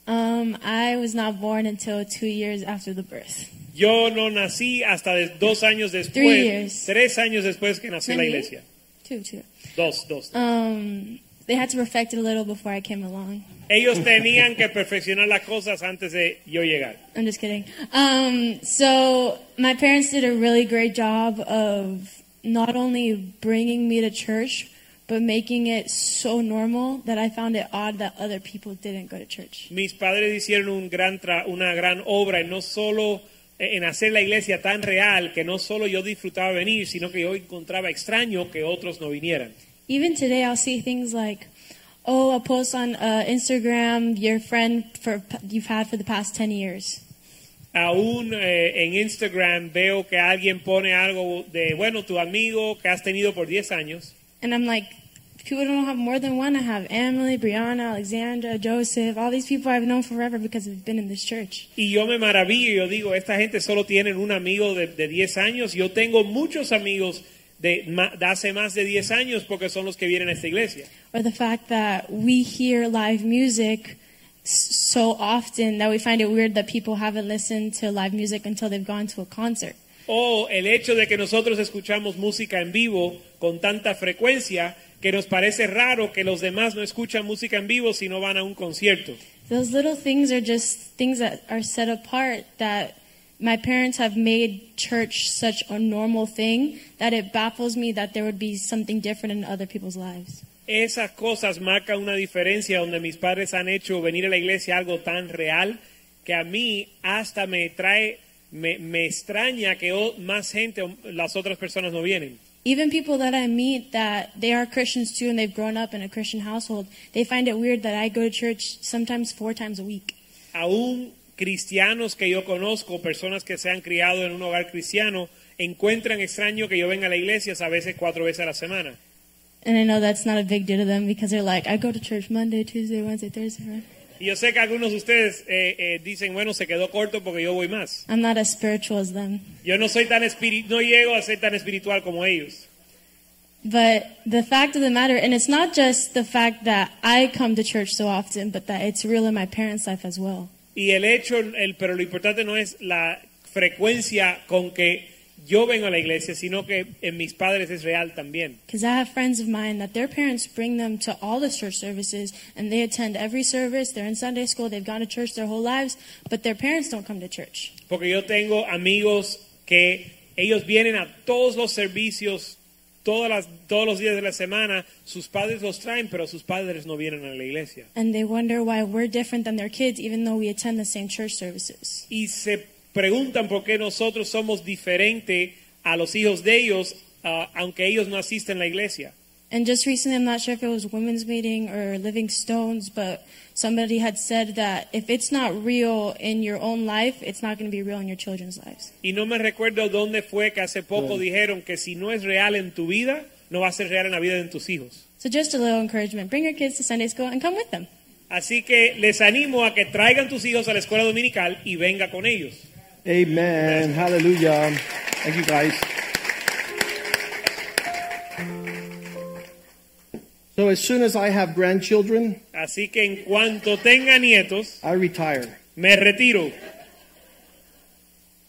Speaker 10: Um, I was not born until two years after the birth.
Speaker 1: Yo no nací hasta de- dos años
Speaker 10: Three
Speaker 1: después,
Speaker 10: years.
Speaker 1: tres años después que nació la
Speaker 10: Really?
Speaker 1: iglesia.
Speaker 10: Two, two.
Speaker 1: Dos, dos.
Speaker 10: Um, they had to perfect it a little before I came along.
Speaker 1: Ellos tenían que perfeccionar las cosas antes de yo llegar.
Speaker 10: I'm just kidding. Um, so my parents did a really great job of not only bringing me to church, but making it so normal that I found it odd that other people didn't go to church.
Speaker 1: Mis padres hicieron un gran tra- una gran obra en no solo eh, en hacer la iglesia tan real que no solo yo disfrutaba venir, sino que yo encontraba extraño que otros no vinieran.
Speaker 10: Even today, I'll see things like, "Oh, a post on uh, Instagram your friend for you've had for the past ten years."
Speaker 1: Aún eh, en Instagram veo que alguien pone algo de, bueno, tu amigo que has tenido por 10 años.
Speaker 10: And I'm like, people don't have more than one. I have Emily, Brianna, Alexandra, Joseph, all these people I've known forever because we've been in this church.
Speaker 1: Y yo me maravillo, yo digo, esta gente solo tiene un amigo de, de 10 años. Yo tengo muchos amigos de, ma- de hace más de 10 años porque son los que vienen a esta iglesia.
Speaker 10: Or the fact that we hear live music s- so often that we find it weird that people haven't listened to live music until they've gone to a concert.
Speaker 1: O el hecho de que nosotros escuchamos música en vivo con tanta frecuencia que nos parece raro que los demás no escuchan música en vivo si no van a un concierto.
Speaker 10: Those little things are just things that are set apart that my parents have made church such a normal thing that it baffles me that there would be something different in other people's lives.
Speaker 1: Esas cosas marcan una diferencia donde mis padres han hecho venir a la iglesia algo tan real que a mí hasta me trae, me, me extraña que o- más gente, o las otras personas no vienen.
Speaker 10: Even people that I meet that they are Christians too and they've grown up in a Christian household, they find it weird that I go to church sometimes four times a week.
Speaker 1: Aún cristianos que yo conozco, personas que se han criado en un hogar cristiano, encuentran extraño que yo venga a la iglesia a veces cuatro veces a la semana.
Speaker 10: And I know that's not a big deal to them because they're like, I go to church Monday, Tuesday, Wednesday, Thursday, Friday.
Speaker 1: Y yo sé que algunos de ustedes eh, eh, dicen, bueno, se quedó corto porque yo voy más.
Speaker 10: I'm not as spiritual as them.
Speaker 1: Yo no soy tan espiri- no llego a ser tan espiritual como ellos.
Speaker 10: But the fact of the matter, and it's not just the fact that I come to church so often, but that it's real in my parents' life as well.
Speaker 1: Y el hecho, el, pero lo importante no es la frecuencia con que yo vengo a la iglesia, sino que en mis padres es real también.
Speaker 10: Because I have friends of mine that their parents bring them to all the church services, and they attend every service. They're in Sunday school, they've gone to church their whole lives, but their parents don't come to church.
Speaker 1: Porque yo tengo amigos que ellos vienen a todos los servicios, todas las, todos los días de la semana, sus padres los traen, pero sus padres no vienen a la iglesia.
Speaker 10: And they wonder why we're different than their kids, even though we attend the same church services.
Speaker 1: Y se preguntan por qué nosotros somos diferentes a los hijos de ellos, ah, aunque ellos no asisten a la iglesia.
Speaker 10: And just recently, I'm not sure if it was women's meeting or Living Stones, but somebody had said that if it's not real in your own life, it's not going to be real in your children's lives.
Speaker 1: Y no me recuerdo dónde fue que hace poco
Speaker 10: Bueno.
Speaker 1: dijeron que si no es real en tu vida, no va a ser real en la vida de tus hijos.
Speaker 10: So just a little encouragement. Bring your kids to Sunday school and come with them.
Speaker 1: Así que les animo a que traigan tus hijos a la escuela dominical y venga con ellos.
Speaker 2: Amen. Hallelujah. Thank you guys. So as soon as I have grandchildren,
Speaker 1: Así que en cuanto tenga nietos,
Speaker 2: I retire.
Speaker 1: me retiro.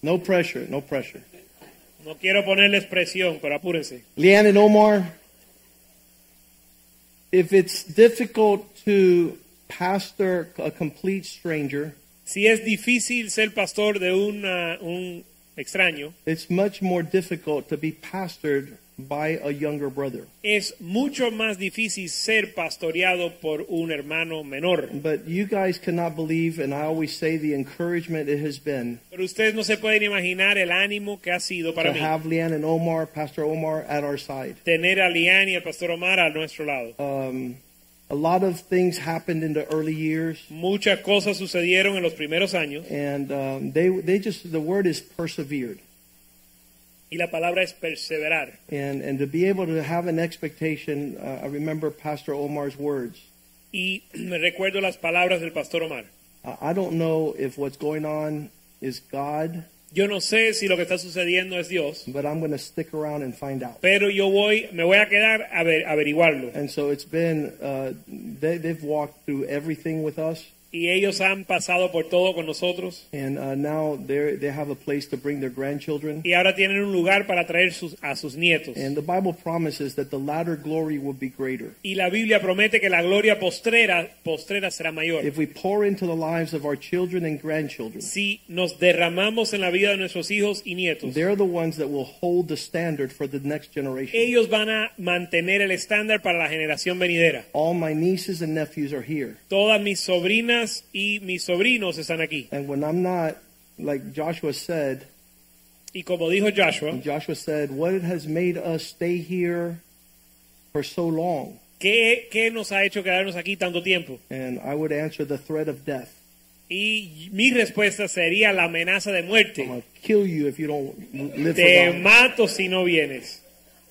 Speaker 2: No pressure, no pressure.
Speaker 1: No quiero ponerles presión, pero apúrense.
Speaker 2: Leanne and Omar, if it's difficult to pastor a complete stranger,
Speaker 1: Si es difícil ser pastor de una- un extraño,
Speaker 2: it's much more difficult to be pastored by a younger brother.
Speaker 1: es mucho más difícil ser pastoreado por un hermano menor.
Speaker 2: But you guys cannot believe, and I always say the encouragement it has been
Speaker 1: Pero ustedes no se pueden imaginar el ánimo que ha sido para
Speaker 2: to
Speaker 1: mí.
Speaker 2: have Leanne and Omar, Pastor Omar, at our side.
Speaker 1: tener a Lian y al pastor Omar a nuestro lado.
Speaker 2: Um, a lot of things happened in the early years,
Speaker 1: Muchas cosas sucedieron en los primeros años
Speaker 2: and um, they they just the word is persevered,
Speaker 1: y la palabra es perseverar.
Speaker 2: and and to be able to have an expectation. Uh, I remember Pastor Omar's words.
Speaker 1: Y [CLEARS THROAT] me recuerdo las palabras del pastor Omar.
Speaker 2: I I don't know if what's going on is God,
Speaker 1: Yo no sé si lo que está sucediendo es Dios,
Speaker 2: but I'm going to stick around and find out.
Speaker 1: pero yo voy, me voy a quedar a ver, a averiguarlo.
Speaker 2: And so it's been uh, they they've walked through everything with us.
Speaker 1: Y ellos han pasado por todo con nosotros
Speaker 2: And uh, now they they have a place to bring their grandchildren.
Speaker 1: y ahora tienen un lugar para traer sus, a sus nietos.
Speaker 2: And the Bible promises that the latter glory will be greater.
Speaker 1: Y la Biblia promete que la gloria postrera, postrera será mayor.
Speaker 2: If we pour into the lives of our children and grandchildren,
Speaker 1: Si nos derramamos en la vida de nuestros hijos y nietos,
Speaker 2: they're the ones that will hold the standard for the next generation.
Speaker 1: ellos van a mantener el estándar para la generación venidera.
Speaker 2: All my nieces and nephews are here.
Speaker 1: Todas mis sobrinas y mis sobrinos están aquí.
Speaker 2: And when I'm not, like Joshua said,
Speaker 1: Y como dijo Joshua,
Speaker 2: Joshua said, what it has made us stay here for so long.
Speaker 1: ¿qué, qué nos ha hecho quedarnos aquí tanto tiempo?
Speaker 2: And I would answer the threat of death.
Speaker 1: Y mi respuesta sería la amenaza de muerte.
Speaker 2: Kill you if you don't live for
Speaker 1: Te
Speaker 2: God.
Speaker 1: mato si no vienes.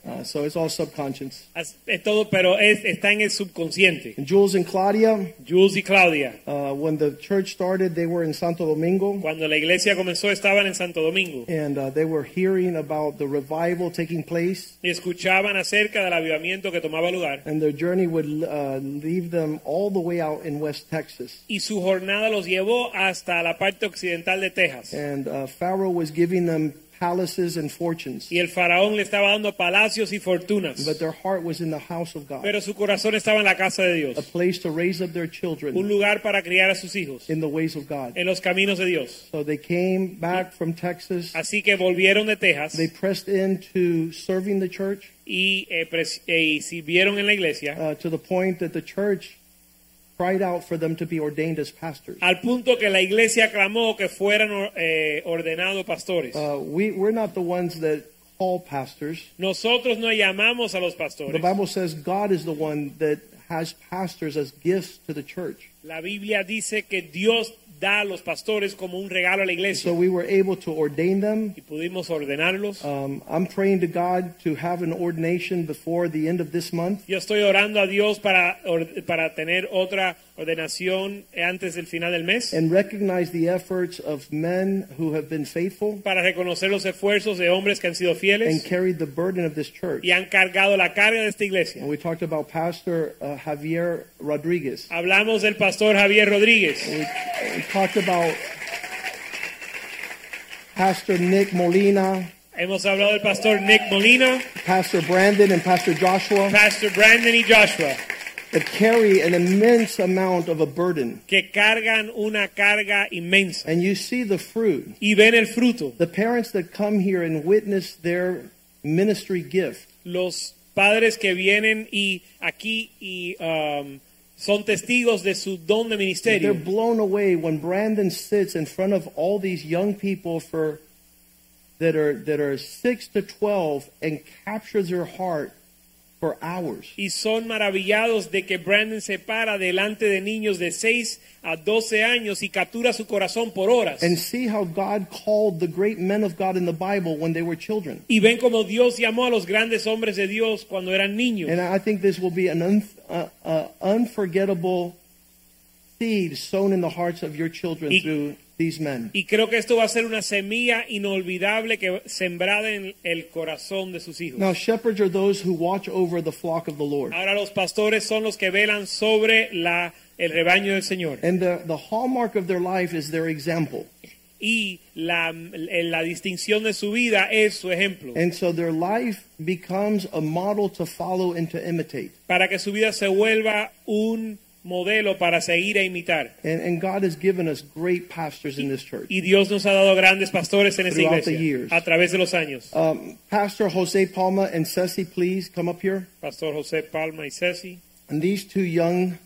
Speaker 2: Uh, so it's all subconscious.
Speaker 1: As- Es todo, pero es- está en el subconsciente.
Speaker 2: And Jules and Claudia.
Speaker 1: Jules y Claudia.
Speaker 2: Uh, when the church started, they were in Santo Domingo,
Speaker 1: Cuando la iglesia comenzó estaban en Santo Domingo
Speaker 2: and uh, they were hearing about the revival taking place.
Speaker 1: y escuchaban acerca del avivamiento que tomaba lugar.
Speaker 2: And their journey would uh, leave them all the way out in West Texas.
Speaker 1: Y su jornada los llevó hasta la parte occidental de Texas.
Speaker 2: And uh, Pharaoh was giving them palaces and fortunes,
Speaker 1: Y el faraón le estaba dando palacios y fortunas.
Speaker 2: but their heart was in the house of God,
Speaker 1: Pero su corazón estaba en la casa de
Speaker 2: a
Speaker 1: Dios.
Speaker 2: place to raise up their
Speaker 1: Un
Speaker 2: children
Speaker 1: lugar para criar a sus hijos
Speaker 2: in the ways of God.
Speaker 1: en los caminos de Dios.
Speaker 2: So they came back from Texas.
Speaker 1: Así que volvieron de Texas
Speaker 2: They pressed into serving the church
Speaker 1: y, eh, pres- eh, y sirvieron en la iglesia
Speaker 2: uh, to the point that the church cried out for them to be ordained as pastors.
Speaker 1: al punto que la iglesia clamó que fueran or- eh, ordenados pastores.
Speaker 2: Uh, we, we're not the ones that call pastors.
Speaker 1: Nosotros no llamamos a los
Speaker 2: The
Speaker 1: pastores.
Speaker 2: Bible says God is the one that has pastors as gifts to the church.
Speaker 1: La Biblia dice que Dios da a los pastores como un regalo a la iglesia
Speaker 2: So we were able to ordain them.
Speaker 1: y pudimos ordenarlos.
Speaker 2: Um, I'm praying to God to have an ordination before the end of this month.
Speaker 1: Yo estoy orando a Dios para, or- para tener otra ordenación antes del final del mes,
Speaker 2: And recognize the efforts of men who have been faithful
Speaker 1: para reconocer los esfuerzos de hombres que han sido
Speaker 2: and
Speaker 1: fieles
Speaker 2: carried the burden of this church.
Speaker 1: y han cargado la carga de esta iglesia.
Speaker 2: And we talked about Pastor uh, Javier Rodriguez.
Speaker 1: Hablamos del pastor Javier Rodríguez,
Speaker 2: We, we talked about Pastor Nick Molina,
Speaker 1: hemos hablado del pastor Nick Molina,
Speaker 2: Pastor Brandon, and Pastor Joshua
Speaker 1: pastor Brandon y Joshua,
Speaker 2: that carry an immense amount of a burden.
Speaker 1: que cargan una carga inmensa
Speaker 2: And you see the fruit.
Speaker 1: y ven el fruto.
Speaker 2: The parents that come here and witness their ministry gift
Speaker 1: los padres que vienen y aquí y um, son testigos de su don de
Speaker 2: They're
Speaker 1: ministerio.
Speaker 2: blown away when Brandon sits in front of all these young people for that are that are six to twelve and captures their heart for hours.
Speaker 1: Y son maravillados de que Brandon se para delante de niños de 6 a 12 años y captura su corazón por horas.
Speaker 2: And see how God called the great men of God in the Bible when they were children.
Speaker 1: Y ven como Dios llamó a los grandes hombres de Dios cuando eran niños.
Speaker 2: And I think this will be an un, uh, uh, unforgettable seed sown in the hearts of your children
Speaker 1: Y-
Speaker 2: through these men.
Speaker 1: Y creo que esto va a ser una semilla inolvidable que sembrada en el corazón de sus hijos.
Speaker 2: Now, shepherds are those who watch over the flock of the Lord.
Speaker 1: Ahora los pastores son los que velan sobre la, el rebaño del Señor.
Speaker 2: And the, the hallmark of their life is their example.
Speaker 1: y la, la distinción de su vida es su ejemplo.
Speaker 2: And so their life becomes a model to follow and to imitate.
Speaker 1: para que su vida se vuelva un modelo para seguir e imitar.
Speaker 2: And, and God has given us great pastors in this church.
Speaker 1: Y Dios nos ha dado grandes pastores en esta
Speaker 2: Throughout the
Speaker 1: iglesia
Speaker 2: years.
Speaker 1: a través de los años.
Speaker 2: Um, Pastor Jose Palma and Ceci, please come up here.
Speaker 1: Pastor José Palma y Ceci.
Speaker 2: And these two young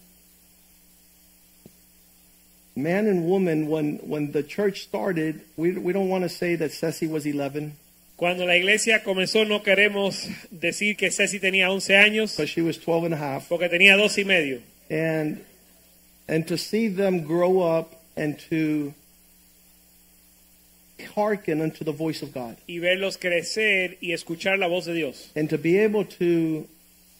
Speaker 2: man and woman, when, when the church started, we, we don't want to say that Ceci was 11,
Speaker 1: Cuando la iglesia comenzó no queremos decir que Ceci tenía 11 años
Speaker 2: but she was 12 and a half.
Speaker 1: porque tenía 12 y medio.
Speaker 2: And, and to see them grow up and to hearken unto the voice of God.
Speaker 1: Y verlos crecer y escuchar la voz de Dios
Speaker 2: and to be able to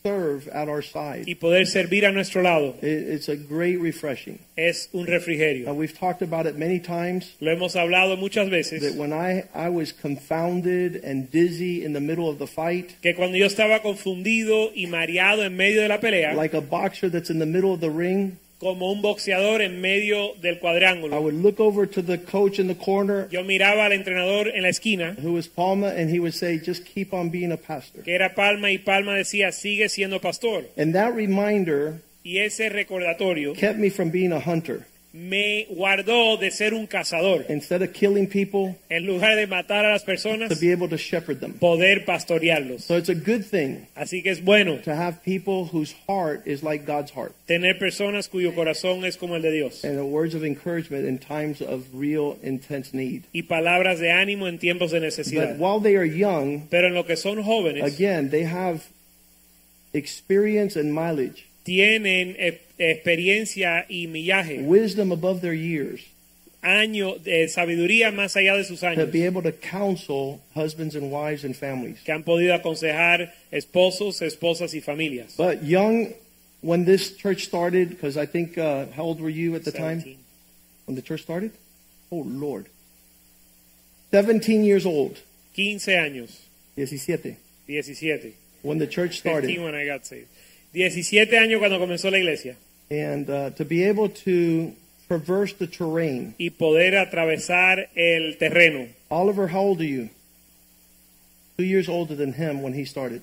Speaker 2: serve at our side
Speaker 1: y poder servir a nuestro lado
Speaker 2: it- it's a great refreshing
Speaker 1: es un
Speaker 2: Uh,
Speaker 1: refrigerio.
Speaker 2: we've talked about it many times
Speaker 1: Lo hemos hablado muchas
Speaker 2: that
Speaker 1: veces.
Speaker 2: when I, I was confounded and dizzy in the middle of the fight
Speaker 1: que cuando yo estaba confundido y mareado en medio de la pelea,
Speaker 2: like a boxer that's in the middle of the ring
Speaker 1: como un boxeador en medio del
Speaker 2: i
Speaker 1: cuadrángulo,
Speaker 2: would look over to the coach in the corner
Speaker 1: yo miraba al entrenador en la esquina,
Speaker 2: who was palma and he would say just keep on being a pastor
Speaker 1: que era Palma, y Palma decía, sigue siendo pastor.
Speaker 2: and that reminder
Speaker 1: Y ese recordatorio
Speaker 2: kept me from being a hunter
Speaker 1: me guardó de ser un cazador.
Speaker 2: instead of killing people
Speaker 1: En lugar de matar a las
Speaker 2: to
Speaker 1: personas,
Speaker 2: be able to shepherd them
Speaker 1: poder pastorearlos.
Speaker 2: so it's a good thing
Speaker 1: Así que es bueno
Speaker 2: to have people whose heart is like god's heart
Speaker 1: tener personas cuyo corazón es como el de Dios.
Speaker 2: and the words of encouragement in times of real intense need.
Speaker 1: Y palabras de ánimo en tiempos de
Speaker 2: But
Speaker 1: necesidad.
Speaker 2: while they are young,
Speaker 1: Pero en lo que son jóvenes,
Speaker 2: again, they have experience and mileage,
Speaker 1: tienen eh, experiencia y millaje.
Speaker 2: wisdom above their years,
Speaker 1: años de sabiduría más allá de sus
Speaker 2: to
Speaker 1: años,
Speaker 2: be able to counsel husbands and wives and families.
Speaker 1: que han podido aconsejar esposos, esposas y familias.
Speaker 2: But young, when this church started, because I think, uh, how old were you at the time? When the church started? Oh, Lord. 17 years old.
Speaker 1: 15 años,
Speaker 2: 17.
Speaker 1: 17.
Speaker 2: When the
Speaker 1: 15
Speaker 2: church started.
Speaker 1: when I got saved. 17 años cuando comenzó la iglesia
Speaker 2: And uh, to be able to traverse the terrain.
Speaker 1: y poder atravesar el terreno.
Speaker 2: Oliver, how old are you? Two years older than him when he started.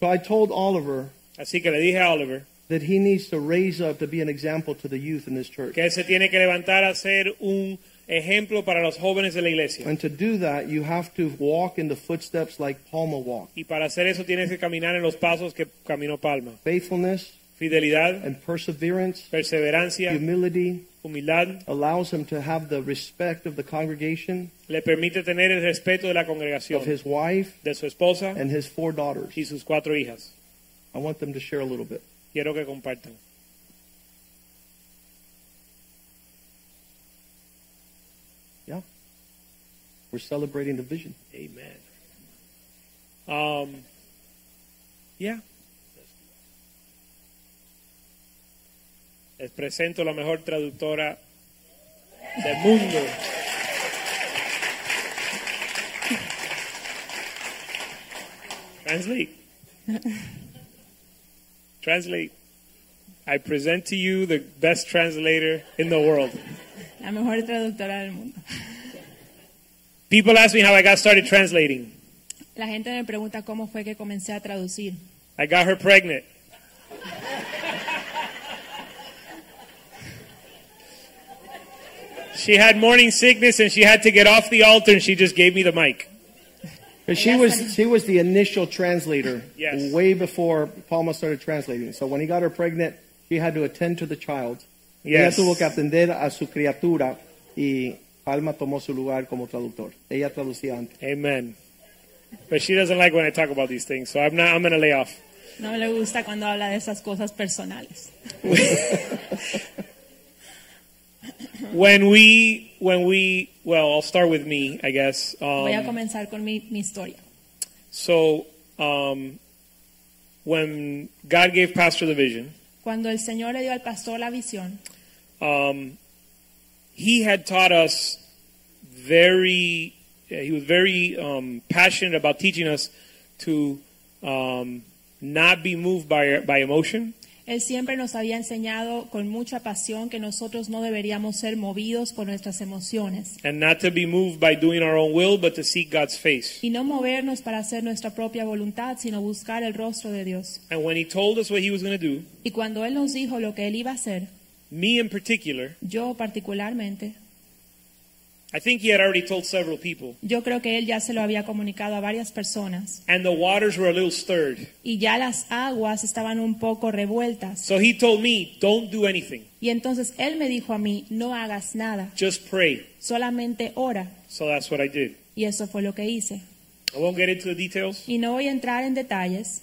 Speaker 2: So I told Oliver
Speaker 1: Así que le dije a Oliver
Speaker 2: that he needs to raise up to be an example to the youth in this church.
Speaker 1: que él se tiene que levantar a ser un ejemplo para los jóvenes de la iglesia.
Speaker 2: And to do that, you have to walk in the footsteps like Palma walked.
Speaker 1: Y para hacer eso tienes que caminar en los pasos que caminó Palma.
Speaker 2: Faithfulness
Speaker 1: Fidelidad,
Speaker 2: and perseverance,
Speaker 1: perseverancia,
Speaker 2: humility
Speaker 1: humildad,
Speaker 2: allows him to have the respect of the congregation,
Speaker 1: le permite tener el respeto de la
Speaker 2: of
Speaker 1: congregación,
Speaker 2: his wife,
Speaker 1: de su esposa
Speaker 2: and his four daughters.
Speaker 1: y sus cuatro hijas.
Speaker 2: I want them to share a little bit.
Speaker 1: Quiero que compartan.
Speaker 2: We're celebrating the vision.
Speaker 1: Amen. Um, yeah. Les presento la mejor traductora del mundo. Translate. Translate. I present to you the best translator in the world.
Speaker 11: La mejor traductora del mundo.
Speaker 1: People ask me how I got started translating.
Speaker 11: La gente me pregunta cómo fue que comencé a traducir.
Speaker 1: I got her pregnant. she had morning sickness and she had to get off the altar and she just gave me the mic.
Speaker 2: 'Cause She was she was the initial translator
Speaker 1: Yes.
Speaker 2: way before Palma started translating. So when he got her pregnant, she had to attend to the child.
Speaker 1: Yes.
Speaker 2: Ella tuvo que atender a su criatura y Palma tomó su lugar como traductor. Ella traducía antes.
Speaker 1: Amen. But she doesn't like when I talk about these things, so I'm not I'm gonna lay off.
Speaker 11: No le gusta cuando habla de esas cosas personales.
Speaker 1: When we when we well, I'll start with me, I guess.
Speaker 11: Voy a
Speaker 1: Um,
Speaker 11: comenzar con mi, mi historia.
Speaker 1: so um, when God gave Pastor the vision,
Speaker 11: Cuando el Señor le dio al pastor la visión,
Speaker 1: um, he had taught us very he was very um, passionate about teaching us to um, not be moved by by emotion
Speaker 11: Él siempre nos había enseñado con mucha pasión que nosotros no deberíamos ser movidos por nuestras emociones
Speaker 1: and not to be moved by doing our own will but to seek God's face
Speaker 11: y no movernos para hacer nuestra propia voluntad, sino buscar el rostro de Dios.
Speaker 1: and when he told us what he was going to do
Speaker 11: Y cuando Él nos dijo lo que Él iba a hacer,
Speaker 1: me in particular
Speaker 11: yo particularmente,
Speaker 1: I think he had already told several people
Speaker 11: yo creo que Él ya se lo había comunicado a varias personas
Speaker 1: and the waters were a little stirred
Speaker 11: y ya las aguas estaban un poco revueltas.
Speaker 1: so he told me don't do anything
Speaker 11: Y entonces Él me dijo a mí, no hagas nada,
Speaker 1: just pray
Speaker 11: solamente ora.
Speaker 1: so that's what I did
Speaker 11: Y eso fue lo que hice.
Speaker 1: I won't get into the details
Speaker 11: Y no voy a entrar en detalles,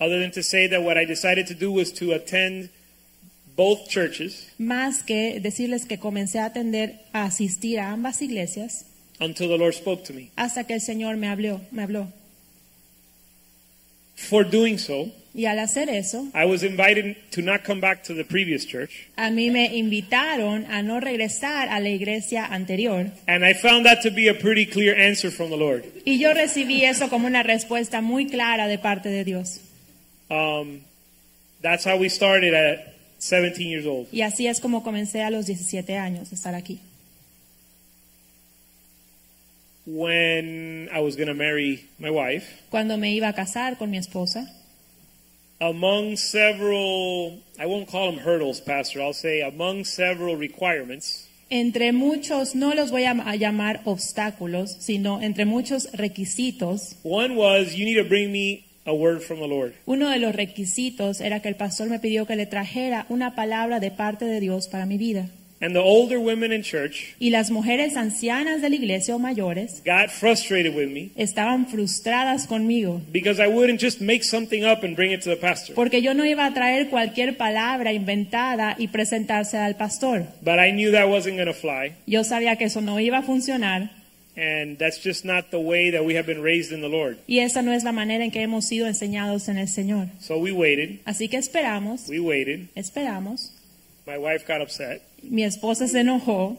Speaker 1: other than to say that what I decided to do was to attend both churches
Speaker 11: más que decirles que comencé a atender, a asistir a ambas iglesias
Speaker 1: until the Lord spoke to me.
Speaker 11: hasta que el Señor me habló, me habló.
Speaker 1: For doing so,
Speaker 11: Y al hacer eso,
Speaker 1: I was invited to not come back to the previous church,
Speaker 11: a mí me invitaron a no regresar a la iglesia anterior.
Speaker 1: and I found that to be a pretty clear answer from the Lord.
Speaker 11: Y yo recibí eso como una respuesta muy clara de parte de Dios.
Speaker 1: Um, that's how we started at 17 years old.
Speaker 11: Y así es como comencé a los 17 años de estar aquí.
Speaker 1: When I was going to marry my wife,
Speaker 11: Cuando me iba a casar con mi esposa,
Speaker 1: among several, I won't call them hurdles, Pastor, I'll say among several requirements,
Speaker 11: Entre muchos, no los voy a a llamar obstáculos, sino entre muchos requisitos.
Speaker 1: one was you need to bring me a word from the Lord.
Speaker 11: Uno de los requisitos era que el pastor me pidió que le trajera una palabra de parte de Dios para mi vida.
Speaker 1: And the older women in church
Speaker 11: y las mujeres ancianas de la iglesia o mayores
Speaker 1: got frustrated with me
Speaker 11: estaban frustradas conmigo
Speaker 1: because I wouldn't just make something up and bring it to the pastor.
Speaker 11: porque yo no iba a traer cualquier palabra inventada y presentarse al pastor.
Speaker 1: But I knew that wasn't going to fly.
Speaker 11: Yo sabía que eso no iba a funcionar
Speaker 1: And that's just not the way that we have been raised in the Lord.
Speaker 11: y esa no es la manera en que hemos sido enseñados en el Señor.
Speaker 1: So we waited.
Speaker 11: Así que esperamos,
Speaker 1: We waited.
Speaker 11: esperamos.
Speaker 1: My wife got upset.
Speaker 11: Mi esposa se enojó.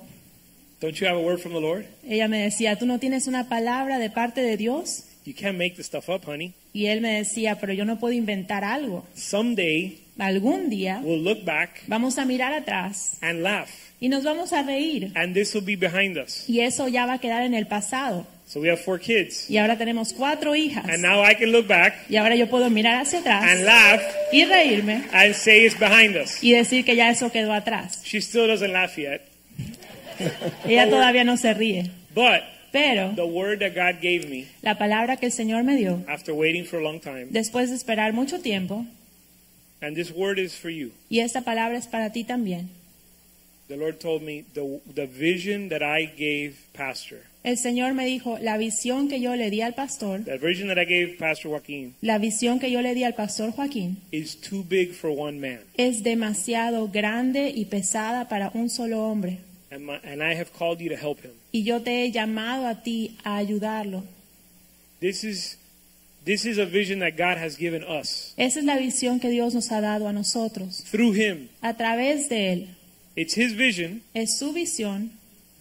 Speaker 1: Don't you have a word from the Lord?
Speaker 11: Ella me decía, ¿tú no tienes una palabra de parte de Dios?
Speaker 1: You can't make this stuff up, honey.
Speaker 11: Y él me decía, pero yo no puedo inventar algo.
Speaker 1: Someday
Speaker 11: Algún día
Speaker 1: we'll look back
Speaker 11: vamos a mirar atrás
Speaker 1: and laugh,
Speaker 11: y nos vamos a reír.
Speaker 1: and this will be behind us.
Speaker 11: Y eso ya va a quedar en el pasado.
Speaker 1: So we have four kids.
Speaker 11: Y ahora tenemos cuatro hijas.
Speaker 1: And now I can look back
Speaker 11: Y ahora yo puedo mirar hacia
Speaker 1: and
Speaker 11: atrás
Speaker 1: laugh
Speaker 11: y reírme
Speaker 1: and say it's behind us.
Speaker 11: y decir que ya eso quedó atrás.
Speaker 1: She still doesn't laugh yet.
Speaker 11: [LAUGHS] Ella todavía no se ríe.
Speaker 1: But
Speaker 11: Pero
Speaker 1: the word that God gave me
Speaker 11: la palabra que el Señor me dio,
Speaker 1: after waiting for a long time,
Speaker 11: después de esperar mucho tiempo,
Speaker 1: and this word is for you.
Speaker 11: y esta palabra es para ti también.
Speaker 1: The Lord told me the, the vision that I gave Pastor,
Speaker 11: El Señor me dijo, la visión que yo le di al pastor,
Speaker 1: the vision that I gave Pastor Joaquin,
Speaker 11: la visión que yo le di al pastor Joaquín,
Speaker 1: is too big for one man.
Speaker 11: es demasiado grande y pesada para un solo hombre.
Speaker 1: And, my, and I have called you to help him.
Speaker 11: Y yo te he llamado a ti a ayudarlo.
Speaker 1: This is, this is a vision that God has given us
Speaker 11: Esa es la visión que Dios nos ha dado a nosotros.
Speaker 1: through him.
Speaker 11: A través de Él
Speaker 1: It's his vision,
Speaker 11: es su visión,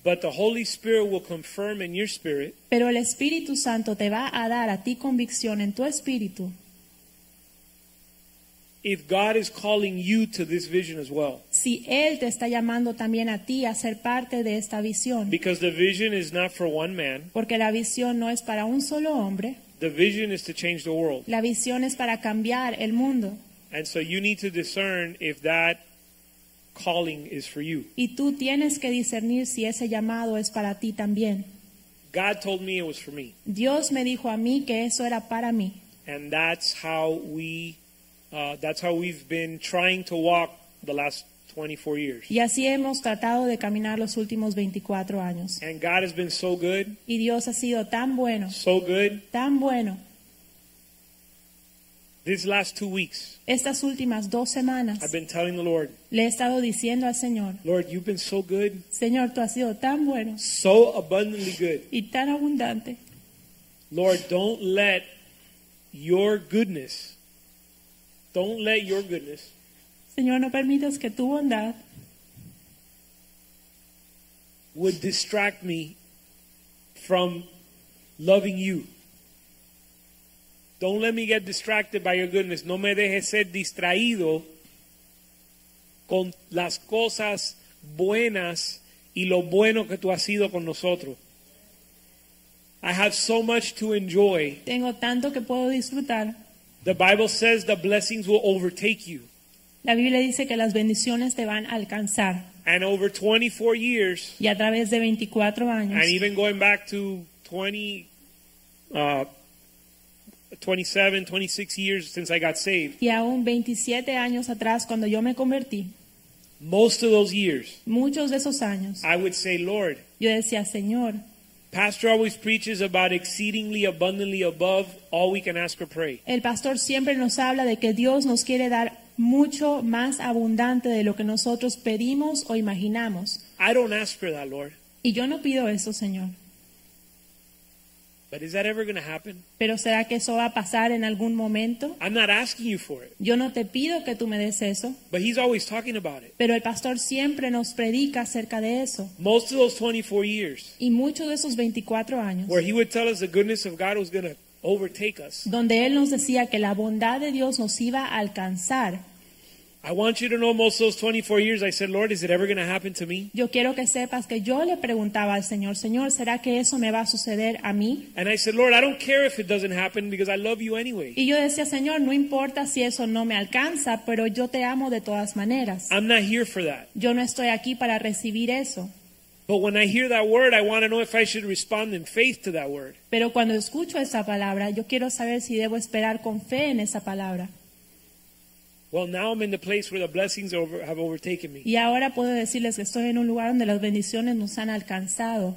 Speaker 1: but the Holy Spirit will confirm in your spirit
Speaker 11: pero el Espíritu Santo te va a dar a ti convicción en tu espíritu
Speaker 1: if God is calling you to this vision as well.
Speaker 11: si Él te está llamando también a ti a ser parte de esta visión.
Speaker 1: Because the vision is not for one man,
Speaker 11: Porque la visión no es para un solo hombre,
Speaker 1: the vision is to change the world.
Speaker 11: la visión es para cambiar el mundo.
Speaker 1: And so you need to discern if that calling is for you.
Speaker 11: Y tú tienes que discernir si ese llamado es para ti también.
Speaker 1: God told me it was for me.
Speaker 11: Dios me dijo a mí que eso era para mí.
Speaker 1: And that's how we uh, that's how we've been trying to walk the last 24 years.
Speaker 11: Y así hemos tratado de caminar los últimos 24 años.
Speaker 1: And God has been so good,
Speaker 11: Y Dios ha sido tan bueno,
Speaker 1: so good.
Speaker 11: tan bueno.
Speaker 1: These last 2 weeks,
Speaker 11: Estas últimas dos semanas
Speaker 1: I've been telling the Lord,
Speaker 11: le he estado diciendo al Señor,
Speaker 1: Lord, you've been so good,
Speaker 11: Señor, tú has sido tan bueno
Speaker 1: so abundantly good.
Speaker 11: y tan abundante.
Speaker 1: Lord, don't let your goodness don't let your goodness
Speaker 11: Señor, no permitas que tu bondad
Speaker 1: would distract me from loving you. Don't let me get distracted by your goodness. No me dejes ser distraído con las cosas buenas y lo bueno que tú has sido con nosotros. I have so much to enjoy.
Speaker 11: tengo tanto que puedo disfrutar.
Speaker 1: The Bible says the blessings will overtake you.
Speaker 11: La Biblia dice que las bendiciones te van a alcanzar.
Speaker 1: And over 24 years,
Speaker 11: Y a través de 24 años,
Speaker 1: and even going back to 20, uh, 27, 26 years since I got saved,
Speaker 11: y aún 27 años atrás cuando yo me convertí,
Speaker 1: most of those years,
Speaker 11: muchos de esos años,
Speaker 1: I would say, Lord,
Speaker 11: yo decía, Señor,
Speaker 1: Pastor always preaches about exceedingly abundantly above all we can ask or pray.
Speaker 11: el pastor siempre nos habla de que Dios nos quiere dar mucho más abundante de lo que nosotros pedimos o imaginamos.
Speaker 1: I don't ask for that, Lord.
Speaker 11: Y yo no pido eso, Señor.
Speaker 1: But is that ever going to happen?
Speaker 11: Pero ¿será que eso va a pasar en algún momento?
Speaker 1: I'm not asking you for it.
Speaker 11: Yo no te pido que tú me des eso,
Speaker 1: But he's always talking about it.
Speaker 11: pero el pastor siempre nos predica acerca de eso.
Speaker 1: Most of those 24 years,
Speaker 11: Y muchos de esos 24 años,
Speaker 1: where he would tell us the goodness of God was going to overtake us.
Speaker 11: donde él nos decía que la bondad de Dios nos iba a alcanzar.
Speaker 1: I want you to know most of those 24 years, I said, Lord, is it ever going to happen to me?
Speaker 11: Yo quiero que sepas que yo le preguntaba al Señor, Señor, ¿será que eso me va a suceder a mí?
Speaker 1: And I said, Lord, I don't care if it doesn't happen because I love you anyway.
Speaker 11: Y yo decía, Señor, no importa si eso no me alcanza, pero yo te amo de todas maneras.
Speaker 1: I'm not here for that.
Speaker 11: Yo no estoy aquí para recibir eso.
Speaker 1: But when I hear that word, I want to know if I should respond in faith to that word.
Speaker 11: Pero cuando escucho esa palabra, yo quiero saber si debo esperar con fe en esa palabra.
Speaker 1: Well, now I'm in the place where the blessings over, have overtaken me.
Speaker 11: Y ahora puedo decirles que estoy en un lugar donde las bendiciones nos han alcanzado.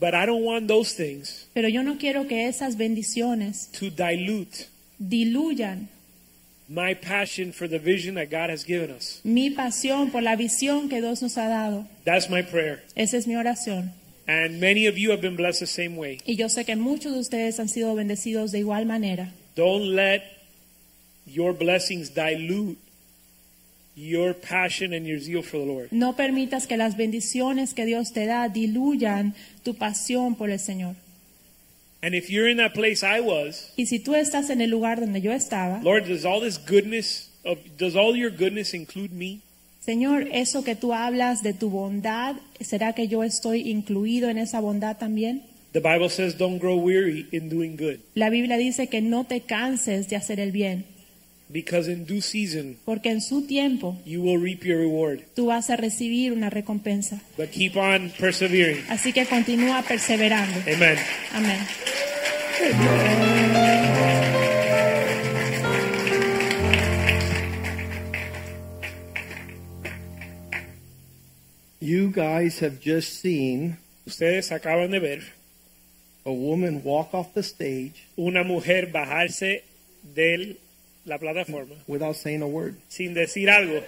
Speaker 1: But I don't want those things
Speaker 11: Pero yo no quiero que esas bendiciones
Speaker 1: to dilute
Speaker 11: diluyan
Speaker 1: my passion for the vision that God has given us.
Speaker 11: mi pasión por la visión que Dios nos ha dado.
Speaker 1: That's my prayer.
Speaker 11: Esa es mi oración.
Speaker 1: And many of you have been blessed the same way.
Speaker 11: Y yo sé que muchos de ustedes han sido bendecidos de igual manera.
Speaker 1: Don't let your blessings dilute your passion and your zeal for the Lord.
Speaker 11: No permitas que las bendiciones que Dios te da diluyan tu pasión por el Señor.
Speaker 1: And if you're in that place I was,
Speaker 11: Y si tú estás en el lugar donde yo estaba,
Speaker 1: Lord, does all this goodness of does all your goodness include me?
Speaker 11: Señor, eso que tú hablas de tu bondad, ¿será que yo estoy incluido en esa bondad también?
Speaker 1: The Bible says don't grow weary in doing good
Speaker 11: La Biblia dice que no te canses de hacer el bien,
Speaker 1: because in due season
Speaker 11: porque en su tiempo
Speaker 1: you will reap your reward.
Speaker 11: tú vas a recibir una recompensa.
Speaker 1: But keep on persevering.
Speaker 11: Así que continúa perseverando.
Speaker 1: Amen.
Speaker 11: Amén.
Speaker 2: You guys have just seen
Speaker 1: Ustedes acaban de ver
Speaker 2: a woman walk off the stage
Speaker 1: una mujer bajarse de la plataforma
Speaker 2: without saying a word.
Speaker 1: sin decir algo.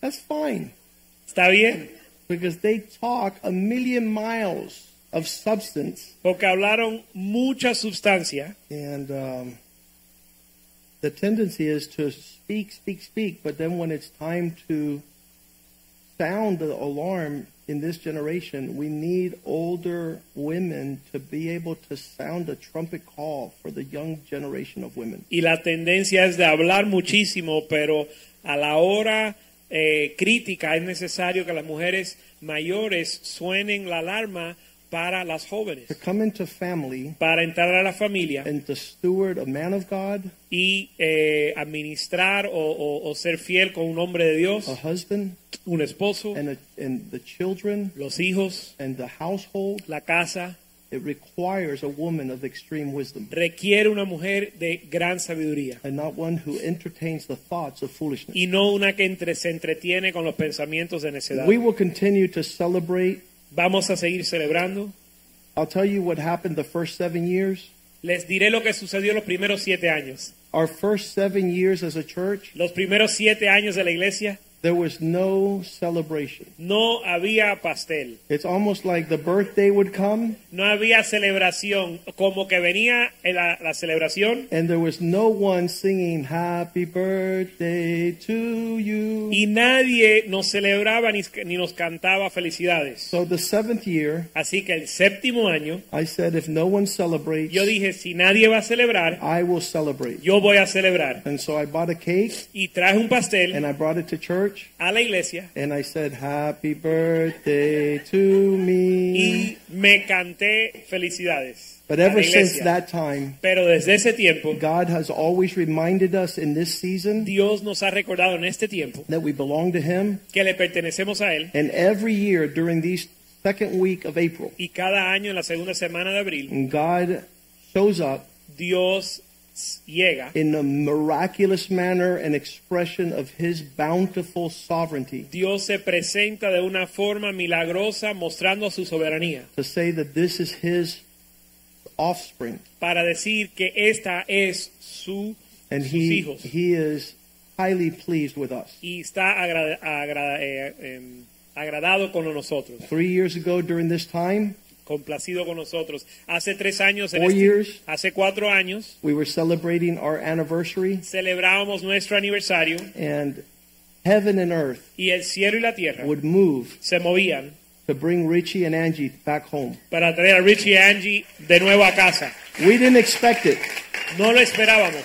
Speaker 2: That's fine
Speaker 1: Está bien,
Speaker 2: because they talk a million miles of substance,
Speaker 1: porque hablaron mucha sustancia
Speaker 2: and um, the tendency is to speak, speak, speak, but then when it's time to sound the alarm in this generation, we need older women to be able to sound a trumpet call for the young generation of women.
Speaker 1: y la tendencia es de hablar muchísimo, pero a la hora eh, crítica es necesario que las mujeres mayores suenen la alarma para las jóvenes,
Speaker 2: To come into family
Speaker 1: para entrar a la familia
Speaker 2: and to steward a man of God,
Speaker 1: y eh, administrar o, o- o ser fiel con un hombre de
Speaker 2: a
Speaker 1: Dios,
Speaker 2: husband,
Speaker 1: un esposo,
Speaker 2: and, a, and the children
Speaker 1: los hijos,
Speaker 2: and the household,
Speaker 1: la casa.
Speaker 2: it requires a woman of extreme wisdom
Speaker 1: requiere una mujer de gran sabiduría
Speaker 2: and not one who entertains the thoughts of foolishness.
Speaker 1: y no una que entre- se entretiene con los pensamientos de necedad.
Speaker 2: We will continue to celebrate.
Speaker 1: Vamos a seguir celebrando.
Speaker 2: I'll tell you what happened the first seven years.
Speaker 1: Les diré lo que sucedió los primeros siete años.
Speaker 2: Our first seven years as a church,
Speaker 1: Los primeros siete años de la iglesia
Speaker 2: there was no celebration.
Speaker 1: no había pastel,
Speaker 2: It's almost like the birthday would come
Speaker 1: no había celebración, como que venía en la, la celebración
Speaker 2: and there was no one singing happy birthday to you.
Speaker 1: y nadie nos celebraba ni, ni nos cantaba felicidades.
Speaker 2: So the seventh year,
Speaker 1: Así que el séptimo año
Speaker 2: I said, if no one celebrates,
Speaker 1: yo dije, si nadie va a celebrar,
Speaker 2: I will celebrate.
Speaker 1: yo voy a celebrar.
Speaker 2: And so I bought a cake
Speaker 1: Y traje un pastel
Speaker 2: and I brought it to church
Speaker 1: a la iglesia
Speaker 2: and I said, Happy birthday to me.
Speaker 1: y me canté felicidades.
Speaker 2: But
Speaker 1: a la
Speaker 2: ever since
Speaker 1: iglesia.
Speaker 2: that time,
Speaker 1: Pero desde ese tiempo,
Speaker 2: God has always reminded us in this season
Speaker 1: Dios nos ha recordado en este tiempo
Speaker 2: that we belong to Him.
Speaker 1: que le pertenecemos a Él
Speaker 2: And every year during these second week of April,
Speaker 1: y cada año en la segunda semana de abril,
Speaker 2: God shows up
Speaker 1: Dios llega,
Speaker 2: in a miraculous manner and expression of His bountiful sovereignty
Speaker 1: Dios se presenta de una forma milagrosa mostrando su soberanía
Speaker 2: to say that this is His offspring.
Speaker 1: para decir que esta es su,
Speaker 2: and
Speaker 1: sus
Speaker 2: he
Speaker 1: hijos
Speaker 2: he is highly pleased with us.
Speaker 1: y está agra- agra- eh, em, agradado con nosotros,
Speaker 2: Three years ago, during this time,
Speaker 1: complacido con nosotros. Hace tres años, en
Speaker 2: four
Speaker 1: este-
Speaker 2: years,
Speaker 1: hace cuatro años,
Speaker 2: we were celebrating our anniversary,
Speaker 1: celebrábamos nuestro aniversario
Speaker 2: and heaven and earth
Speaker 1: y el cielo y la tierra
Speaker 2: would move
Speaker 1: se movían
Speaker 2: to bring Richie and Angie back home.
Speaker 1: para traer a Richie y a Angie de nuevo a casa.
Speaker 2: We didn't expect it,
Speaker 1: No lo esperábamos,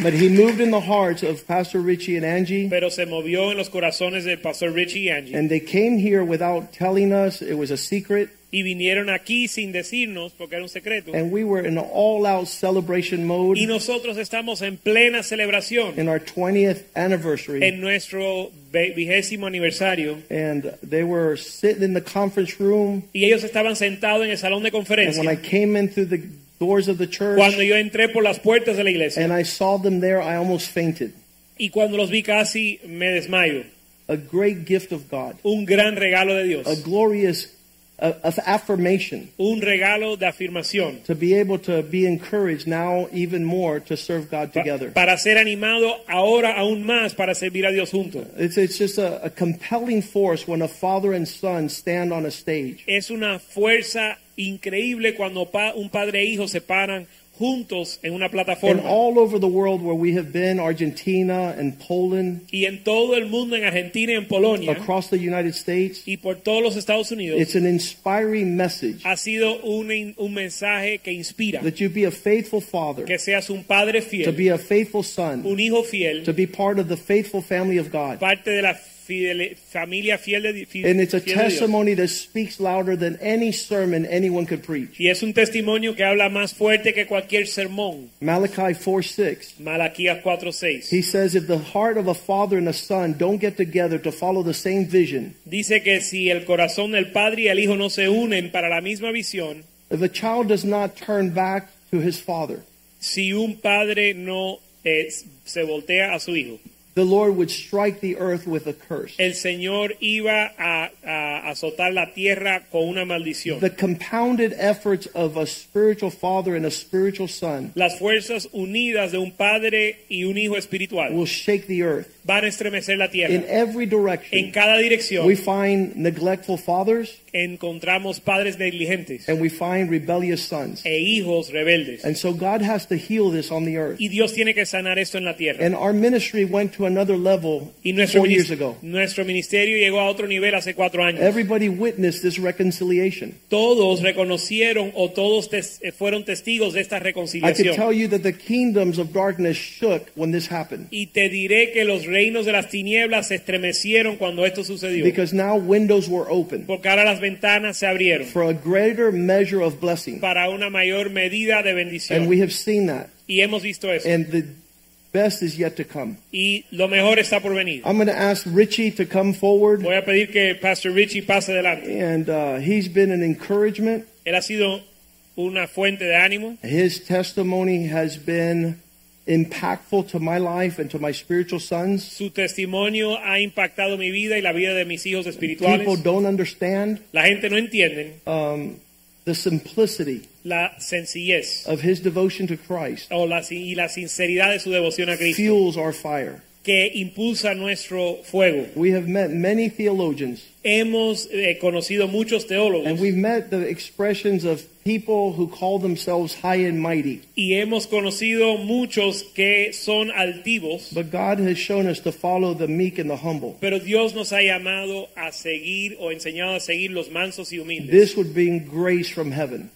Speaker 2: but he moved in the hearts of Pastor Richie and Angie.
Speaker 1: pero se movió en los corazones del pastor Richie y Angie.
Speaker 2: And they came here without telling us. It was a secret.
Speaker 1: Y vinieron aquí sin decirnos, porque era un secreto.
Speaker 2: And we were in all out celebration mode
Speaker 1: Y nosotros estamos en plena celebración
Speaker 2: in our 20th anniversary.
Speaker 1: en nuestro ve- vigésimo aniversario.
Speaker 2: and they were sitting in the conference room.
Speaker 1: Y ellos estaban sentados en el salón de
Speaker 2: And when I
Speaker 1: conferencia.
Speaker 2: came in through the doors of the church.
Speaker 1: Cuando yo entré por las puertas de la iglesia
Speaker 2: and I saw them there, I almost fainted.
Speaker 1: y cuando los vi casi me desmayo.
Speaker 2: A great gift of God,
Speaker 1: Un gran regalo de
Speaker 2: a
Speaker 1: Dios,
Speaker 2: glorious uh, of affirmation
Speaker 1: un regalo de afirmación
Speaker 2: to be able to be encouraged now even more to serve God
Speaker 1: pa-
Speaker 2: together.
Speaker 1: para ser animado ahora aún más para servir a Dios juntos.
Speaker 2: It's, it's just a, a compelling force when a father and son stand on a stage.
Speaker 1: Es una fuerza increíble cuando pa- un padre e hijo se paran juntos en una
Speaker 2: And
Speaker 1: plataforma.
Speaker 2: all over the world where we have been, Argentina and Poland,
Speaker 1: y en todo el mundo, en Argentina y en Polonia
Speaker 2: across the United States,
Speaker 1: y por todos los Estados Unidos,
Speaker 2: it's an inspiring message
Speaker 1: ha sido un, in- un mensaje que inspira
Speaker 2: that you be a faithful father,
Speaker 1: que seas un padre
Speaker 2: to
Speaker 1: fiel,
Speaker 2: be a faithful son,
Speaker 1: un hijo fiel,
Speaker 2: to be part of the faithful family of God.
Speaker 1: parte de la fidele- familia fiel de, di- fi-
Speaker 2: And it's a
Speaker 1: fiel de Dios.
Speaker 2: testimony that speaks louder than any sermon anyone could preach.
Speaker 1: Y es un testimonio que habla más fuerte que cualquier sermón.
Speaker 2: Malachi 4 6.
Speaker 1: Malaquías 4:6.
Speaker 2: He says, If the heart of a father and a son don't get together to follow the same vision,
Speaker 1: Dice que si el corazón del padre y el hijo no se unen para la misma visión,
Speaker 2: if a child does not turn back to his father,
Speaker 1: si un padre no eh, se voltea a su hijo,
Speaker 2: the Lord would strike the earth with a curse.
Speaker 1: el Señor iba a, a azotar la tierra con una maldición.
Speaker 2: The compounded efforts of a spiritual father and a spiritual son
Speaker 1: Las fuerzas unidas de un padre y un hijo
Speaker 2: will
Speaker 1: espiritual
Speaker 2: shake the earth
Speaker 1: van a estremecer la
Speaker 2: in
Speaker 1: tierra.
Speaker 2: every
Speaker 1: En
Speaker 2: direction.
Speaker 1: cada dirección
Speaker 2: We find neglectful fathers
Speaker 1: encontramos padres negligentes
Speaker 2: and we find rebellious sons.
Speaker 1: e hijos rebeldes.
Speaker 2: And so God has to heal this on the earth.
Speaker 1: Y Dios tiene que sanar esto en la tierra.
Speaker 2: And our ministry went to another level
Speaker 1: Y nuestro,
Speaker 2: four
Speaker 1: minis-
Speaker 2: years ago.
Speaker 1: nuestro ministerio llegó a otro nivel hace cuatro años.
Speaker 2: Everybody witnessed this reconciliation.
Speaker 1: todos reconocieron o todos tes- eh, fueron testigos de esta
Speaker 2: I can tell
Speaker 1: reconciliación.
Speaker 2: you that the kingdoms of darkness shook when this happened.
Speaker 1: Y te diré que los reinos de las tinieblas se estremecieron cuando esto sucedió.
Speaker 2: Because now windows were open
Speaker 1: porque ahora las ventanas se abrieron
Speaker 2: for a greater measure of blessing.
Speaker 1: para una mayor medida de bendición.
Speaker 2: And we have seen that.
Speaker 1: y hemos visto eso.
Speaker 2: And the best is yet to come.
Speaker 1: y lo mejor está por venir.
Speaker 2: I'm going to ask Richie to come forward.
Speaker 1: Voy a pedir que Pastor Richie pase adelante.
Speaker 2: And uh, he's been an encouragement.
Speaker 1: Él ha sido una fuente de ánimo.
Speaker 2: His testimony has been impactful to my life and to my spiritual sons.
Speaker 1: Su testimonio ha impactado mi vida y la vida de mis hijos espirituales.
Speaker 2: People don't understand
Speaker 1: La gente no entiende
Speaker 2: um, the simplicity
Speaker 1: la sencillez
Speaker 2: of his devotion to Christ
Speaker 1: o la, sin- y la sinceridad de su devoción a Cristo
Speaker 2: fuels our fire.
Speaker 1: que impulsa nuestro fuego.
Speaker 2: We have met many theologians,
Speaker 1: Hemos eh, conocido muchos
Speaker 2: and
Speaker 1: teólogos
Speaker 2: we've met the expressions of people who call themselves high and mighty.
Speaker 1: y hemos conocido muchos que son altivos,
Speaker 2: But God has shown us to follow the meek and the humble.
Speaker 1: pero Dios nos ha llamado a seguir o enseñado a seguir los mansos y humildes.
Speaker 2: This would bring grace from heaven.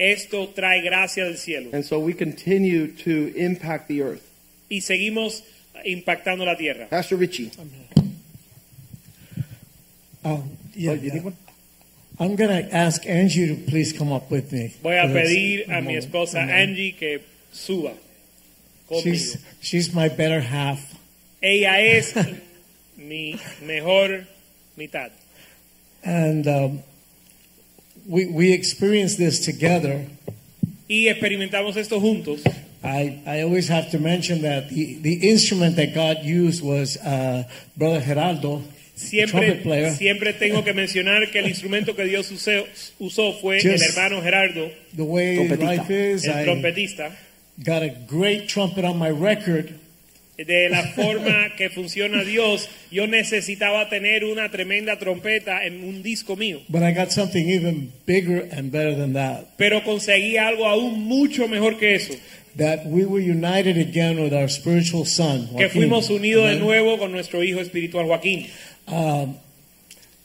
Speaker 1: Esto trae gracia del cielo
Speaker 2: And so we continue to impact the earth.
Speaker 1: y seguimos impactando la tierra.
Speaker 2: Pastor Richie.
Speaker 12: Oh,
Speaker 2: Oh,
Speaker 12: yeah.
Speaker 2: you need one?
Speaker 12: I'm going to ask Angie to please come up with me.
Speaker 1: Voy a
Speaker 12: for this
Speaker 1: pedir a mi
Speaker 12: moment.
Speaker 1: esposa Angie que suba conmigo.
Speaker 12: She's, she's my better half.
Speaker 1: Ella es mi mejor mitad.
Speaker 12: And um, we, we experienced this together.
Speaker 1: Y experimentamos esto juntos.
Speaker 12: I, I always have to mention that the, the instrument that God used was uh, Brother Geraldo, the trumpet
Speaker 1: Siempre,
Speaker 12: player.
Speaker 1: siempre tengo que mencionar que el instrumento que Dios usó, usó fue el
Speaker 12: Just-
Speaker 1: hermano Gerardo,
Speaker 12: The way
Speaker 1: Trompetista.
Speaker 12: life is,
Speaker 1: el
Speaker 12: I
Speaker 1: trompetista.
Speaker 12: got a great trumpet on my record.
Speaker 1: De
Speaker 12: [LAUGHS]
Speaker 1: la forma que funciona Dios, yo necesitaba tener una tremenda trompeta en un disco mío,
Speaker 12: But I got something even bigger and better than that.
Speaker 1: pero conseguí algo aún mucho mejor que eso,
Speaker 12: That we were united again with our spiritual son.
Speaker 1: que
Speaker 12: Joaquin.
Speaker 1: fuimos unidos de
Speaker 12: Amen.
Speaker 1: nuevo con nuestro hijo espiritual Joaquín.
Speaker 12: Um,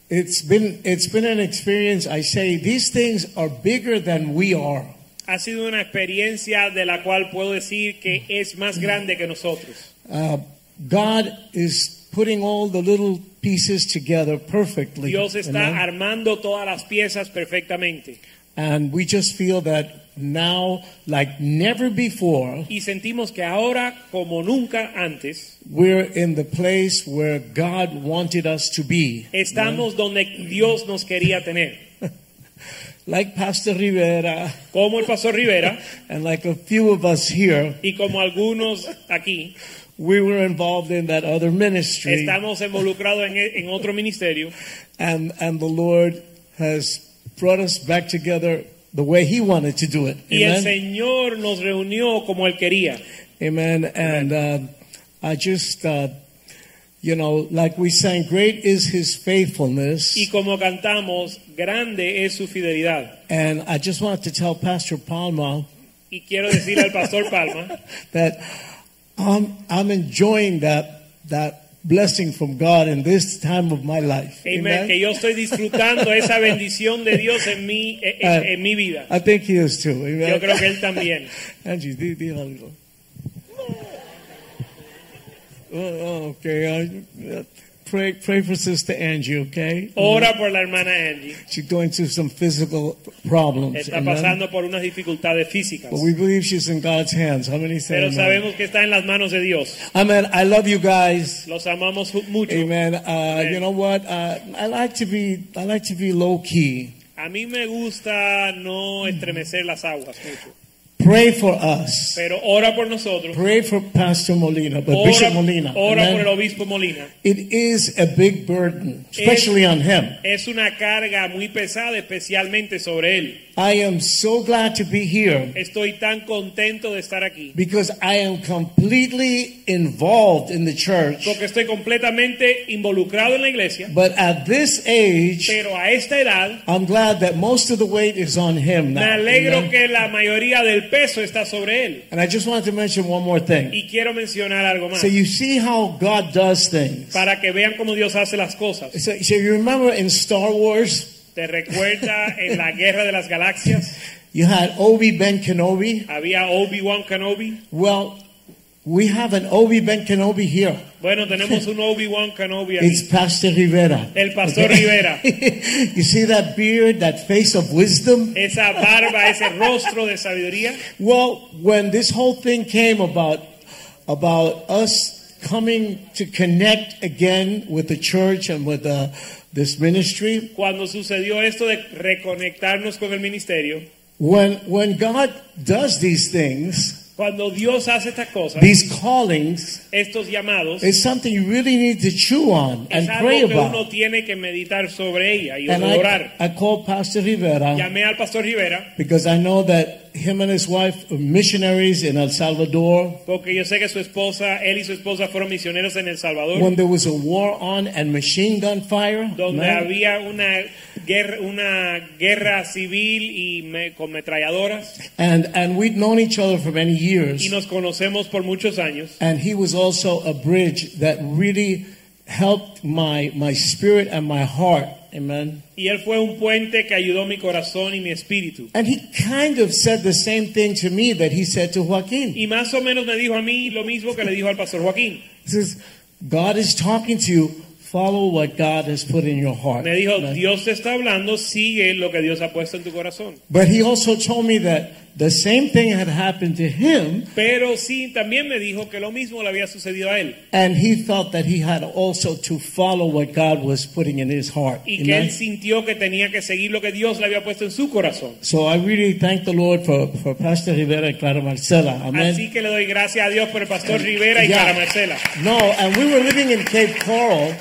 Speaker 12: it's been it's been an experience. I say these things are bigger than we are.
Speaker 1: Ha sido una experiencia de la cual puedo decir que es más grande que nosotros.
Speaker 12: Uh, God is putting all the little pieces together perfectly,
Speaker 1: Dios
Speaker 12: you
Speaker 1: está
Speaker 12: know?
Speaker 1: armando todas las piezas perfectamente
Speaker 12: and we just feel that now, like never before,
Speaker 1: y sentimos que ahora, como nunca antes,
Speaker 12: we're in the place where God wanted us to be.
Speaker 1: estamos donde Dios nos quería tener.
Speaker 12: like Pastor Rivera,
Speaker 1: como el Pastor Rivera,
Speaker 12: [LAUGHS] and like a few of us here,
Speaker 1: y como algunos aquí,
Speaker 12: we were involved in that other ministry,
Speaker 1: estamos involucrados en, en otro ministerio
Speaker 12: and and the Lord has brought us back together the way He wanted to do it.
Speaker 1: y el
Speaker 12: Amen.
Speaker 1: Señor nos reunió como él quería.
Speaker 12: Amen. And uh, I just, uh, you know, like we sang, great is His faithfulness.
Speaker 1: Y como cantamos, grande es su fidelidad.
Speaker 12: And I just wanted to tell Pastor Palma
Speaker 1: Y quiero decirle al Pastor
Speaker 12: [LAUGHS]
Speaker 1: Palma
Speaker 12: that I'm, I'm enjoying that, that blessing from God in this time of my life.
Speaker 1: amen, que yo estoy disfrutando esa bendición de Dios en mi, en, en- en mi vida.
Speaker 12: Ah, I think he is too. Amen.
Speaker 1: Yo creo que él también.
Speaker 12: [LAUGHS] Angie, di,
Speaker 1: [LAUGHS]
Speaker 12: di algo. Oh, oh, okay. I, pray, pray for Sister Angie, okay? Um,
Speaker 1: Ora por la hermana Angie.
Speaker 12: She's going through some physical problems.
Speaker 1: Está
Speaker 12: amen?
Speaker 1: pasando por unas dificultades físicas.
Speaker 12: But we believe she's in God's hands. How many say
Speaker 1: Pero
Speaker 12: amen?
Speaker 1: sabemos que está en las manos de Dios.
Speaker 12: Amen. I love you guys.
Speaker 1: Los amamos ju- mucho.
Speaker 12: Amen. Uh, you know what? Uh, I like to be I like to be low key.
Speaker 1: A mí me gusta no estremecer las aguas mucho.
Speaker 12: Pray for us.
Speaker 1: Pero ora por nosotros.
Speaker 12: Pray for Pastor Molina, but
Speaker 1: Ora,
Speaker 12: Bishop Molina.
Speaker 1: ora por
Speaker 12: amen?
Speaker 1: el obispo Molina.
Speaker 12: It is a big burden, especially
Speaker 1: es,
Speaker 12: on him.
Speaker 1: Es una carga muy pesada, especialmente sobre él.
Speaker 12: I am so glad to be here
Speaker 1: Estoy tan contento de estar aquí.
Speaker 12: because I am completely involved in the church.
Speaker 1: Porque estoy completamente involucrado en la iglesia.
Speaker 12: But at this age,
Speaker 1: Pero a esta edad,
Speaker 12: I'm glad that most of the weight is on him now.
Speaker 1: me alegro
Speaker 12: amen?
Speaker 1: que la mayoría del peso está sobre él.
Speaker 12: And I just wanted to mention one more thing.
Speaker 1: Y quiero mencionar algo más.
Speaker 12: So you see how God does things.
Speaker 1: para que vean cómo Dios hace las cosas.
Speaker 12: So, so you remember in Star Wars,
Speaker 1: Te recuerda en la guerra de las galaxias,
Speaker 12: you had Obi Ben Kenobi.
Speaker 1: había Obi-Wan Kenobi.
Speaker 12: Well, we have an Obi Ben Kenobi here.
Speaker 1: Bueno, tenemos un Obi-Wan Kenobi aquí.
Speaker 12: It's Pastor Rivera.
Speaker 1: El Pastor Rivera.
Speaker 12: [LAUGHS] you see that beard, that face of wisdom?
Speaker 1: Esa barba, ese rostro de sabiduría.
Speaker 12: Well, when this whole thing came about, about us coming to connect again with the church and with uh, this ministry,
Speaker 1: Cuando sucedió esto de reconectarnos con el ministerio,
Speaker 12: when when God does these things,
Speaker 1: cuando Dios hace estas cosas,
Speaker 12: these callings,
Speaker 1: estos llamados,
Speaker 12: it's something you really need to chew on and
Speaker 1: es algo
Speaker 12: pray
Speaker 1: que
Speaker 12: about.
Speaker 1: uno tiene que meditar sobre ella y
Speaker 12: And I,
Speaker 1: orar.
Speaker 12: I called Pastor Rivera
Speaker 1: Llamé al Pastor Rivera
Speaker 12: because I know that him and his wife are missionaries in El Salvador.
Speaker 1: porque yo sé que su esposa, él y su esposa fueron misioneros en El Salvador.
Speaker 12: when there was a war on and machine gun fire,
Speaker 1: donde
Speaker 12: man,
Speaker 1: había una guerra, una guerra civil y me- con metralladoras
Speaker 12: and and we'd known each other for many
Speaker 1: y
Speaker 12: years,
Speaker 1: nos conocemos por muchos años
Speaker 12: and he was also a bridge that really helped my my spirit and my heart, amen.
Speaker 1: y él fue un puente que ayudó mi corazón y mi espíritu
Speaker 12: And he kind of said the same thing to me that he said to Joaquin.
Speaker 1: y más o menos me dijo a mí lo mismo que le dijo al pastor Joaquín
Speaker 12: He says, "God is talking to you. Follow what God has put in your heart."
Speaker 1: me dijo
Speaker 12: amen.
Speaker 1: Dios te está hablando sigue lo que Dios ha puesto en tu corazón
Speaker 12: But he also told me that the same thing had happened to him,
Speaker 1: pero sí también me dijo que lo mismo le había sucedido a él
Speaker 12: and he felt that he had also to follow what God was putting in his heart.
Speaker 1: y que
Speaker 12: amen.
Speaker 1: él sintió que tenía que seguir lo que Dios le había puesto en su corazón
Speaker 12: So I really thank the Lord for, for Pastor Rivera and Clara Marcela. Amen.
Speaker 1: así que le doy gracias a Dios por el pastor Rivera y
Speaker 12: Eh, Ya.
Speaker 1: para Marcela
Speaker 12: No, and we were living in Cape Coral.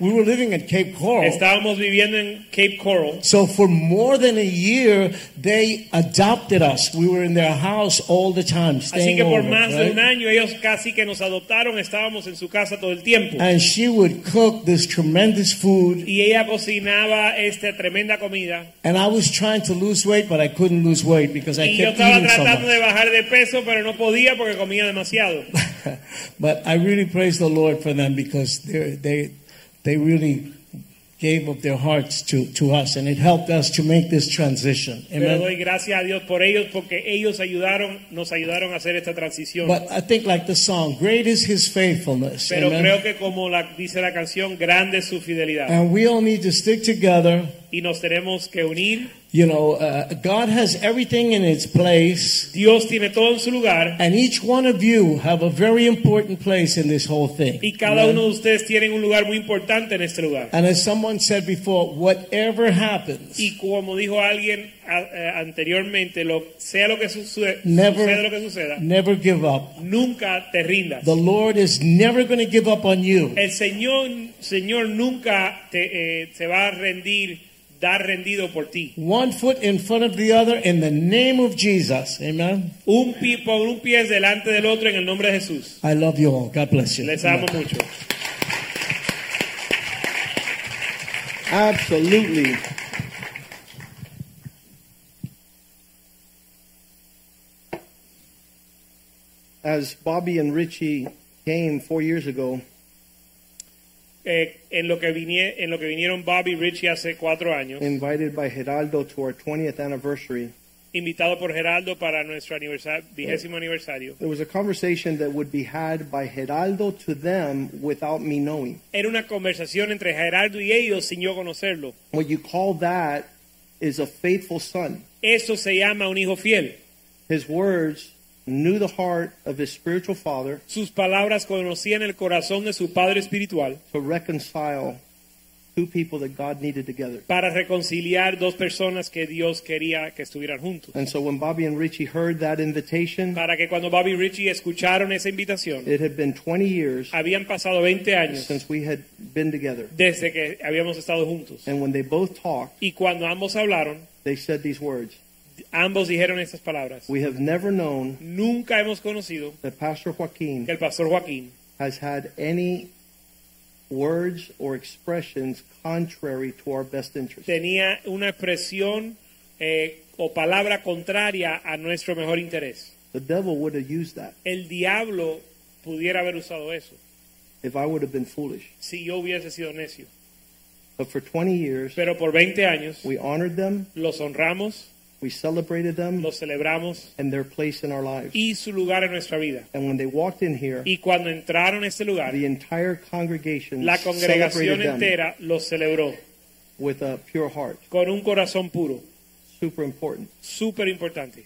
Speaker 12: We were living in Cape Coral.
Speaker 1: Estábamos viviendo en Cape Coral
Speaker 12: So for more than a year, they adopted us. We were in their house all the time,
Speaker 1: Así
Speaker 12: staying
Speaker 1: que por
Speaker 12: over,
Speaker 1: más de
Speaker 12: right?
Speaker 1: un año ellos casi que nos adoptaron, estábamos en su casa todo el tiempo.
Speaker 12: And she would cook this tremendous food.
Speaker 1: Y ella cocinaba esta tremenda comida.
Speaker 12: And I was trying to lose weight, but I couldn't lose weight because I
Speaker 1: Y yo
Speaker 12: kept
Speaker 1: estaba
Speaker 12: eating so
Speaker 1: tratando de
Speaker 12: much.
Speaker 1: bajar de peso, pero no podía porque comía
Speaker 12: [LAUGHS]
Speaker 1: demasiado.
Speaker 12: But I really praise the Lord for them because they they they really gave up their hearts to, to us and it helped us to make this transition.
Speaker 1: Pero
Speaker 12: Amen.
Speaker 1: doy gracias a Dios por ellos porque ellos ayudaron, nos ayudaron a hacer esta transición.
Speaker 12: But I think like the song, great is his faithfulness.
Speaker 1: Pero
Speaker 12: Amen.
Speaker 1: creo que como la, dice la canción, grande es su fidelidad.
Speaker 12: And we all need to stick together
Speaker 1: y nos tenemos que unir.
Speaker 12: You know, uh, God has everything in its place.
Speaker 1: Dios tiene todo en su lugar.
Speaker 12: And each one of you have a very important place in this whole thing.
Speaker 1: Y cada uno de ustedes tienen un lugar muy importante en este lugar.
Speaker 12: And as someone said before, whatever happens,
Speaker 1: Y como dijo alguien a- eh, anteriormente, lo, sea lo que suceda,
Speaker 12: Never-
Speaker 1: suceda lo que suceda,
Speaker 12: never give up.
Speaker 1: nunca te rindas.
Speaker 12: The Lord is never going to give up on you.
Speaker 1: El Señor, Señor nunca te, eh, se va a rendir, dar rendido por ti.
Speaker 12: One foot in front of the other in the name of Jesus. Amen.
Speaker 1: Un pie, pon un pie delante del otro en el nombre de Jesús.
Speaker 12: I love you all. God bless you.
Speaker 1: Les amo mucho.
Speaker 2: Absolutely. As Bobby and Richie came four years ago,
Speaker 1: Eh, en, lo que vinie- en lo que vinieron Bobby y Richie hace cuatro años,
Speaker 2: invited by Geraldo to our 20th anniversary,
Speaker 1: invitado por Geraldo para nuestro aniversario, vigésimo aniversario,
Speaker 2: there was a conversation that would be had by Geraldo to them without me knowing.
Speaker 1: era una conversación entre Geraldo y ellos sin yo conocerlo.
Speaker 2: What you call that is a faithful son.
Speaker 1: Eso se llama un hijo fiel.
Speaker 2: His words knew the heart of his spiritual father
Speaker 1: Sus palabras conocían el corazón de su padre espiritual
Speaker 2: to reconcile two people that God needed together.
Speaker 1: para reconciliar dos personas que Dios quería que estuvieran juntos.
Speaker 2: And so when Bobby and Richie heard that invitation,
Speaker 1: Para que cuando Bobby y Richie escucharon esa invitación,
Speaker 2: it had been 20 years
Speaker 1: habían pasado 20 años
Speaker 2: since we had been together.
Speaker 1: desde que habíamos estado juntos.
Speaker 2: And when they both talked,
Speaker 1: Y cuando ambos hablaron,
Speaker 2: they said these words
Speaker 1: ambos dijeron estas palabras.
Speaker 2: We have never known
Speaker 1: Nunca hemos conocido
Speaker 2: that Pastor Joaquin
Speaker 1: que el pastor Joaquín
Speaker 2: has had any words or expressions contrary to our best interest.
Speaker 1: tenía una expresión eh, o palabra contraria a nuestro mejor interés.
Speaker 2: The devil would have used that
Speaker 1: El diablo pudiera haber usado eso
Speaker 2: if I would have been foolish.
Speaker 1: si yo hubiese sido necio.
Speaker 2: But for 20 years,
Speaker 1: Pero por 20 años
Speaker 2: we honored them,
Speaker 1: los honramos,
Speaker 2: we celebrated them,
Speaker 1: los celebramos
Speaker 2: and their place in our lives.
Speaker 1: y su lugar en nuestra vida.
Speaker 2: And when they walked in here,
Speaker 1: Y cuando entraron a este lugar,
Speaker 2: the entire congregation
Speaker 1: la congregación
Speaker 2: celebrated them
Speaker 1: entera los celebró
Speaker 2: with a pure heart.
Speaker 1: con un corazón puro,
Speaker 2: Super important.
Speaker 1: súper importante.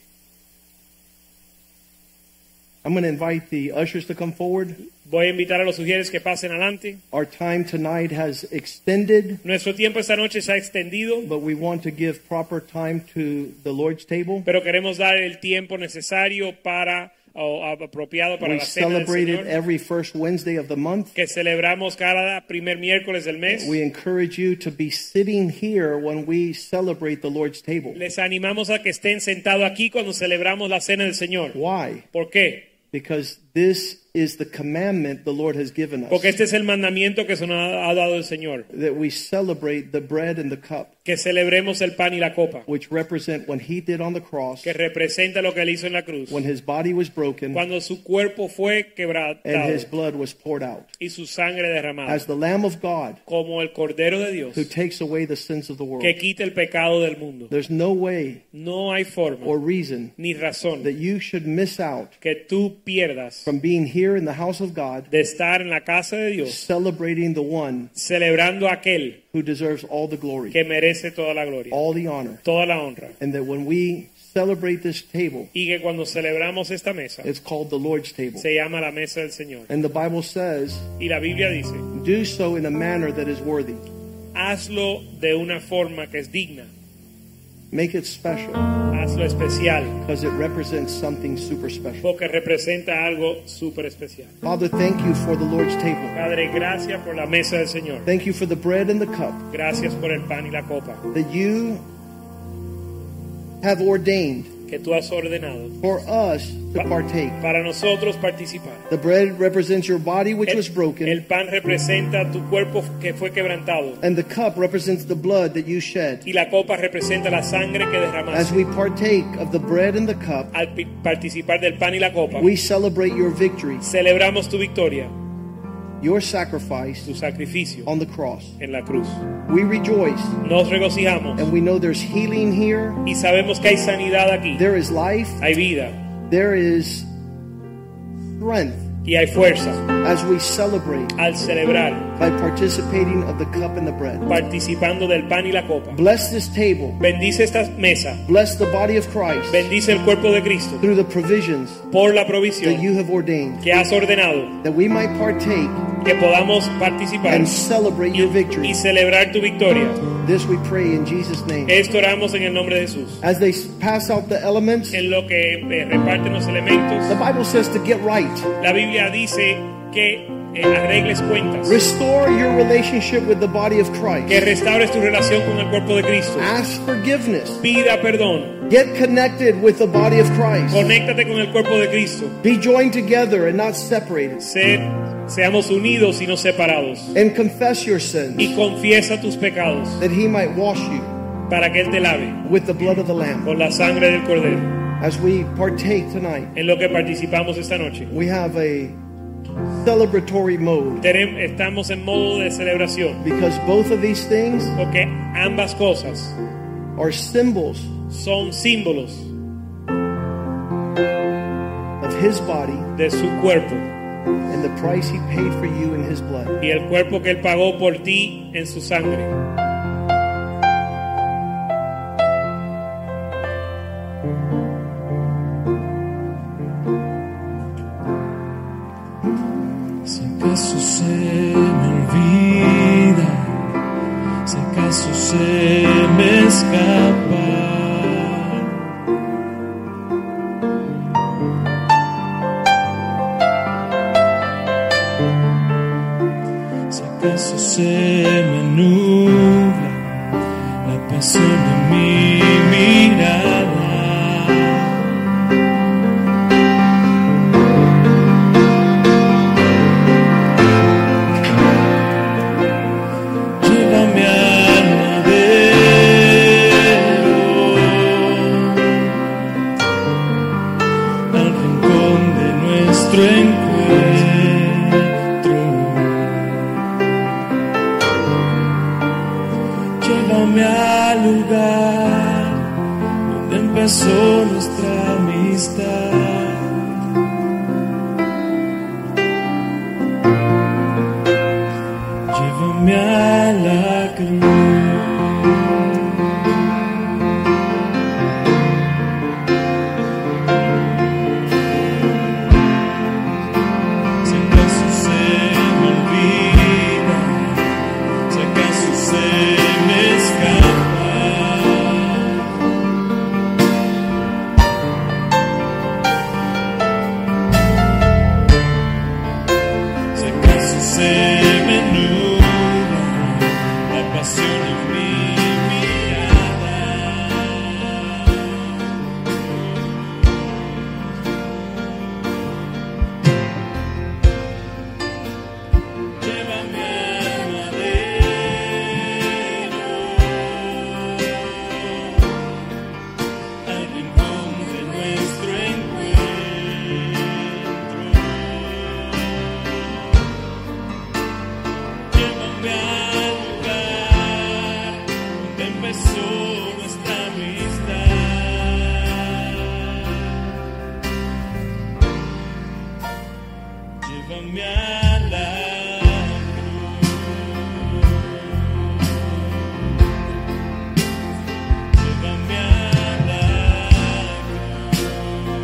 Speaker 2: I'm going to invite the ushers to come forward.
Speaker 1: Voy a invitar a los sugieres que pasen adelante.
Speaker 2: Our time tonight has extended,
Speaker 1: Nuestro tiempo esta noche se ha extendido,
Speaker 2: but we want to give proper time to the Lord's table.
Speaker 1: pero queremos dar el tiempo necesario para o a- apropiado para
Speaker 2: We
Speaker 1: la cena del
Speaker 2: celebrated
Speaker 1: Señor,
Speaker 2: every first Wednesday of the month.
Speaker 1: que celebramos cada primer miércoles del mes.
Speaker 2: We encourage you to be sitting here when we celebrate the Lord's table.
Speaker 1: Les animamos a que estén sentados aquí cuando celebramos la cena del Señor.
Speaker 2: Why?
Speaker 1: ¿Por qué?
Speaker 2: Because this is the commandment the Lord has given us
Speaker 1: Porque este es el mandamiento que se nos ha ha dado el Señor,
Speaker 2: that we celebrate the bread and the cup,
Speaker 1: que celebremos el pan y la copa,
Speaker 2: which represent what He did on the cross
Speaker 1: que representa lo que él hizo en la cruz,
Speaker 2: when His body was broken
Speaker 1: cuando su cuerpo fue
Speaker 2: and His
Speaker 1: quebrantado
Speaker 2: blood was poured out.
Speaker 1: y su sangre derramada,
Speaker 2: As the Lamb of God
Speaker 1: como el cordero de Dios
Speaker 2: who takes away the sins of the world.
Speaker 1: que quita el pecado del mundo.
Speaker 2: There's no way
Speaker 1: No hay forma
Speaker 2: or reason
Speaker 1: ni razón
Speaker 2: that you should miss out
Speaker 1: que tú pierdas
Speaker 2: from being here in the house of God
Speaker 1: de estar en la casa de Dios
Speaker 2: celebrating the one
Speaker 1: celebrando a aquel
Speaker 2: who deserves all the glory,
Speaker 1: que merece toda la gloria,
Speaker 2: all the honor.
Speaker 1: toda la honra.
Speaker 2: And that when we celebrate this table,
Speaker 1: Y que cuando celebramos esta mesa,
Speaker 2: it's called the Lord's table.
Speaker 1: se llama la mesa del Señor.
Speaker 2: And the Bible says,
Speaker 1: Y la Biblia dice,
Speaker 2: do so in a manner that is worthy.
Speaker 1: hazlo de una forma que es digna,
Speaker 2: Make it special
Speaker 1: hazlo especial,
Speaker 2: because it represents something super special.
Speaker 1: porque representa algo súper especial.
Speaker 2: Father, thank you for the Lord's table.
Speaker 1: Padre, gracias por la mesa del Señor.
Speaker 2: Thank you for the bread and the cup
Speaker 1: Gracias por el pan y la copa
Speaker 2: that you have ordained
Speaker 1: que tú has ordenado
Speaker 2: for us to partake.
Speaker 1: para nosotros participar.
Speaker 2: The bread represents your body which was
Speaker 1: El
Speaker 2: broken,
Speaker 1: pan representa tu cuerpo que fue quebrantado.
Speaker 2: and the cup represents the blood that you shed.
Speaker 1: y la copa representa la sangre que
Speaker 2: As
Speaker 1: derramaste.
Speaker 2: we partake of the bread and the cup,
Speaker 1: Al pi- participar del pan y la copa,
Speaker 2: we celebrate your victory,
Speaker 1: celebramos tu victoria,
Speaker 2: your sacrifice
Speaker 1: tu sacrificio
Speaker 2: on the cross.
Speaker 1: en la cruz.
Speaker 2: We rejoice,
Speaker 1: Nos regocijamos
Speaker 2: and we know there's healing here,
Speaker 1: y sabemos que hay sanidad aquí,
Speaker 2: there is life,
Speaker 1: hay vida
Speaker 2: there is strength
Speaker 1: y hay fuerza
Speaker 2: as we celebrate
Speaker 1: al celebrar
Speaker 2: by participating of the cup and the bread.
Speaker 1: participando del pan y la copa.
Speaker 2: Bless this table.
Speaker 1: Bendice esta mesa.
Speaker 2: Bless the body of Christ
Speaker 1: Bendice el cuerpo de Cristo
Speaker 2: through the provisions
Speaker 1: por la
Speaker 2: that
Speaker 1: provisión
Speaker 2: you have ordained
Speaker 1: que has ordenado
Speaker 2: that we might partake
Speaker 1: que podamos participar
Speaker 2: and celebrate your victory.
Speaker 1: y celebrar tu victoria.
Speaker 2: This we pray in Jesus' name.
Speaker 1: Esto oramos en el nombre de Jesús.
Speaker 2: As they pass out the elements,
Speaker 1: En lo que eh, reparten los elementos,
Speaker 2: the Bible says to get right.
Speaker 1: la Biblia dice que eh, arregles cuentas,
Speaker 2: Restore your relationship with the body of
Speaker 1: que
Speaker 2: Christ.
Speaker 1: restaures tu relación con el cuerpo de Cristo.
Speaker 2: Ask forgiveness.
Speaker 1: Pida perdón.
Speaker 2: Get connected with the body of Christ.
Speaker 1: Conéctate con el cuerpo de Cristo.
Speaker 2: Be joined together and not separated.
Speaker 1: Ser- seamos unidos y no separados.
Speaker 2: And confess your sins
Speaker 1: Y confiesa tus pecados
Speaker 2: that he might wash you
Speaker 1: para que Él te lave
Speaker 2: with the blood of the Lamb.
Speaker 1: con la sangre del Cordero.
Speaker 2: As we partake tonight,
Speaker 1: En lo que participamos esta noche.
Speaker 2: we have a celebratory mode
Speaker 1: Tenem- Estamos en modo de celebración
Speaker 2: because both of these things
Speaker 1: porque ambas cosas
Speaker 2: are symbols
Speaker 1: son símbolos
Speaker 2: of his body
Speaker 1: de su cuerpo
Speaker 2: and the price he paid for you in his blood.
Speaker 1: y el cuerpo que Él pagó por ti en su sangre.
Speaker 13: Si acaso se me olvida, si acaso se me escapa. Si acaso se me nubla la pasión de mi mirada. Llévame al madero, al rincón de nuestro encuentro. Llévame al lugar donde empezó nuestra amistad. Llévame a la cruz. Si acaso se me olvida, si acaso se me escapa. Si acaso se me nubla la pasión en mi mirada. Llévame al madero, al rincón de nuestro encuentro. Llévame al lugar donde empezó nuestra amistad. Llévame a la cruz. Llévame a la cruz.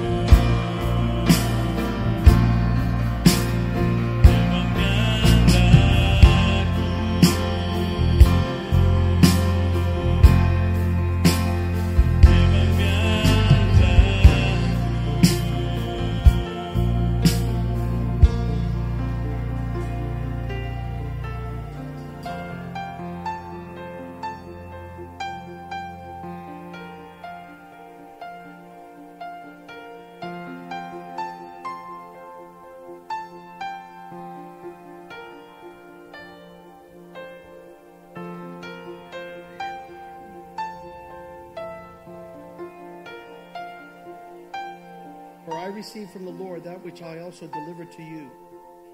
Speaker 2: For I received from the Lord that which I also delivered to you,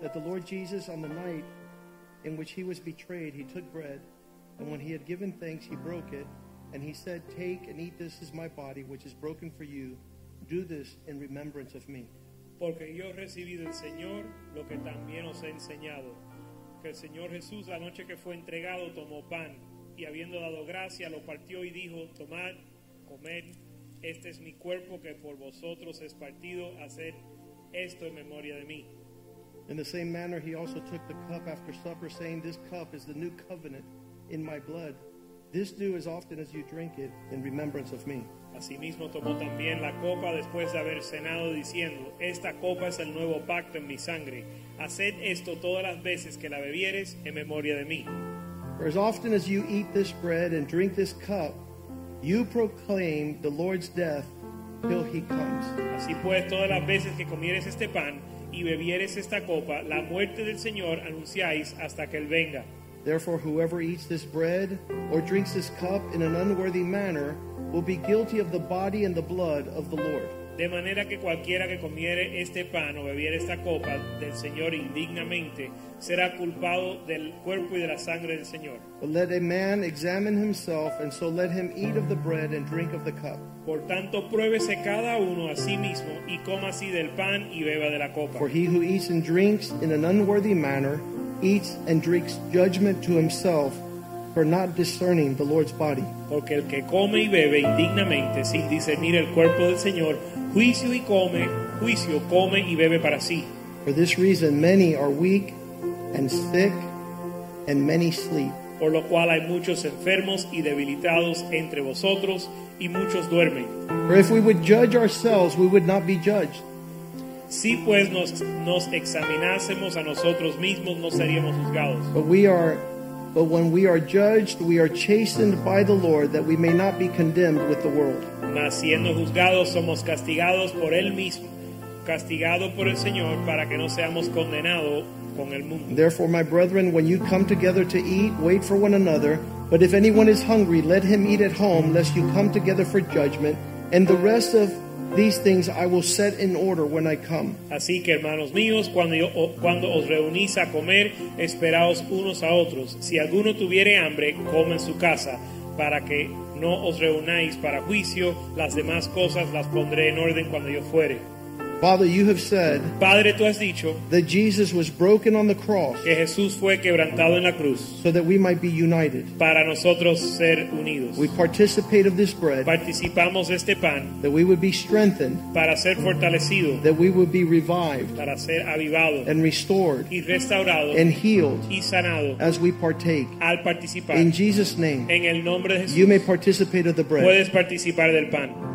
Speaker 2: that the Lord Jesus, on the night in which he was betrayed, he took bread, and when he had given thanks, he broke it, and he said, Take and eat this is my body, which is broken for you. Do this in remembrance of me.
Speaker 1: porque yo recibí del Señor lo que también os he enseñado, que el Señor Jesús la noche que fue entregado tomó pan y habiendo dado gracia lo partió y dijo, tomad, comed, este es mi cuerpo que por vosotros es partido, haced esto en memoria de mí.
Speaker 2: In the same manner, he also took the cup after supper, saying, This cup is the new covenant in my blood. This do as often as you drink it in remembrance of me.
Speaker 1: Asimismo tomó también la copa después de haber cenado diciendo, esta copa es el nuevo pacto en mi sangre, haced esto todas las veces que la bebieres en memoria de mí.
Speaker 2: For as often as you eat this bread and drink this cup, you proclaim the Lord's death till he comes.
Speaker 1: Así pues, todas las veces que comieres este pan y bebieres esta copa, la muerte del Señor anunciáis hasta que Él venga.
Speaker 2: Therefore, whoever eats this bread or drinks this cup in an unworthy manner will be guilty of the body and the blood of the Lord.
Speaker 1: De manera que cualquiera que comiere este pan o bebiere esta copa del Señor indignamente será culpado del cuerpo y de la sangre del Señor.
Speaker 2: But let a man examine himself, and so let him eat of the bread and drink of the cup.
Speaker 1: Por tanto, pruébese cada uno a sí mismo y coma así del pan y beba de la copa.
Speaker 2: For he who eats and drinks in an unworthy manner eats and drinks judgment to himself for not discerning the Lord's body.
Speaker 1: Porque el que come y bebe indignamente sin discernir el cuerpo del Señor, juicio y come, juicio come y bebe para sí.
Speaker 2: For this reason, many are weak and sick, and many sleep.
Speaker 1: Por lo cual hay muchos enfermos y debilitados entre vosotros y muchos duermen.
Speaker 2: For if we would judge ourselves, we would not be judged.
Speaker 1: Si pues nos, nos examinásemos a nosotros mismos, no seríamos juzgados.
Speaker 2: But we are, but when we are judged, we are chastened by the Lord, that we may not be condemned with the world.
Speaker 1: Mas siendo juzgados somos castigados por Él mismo, castigados por el Señor para que no seamos condenados con el mundo.
Speaker 2: Therefore, my brethren, when you come together to eat, wait for one another. But if anyone is hungry, let him eat at home, lest you come together for judgment. And the rest of these things I will set in order when I come.
Speaker 1: Así que hermanos míos, cuando, yo- o- cuando os reunís a comer, esperaos unos a otros. Si alguno tuviere hambre, coma en su casa, para que no os reunáis para juicio, las demás cosas las pondré en orden cuando yo fuere.
Speaker 2: Father, you have said
Speaker 1: Padre, tú has dicho
Speaker 2: that Jesus was broken on the cross
Speaker 1: que Jesús fue quebrantado en la cruz
Speaker 2: so that we might be united.
Speaker 1: para nosotros ser unidos.
Speaker 2: We participate of this bread
Speaker 1: Participamos de este pan
Speaker 2: that we would be strengthened,
Speaker 1: para ser fortalecidos,
Speaker 2: that we would be revived
Speaker 1: para ser avivados
Speaker 2: and restored
Speaker 1: y restaurados
Speaker 2: and healed
Speaker 1: y sanados
Speaker 2: as we partake.
Speaker 1: al participar.
Speaker 2: In Jesus' name,
Speaker 1: En el nombre de Jesús.
Speaker 2: you may participate of the bread.
Speaker 1: Puedes participar del pan.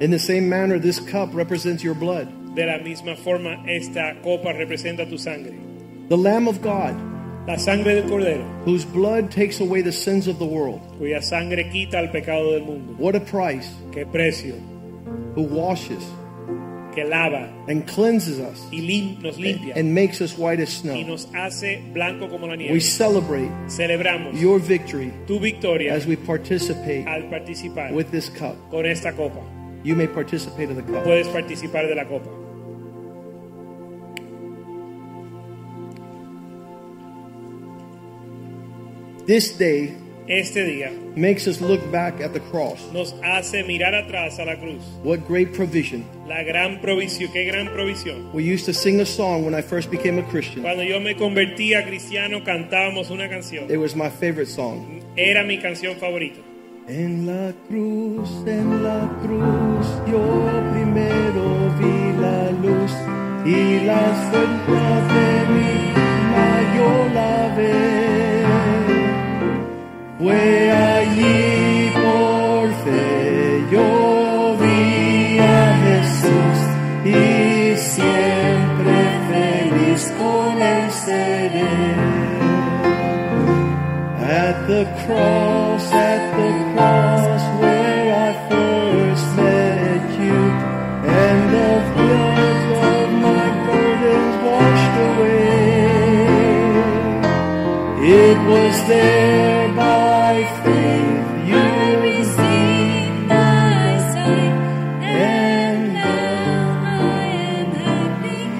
Speaker 2: In the same manner, this cup represents your blood.
Speaker 1: De la misma forma, esta copa representa tu sangre,
Speaker 2: The Lamb of God,
Speaker 1: la sangre del cordero,
Speaker 2: whose blood takes away the sins of the world.
Speaker 1: cuya sangre quita el pecado del mundo.
Speaker 2: What a price!
Speaker 1: Qué precio,
Speaker 2: Who washes
Speaker 1: que lava
Speaker 2: and cleanses us
Speaker 1: y lim- nos limpia
Speaker 2: and makes us white as
Speaker 1: y
Speaker 2: snow.
Speaker 1: nos hace blanco como la nieve.
Speaker 2: We celebrate
Speaker 1: Celebramos
Speaker 2: your victory
Speaker 1: tu victoria
Speaker 2: as we participate
Speaker 1: al participar
Speaker 2: with this cup.
Speaker 1: con esta copa.
Speaker 2: You may participate of the cup.
Speaker 1: Puedes participar de la copa.
Speaker 2: This day
Speaker 1: Este día
Speaker 2: makes us look back at the cross.
Speaker 1: nos hace mirar atrás a la cruz.
Speaker 2: What great provision.
Speaker 1: La gran provisión, qué gran provisión.
Speaker 2: We used to sing a song when I first became a Christian.
Speaker 1: Cuando yo me convertí a cristiano cantábamos una canción.
Speaker 2: It was my favorite song.
Speaker 1: Era mi canción favorita.
Speaker 2: En la cruz, en la cruz, yo primero vi la luz y las fuentes de mi alma yo la Fue allí por fe yo vi a Jesús y siempre feliz con él seré. At the cross, at the cross where I first met you, and the blood of my burdens washed away. It was there by faith you received my sight, and now I am.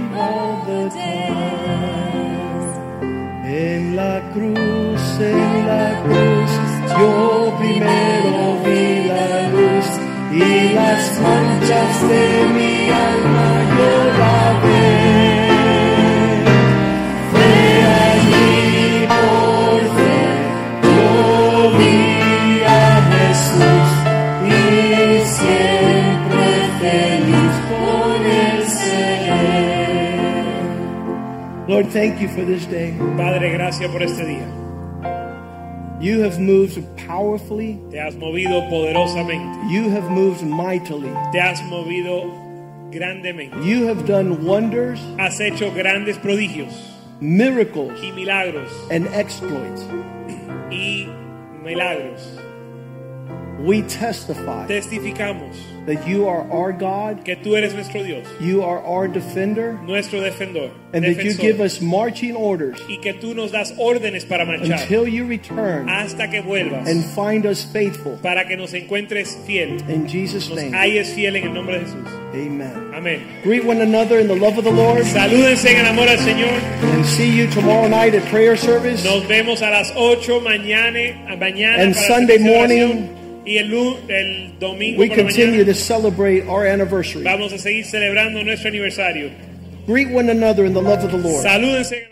Speaker 13: primero vi la luz y las manchas de mi alma yo lavé. Fue allí por fe, yo vi a Jesús y siempre feliz por el seré.
Speaker 2: Lord, thank you for this day.
Speaker 1: Padre, gracias por este día.
Speaker 2: You have moved powerfully.
Speaker 1: Te has movido poderosamente.
Speaker 2: You have moved mightily.
Speaker 1: Te has movido grandemente.
Speaker 2: You have done wonders,
Speaker 1: Has hecho grandes prodigios
Speaker 2: miracles,
Speaker 1: y milagros
Speaker 2: and exploits.
Speaker 1: y milagros.
Speaker 2: We testify
Speaker 1: Testificamos
Speaker 2: that you are our God,
Speaker 1: que tú eres nuestro Dios,
Speaker 2: you are our defender,
Speaker 1: nuestro defensor,
Speaker 2: and that you
Speaker 1: defensor,
Speaker 2: give us marching orders
Speaker 1: y que tú nos das órdenes para marchar
Speaker 2: until you return
Speaker 1: hasta que vuelvas
Speaker 2: and find us faithful.
Speaker 1: para que nos encuentres fiel.
Speaker 2: In Jesus'
Speaker 1: Nos
Speaker 2: name,
Speaker 1: halles fiel en el nombre de Jesús.
Speaker 2: amen.
Speaker 1: Amén.
Speaker 2: Greet one another in the love of the Lord
Speaker 1: Salúdense en el amor al Señor.
Speaker 2: and see you tomorrow night at prayer service
Speaker 1: Nos vemos a las 8 mañana, a mañana
Speaker 2: and
Speaker 1: para
Speaker 2: Sunday
Speaker 1: la oración.
Speaker 2: morning.
Speaker 1: y el, lu- el domingo
Speaker 2: We
Speaker 1: por la
Speaker 2: continue
Speaker 1: mañana
Speaker 2: to celebrate our anniversary.
Speaker 1: vamos a seguir celebrando nuestro aniversario.
Speaker 2: Greet one another in the love of the Lord.
Speaker 1: Salúdense.